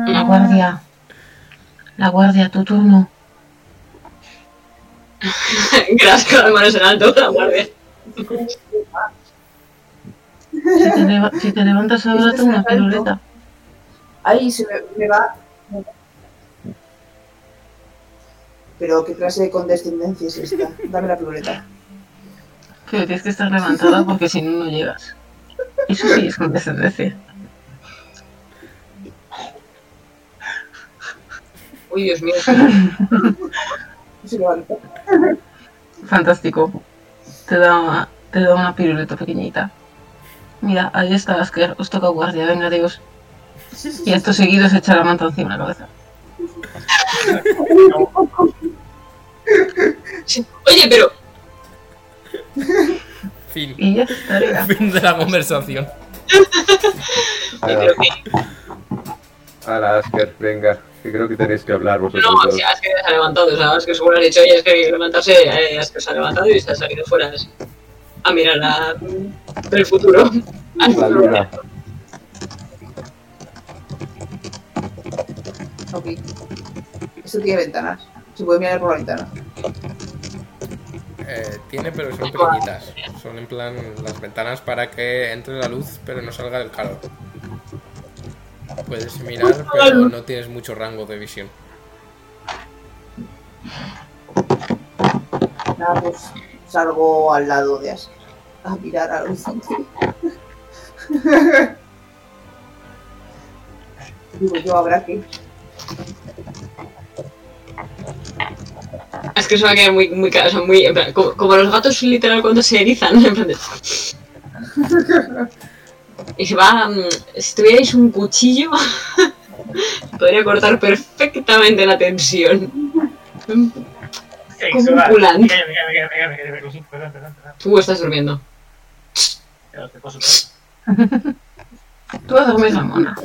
Speaker 12: La guardia. La guardia, tu turno.
Speaker 1: Gracias con las manos en alto, la guardia.
Speaker 12: Si te, leva- si te levantas ahora,
Speaker 8: Esto
Speaker 12: tengo una
Speaker 8: es alto.
Speaker 12: piruleta.
Speaker 8: Ahí se me, me va. Pero qué clase de condescendencia es esta. Dame la plureta.
Speaker 12: Pero tienes que estar levantada porque si no, no llegas. Eso sí es condescendencia.
Speaker 1: Uy, Dios mío.
Speaker 8: Se levanta.
Speaker 12: Fantástico. Te da, te da una piruleta pequeñita. Mira, ahí está Asker. Os toca guardia. Venga, Dios. Y esto seguido se echa la manta encima de la cabeza.
Speaker 1: Oye, pero.
Speaker 2: Fin.
Speaker 12: Y ya estaría.
Speaker 2: Fin de la conversación.
Speaker 6: Ah,
Speaker 1: Pero que
Speaker 6: Hala, Ah, Asker, venga. Que creo que tenéis que hablar vosotros
Speaker 1: no, o
Speaker 6: dos.
Speaker 1: sea, es que se ha levantado. O sea, es que seguro has dicho, oye, es que hay que levantarse, eh, es que se ha levantado y se ha salido fuera. así, A mirar la, el futuro. Al
Speaker 6: La
Speaker 1: futuro.
Speaker 6: luna.
Speaker 8: Ok. Esto tiene ventanas. Se puede mirar por la ventana.
Speaker 2: Eh, tiene, pero son pequeñitas. Son en plan las ventanas para que entre la luz, pero no salga el calor. Puedes mirar, pero no tienes mucho rango de visión.
Speaker 3: Nada, pues salgo al lado de Ash a mirar al horizonte. Digo, yo habrá que.
Speaker 1: Es que se va a quedar muy, muy cara, o sea, muy, en plan, como, como los gatos literal cuando se erizan, en plan de- Y se va, mm, si tuvierais un cuchillo, podría cortar perfectamente la tensión.
Speaker 7: Sexual.
Speaker 1: pulante.
Speaker 7: Venga, venga, venga, venga, venga, venga, sí, perdón, perdón, perdón.
Speaker 1: Tú estás durmiendo.
Speaker 7: Pero qué cosa.
Speaker 12: Tú a dormir, mamona.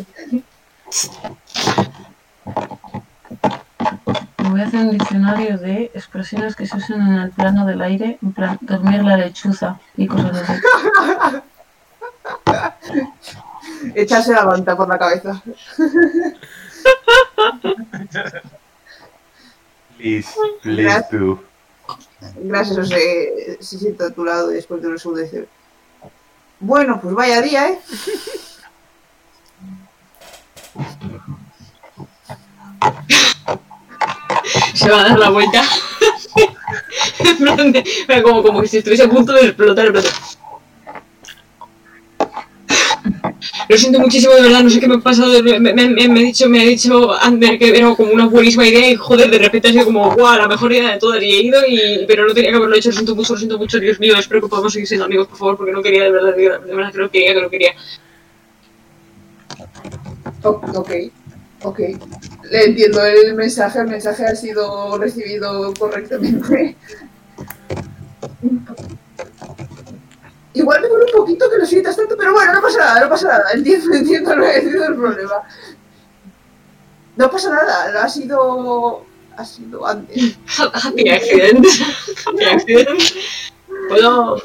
Speaker 12: Voy a hacer un diccionario de expresiones que se usan en el plano del aire, en plan dormir la lechuza y cosas así.
Speaker 3: Echarse la manta por la cabeza.
Speaker 6: Please, please do.
Speaker 3: Gracias, José. Se sienta a tu lado y después de un segundo dice: Bueno, pues vaya día, ¿eh?
Speaker 1: Se va a dar la vuelta. En plan de- mira, como, como si estuviese a punto de explotar. en plan de- Lo siento muchísimo, de verdad, no sé qué me ha pasado. Me, me- me- me ha dicho, me ha dicho Ander que era como una buenísima idea y joder, de repente ha sido como, guau, la mejor idea de todas y he ido, y, pero no tenía que haberlo hecho, lo siento mucho, lo siento mucho, Dios mío, espero que podamos seguir siendo amigos, por favor, porque no quería, de verdad, de verdad, de verdad que no quería, que no quería.
Speaker 14: O- ok, ok. Le entiendo el mensaje, el mensaje ha sido recibido correctamente. Igual me duele un poquito que lo sientas tanto, pero bueno, no pasa nada, no pasa nada. Entiendo, entiendo, lo- entiendo el problema. No pasa nada, ha sido. Ha sido antes.
Speaker 1: Happy accident. Happy accident. Puedo.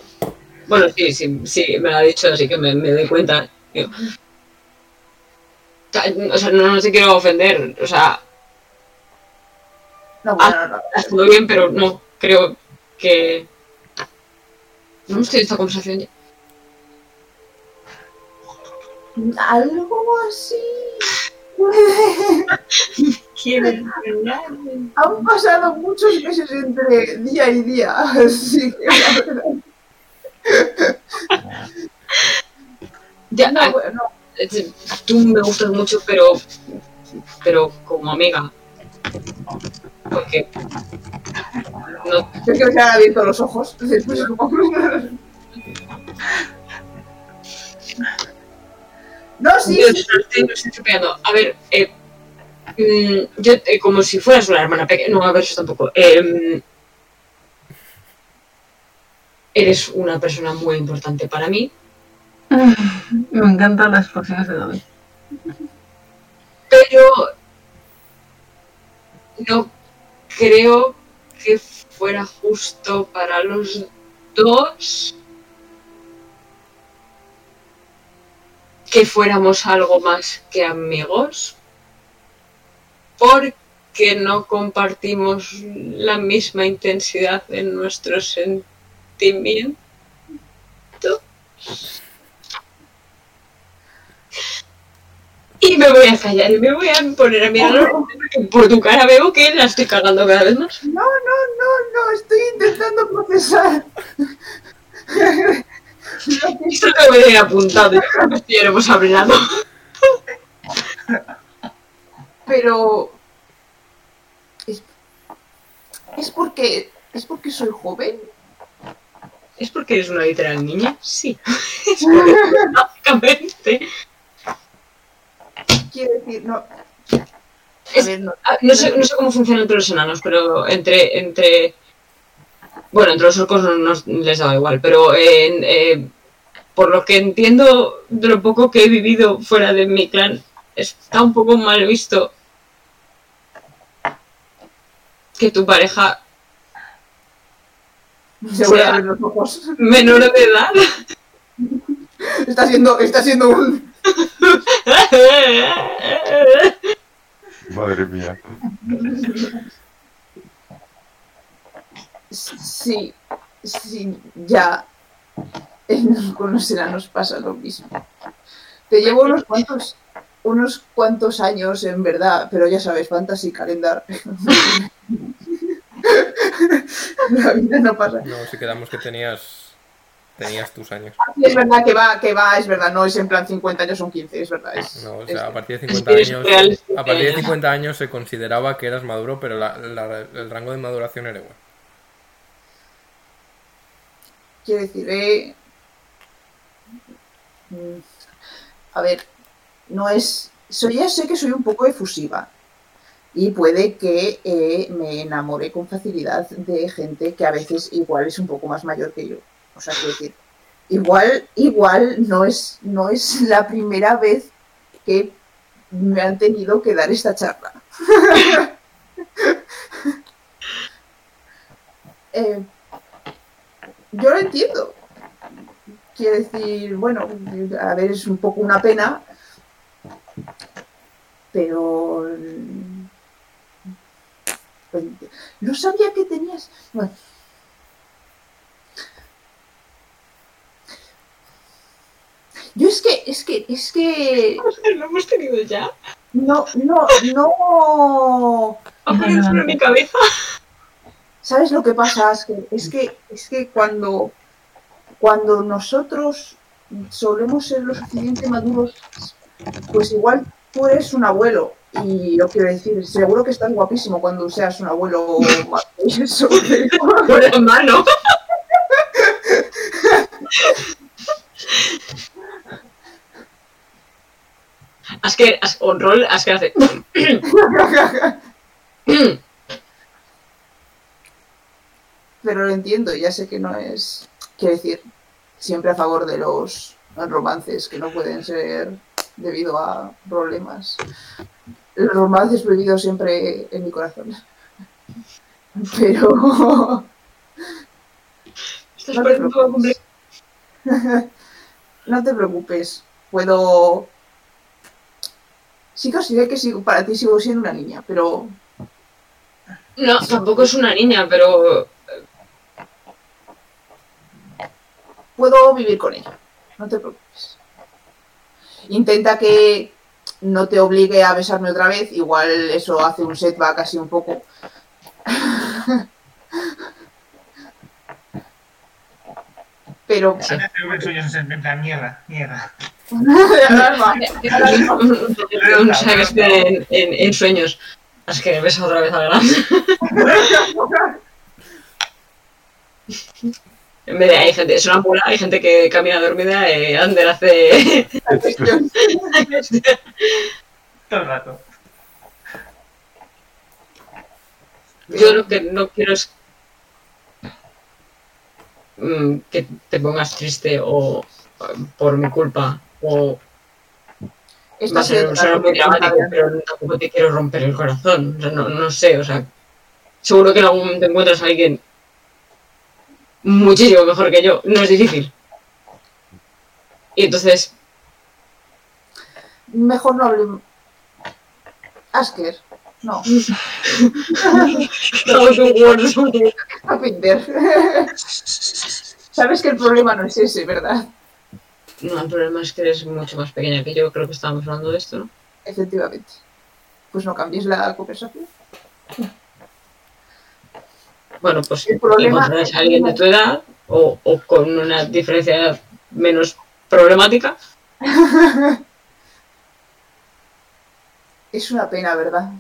Speaker 1: Bueno, sí, sí, sí, me lo ha dicho, así que me, me doy cuenta. Digo, "Ta- O sea, no, no te quiero ofender, o sea,
Speaker 3: No, bueno, no.
Speaker 1: has estado bien, pero no, creo que. No hemos tenido esta conversación ya.
Speaker 3: Ah. Algo así.
Speaker 1: ¿Quién?
Speaker 3: Han pasado muchos meses entre día y día, así que la verdad.
Speaker 1: Ya,
Speaker 3: No,
Speaker 1: ah,
Speaker 3: bueno,
Speaker 1: eh, tú me gustas mucho, pero. Pero como amiga. Porque. No
Speaker 3: yo creo que se han abierto los ojos. pues, Después es como... No, sí,
Speaker 1: Yo te lo estoy- lo estoy estropeando. A ver, eh, mm, yo eh, como si fueras una hermana pequeña. No, a ver, eso tampoco. Em, eres una persona muy importante para mí,
Speaker 12: Me encantan las expresiones de David.
Speaker 1: pero no creo que fuera justo para los dos que fuéramos algo más que amigos porque no compartimos la misma intensidad en nuestros sentimientos. Y me voy a callar y me voy a poner a mirar porque por tu cara veo que la estoy cagando cada vez más.
Speaker 3: no, no, no, no, estoy intentando procesar.
Speaker 1: Esto lo voy a ir apuntado, yo creo que esto ya lo hemos hablado.
Speaker 3: Pero es, es porque es porque soy joven.
Speaker 1: ¿Es porque eres una literal niña? Sí. Es porque, básicamente.
Speaker 3: Quiero decir, no. a
Speaker 1: Es-
Speaker 3: ver, no.
Speaker 1: Ah, No sé, no sé cómo funciona entre los enanos, pero entre. entre bueno, entre los orcos no, nos- les daba igual, pero en, eh, por lo que entiendo de lo poco que he vivido fuera de mi clan, está un poco mal visto que tu pareja
Speaker 3: Se vuelve a abrir los ojos.
Speaker 1: menor de edad
Speaker 3: Está siendo, está siendo un.
Speaker 6: Madre mía.
Speaker 3: Sí, sí, ya. Eh, En- Con los enanos pasa lo mismo. Te llevo unos cuantos. unos cuantos años, en verdad, pero ya sabes, fantasy calendar. La vida no pasa.
Speaker 2: No, si quedamos que tenías. Tenías tus años.
Speaker 3: Sí, es verdad que va, que va, es verdad, no es en plan 50 años son 15, es verdad. es-
Speaker 2: No, o
Speaker 3: es-
Speaker 2: sea, a partir de 50
Speaker 1: eres
Speaker 2: años.
Speaker 1: real,
Speaker 2: A partir de 50 años se consideraba que eras maduro, pero la- la- el rango de maduración era igual.
Speaker 3: Quiero decir, eh, mm, a ver, no es. Soy, ya sé que soy un poco efusiva y puede que eh, me enamore con facilidad de gente que a veces igual es un poco más mayor que yo. O sea, quiero decir, igual, igual no es, no es la primera vez que me han tenido que dar esta charla. Eh, yo lo entiendo. Quiero decir, bueno, a ver, es un poco una pena, pero pues, no sabía que tenías. Bueno. Yo es que, es que, es que
Speaker 1: Lo hemos tenido ya.
Speaker 3: no, no, no.
Speaker 1: Aparece en mi cabeza.
Speaker 3: ¿Sabes lo que pasa? Es que, es que, es que cuando, cuando nosotros solemos ser lo suficiente maduros, pues igual tú eres un abuelo. Y yo quiero decir, seguro que estás guapísimo cuando seas un abuelo. maduro, eso te digo.
Speaker 1: Por hermano. Es que, as- on roll, es que hace.
Speaker 3: Pero lo entiendo, ya sé que no es. Quiero decir, siempre a favor de los romances que no pueden ser debido a problemas. Los romances prohibidos siempre en mi corazón. Pero.
Speaker 1: Estás poniendo un poco complicado.
Speaker 3: No te preocupes, puedo. Sí, considero que sigo, para ti sigo siendo una niña, pero
Speaker 1: No, tampoco es una niña, pero.
Speaker 3: puedo vivir con ella. No te preocupes. Intenta que no te obligue a besarme otra vez, igual eso hace un setback así un poco. Pero.
Speaker 4: Yo soy en plan mierda, mierda.
Speaker 3: Alarma.
Speaker 1: Un sabes que en, en, en sueños. Es que ves otra vez a gran. En vez de, hay gente, es una bola, hay gente que camina dormida, eh, Ander hace.
Speaker 4: Todo el rato.
Speaker 1: Yo lo que no quiero es mm, que te pongas triste o eh, por mi culpa o
Speaker 3: Esto
Speaker 1: va
Speaker 3: ha
Speaker 1: a ser
Speaker 3: sido
Speaker 1: un suena muy
Speaker 3: totalmente
Speaker 1: dramático, pero tampoco te quiero romper el corazón. O sea, no, no sé, o sea, seguro que en algún momento encuentras a alguien muchísimo mejor que yo. No es difícil. Y entonces,
Speaker 3: Mejor no hablemos. Asker, no. Carpenter. Sabes que el problema no es ese, ¿verdad?
Speaker 1: no, el problema es que eres mucho más pequeña que yo. Creo que estábamos hablando de esto, ¿no?
Speaker 3: Efectivamente. Pues no cambies la conversación.
Speaker 1: Bueno, pues
Speaker 3: El problema-
Speaker 1: encontrarás a alguien de tu edad o, o con una diferencia de edad menos problemática.
Speaker 3: Es una pena, ¿verdad?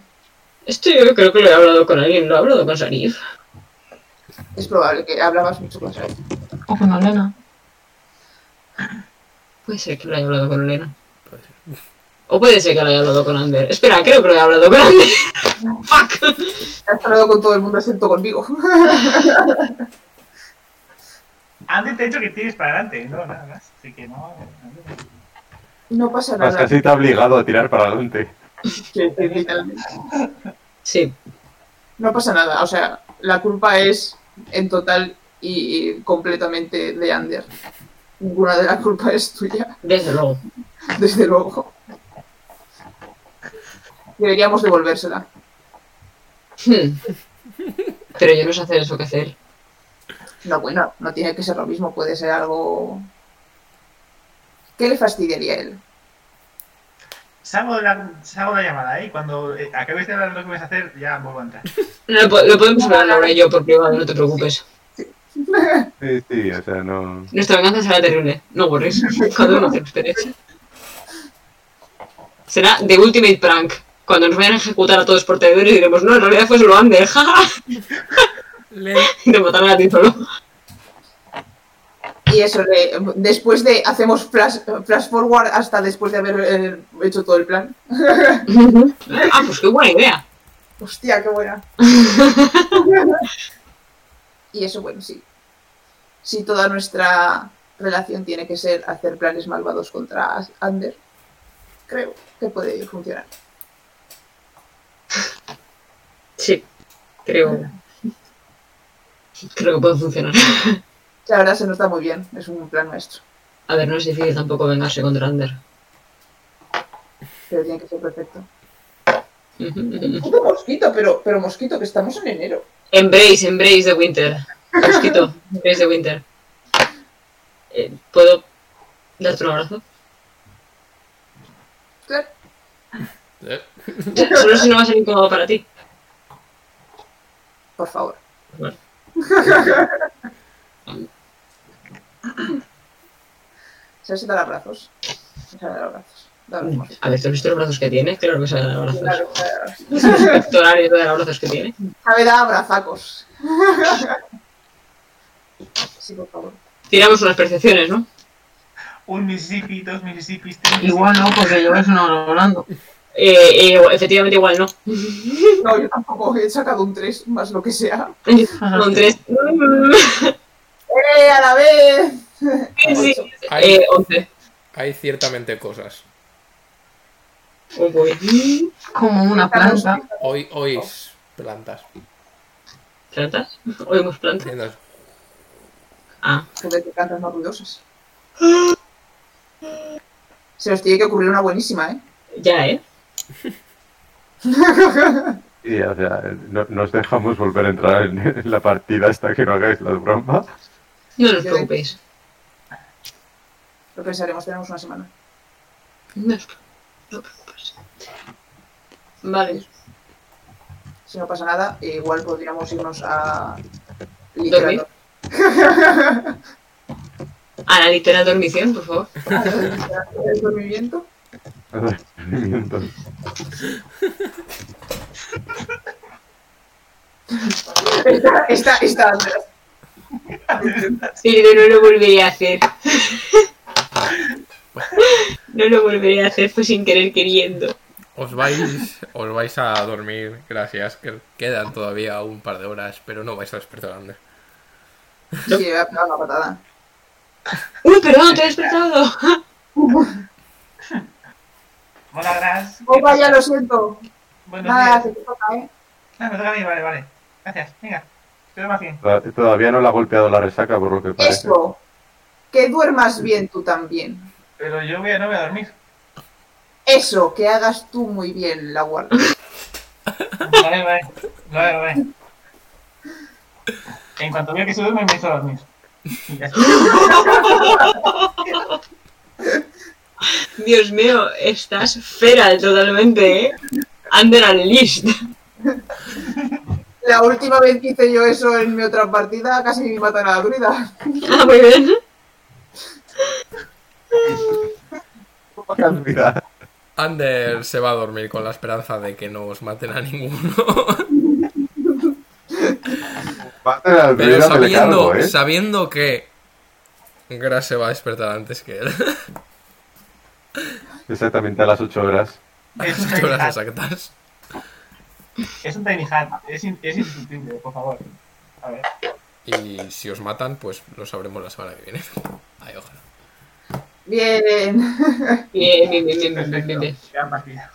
Speaker 1: Esto yo creo que lo he hablado con alguien, lo he hablado con Sarif.
Speaker 3: Es probable que hablabas mucho con él.
Speaker 12: O con Olena.
Speaker 1: Puede ser que lo haya hablado con Elena. O puede ser que lo haya hablado con Ander. Espera, creo que lo he hablado con Ander. ¡Fuck!
Speaker 3: Has hablado con todo el mundo excepto conmigo.
Speaker 4: Antes te he dicho que tires para adelante, no, nada más. Así que no.
Speaker 3: No pasa
Speaker 6: Más
Speaker 3: nada.
Speaker 6: casi te ha obligado a tirar para adelante.
Speaker 3: quiero decir, literalmente.
Speaker 1: Sí,
Speaker 3: No pasa nada. O sea, la culpa es en total y y completamente de Ander. Ninguna de las culpas es tuya,
Speaker 1: desde luego.
Speaker 3: desde luego. Deberíamos devolvérsela.
Speaker 1: Hmm. Pero yo no sé hacer eso que hacer.
Speaker 3: No, bueno, no tiene que ser lo mismo, puede ser algo. ¿Qué le fastidiaría a él?
Speaker 7: Salgo de la, salgo de la llamada, ¿eh? Y Cuando eh, acabéis de hablar de lo que vais a hacer, ya vuelvo a entrar.
Speaker 1: No, lo, po- lo podemos hablar ahora yo por privado, no te preocupes.
Speaker 6: Sí, sí, o sea, no.
Speaker 1: Nuestra venganza será terrible, no worries. Cada uno hace lo que merece. Será The Ultimate Prank. Cuando nos vayan a ejecutar a todos por traidores y diremos, no, en realidad fue solo Ander, jaja.
Speaker 2: Le-
Speaker 1: Y te mataron a ti solo.
Speaker 3: Y eso, de- después de. Hacemos flash, flash forward hasta después de haber eh, hecho todo el plan.
Speaker 1: Ah, pues qué buena idea.
Speaker 3: Hostia, qué buena. y eso, bueno, sí. Si toda nuestra relación tiene que ser hacer planes malvados contra Ander, creo que puede funcionar.
Speaker 1: Sí, creo. Creo que puede funcionar.
Speaker 3: La verdad se nos da muy bien, es un plan nuestro,
Speaker 1: A ver, no es difícil tampoco vengarse contra Ander.
Speaker 3: pero tiene que ser perfecto.
Speaker 1: Ujú, ujú, ujú.
Speaker 3: Puto mosquito, pero, pero mosquito, que estamos en enero.
Speaker 1: Embrace, embrace the winter. Mosquito, embrace the winter. Eh, ¿Puedo darte un abrazo?
Speaker 3: Claro.
Speaker 2: le-
Speaker 1: Solo si no va a ser incómodo para ti.
Speaker 3: Por favor.
Speaker 1: Vale.
Speaker 3: Se hace dar abrazos. Se hace dar abrazos. Dar abrazos.
Speaker 1: A ver, ¿tú has visto los brazos que tiene? Claro que sabe dar abrazos.
Speaker 3: Claro, claro.
Speaker 1: Es pectoral y de los brazos que tiene.
Speaker 3: Sabe dar abrazacos. Sí, por favor.
Speaker 1: Tiramos unas percepciones, ¿no?
Speaker 7: Un Mississippi, dos Mississippis, tres Mississippis.
Speaker 12: Igual no, porque lleváis una hora hablando.
Speaker 1: Eh, eh, efectivamente, igual no.
Speaker 3: No, yo tampoco he sacado un 3, más lo que sea.
Speaker 1: Con tres.
Speaker 3: ¡Eh, a la vez!
Speaker 1: Sí,
Speaker 3: Ocho.
Speaker 2: Hay,
Speaker 1: Eh, once.
Speaker 2: hay ciertamente cosas.
Speaker 1: Un poquito.
Speaker 12: Como una planta.
Speaker 2: Hoy, hoy es plantas.
Speaker 1: ¿Plantas? ¿Oímos plantas?
Speaker 2: Haciendo-
Speaker 1: Ah,
Speaker 3: Joder, qué plantas más ruidosas. Se nos tiene que ocurrir una buenísima, ¿eh?
Speaker 1: ya, ¿eh?
Speaker 6: Sí, o sea, no, nos dejamos volver a entrar en, en la partida hasta que no hagáis las bromas.
Speaker 1: No os preocupéis.
Speaker 3: Lo pensaremos, tenemos una semana.
Speaker 1: No os no os preocupéis. Vale.
Speaker 3: Si no pasa nada, e igual podríamos irnos a...
Speaker 1: ¿Dormir? A la literal dormición, por favor.
Speaker 3: Ah, ¿El dormimiento?
Speaker 6: Entonces,
Speaker 3: Está, está, está.
Speaker 1: Sí, no, no lo volvería a hacer. No lo volvería a hacer, fue sin querer queriendo.
Speaker 2: Os vais, os vais a dormir, gracias. Que quedan todavía un par de horas, pero no vais a despertar antes.
Speaker 3: Sí, me ha pegado una patada.
Speaker 1: ¡Uy, perdón, te he despertado!
Speaker 7: Hola, Gras.
Speaker 3: Oh, vaya, lo siento.
Speaker 7: Buenos
Speaker 3: Nada,
Speaker 7: días.
Speaker 3: que te toca, ¿eh?
Speaker 7: Ah, me toca a mí, vale, vale. Gracias, venga. Te doy más bien.
Speaker 6: to- Todavía no la ha golpeado la resaca, por lo que parece.
Speaker 3: Eso. Que duermas bien tú también.
Speaker 7: Pero yo voy a, no voy a dormir.
Speaker 3: Eso, que hagas tú muy bien la guardia.
Speaker 7: Vale, vale. Vale, vale. En cuanto veo que se duerme, me hizo dormir. Y ya está.
Speaker 1: Dios mío, estás feral totalmente, ¿eh? Under and list.
Speaker 3: La última vez que hice yo eso en mi otra partida, casi me matan a la druida.
Speaker 1: Ah, muy bien.
Speaker 6: Mira,
Speaker 2: Ander se va a dormir con la esperanza de que no os maten a ninguno.
Speaker 6: maten al
Speaker 2: Pero
Speaker 6: druida, me le
Speaker 2: sabiendo,
Speaker 6: cargo, ¿eh?
Speaker 2: sabiendo que Gras se va a despertar antes que él.
Speaker 6: Exactamente a las 8 horas.
Speaker 7: Es un
Speaker 2: Ocho
Speaker 7: tiny
Speaker 2: horas
Speaker 7: hat.
Speaker 2: exactas.
Speaker 7: Es un tiny hat. Es, in- es indestructible, por favor. A ver.
Speaker 2: Y si os matan, pues lo sabremos la semana que viene. Ay, ojalá.
Speaker 3: Bien.
Speaker 1: Bien, bien, bien, bien, bien, bien, bien.
Speaker 7: Perfecto. Gran partida.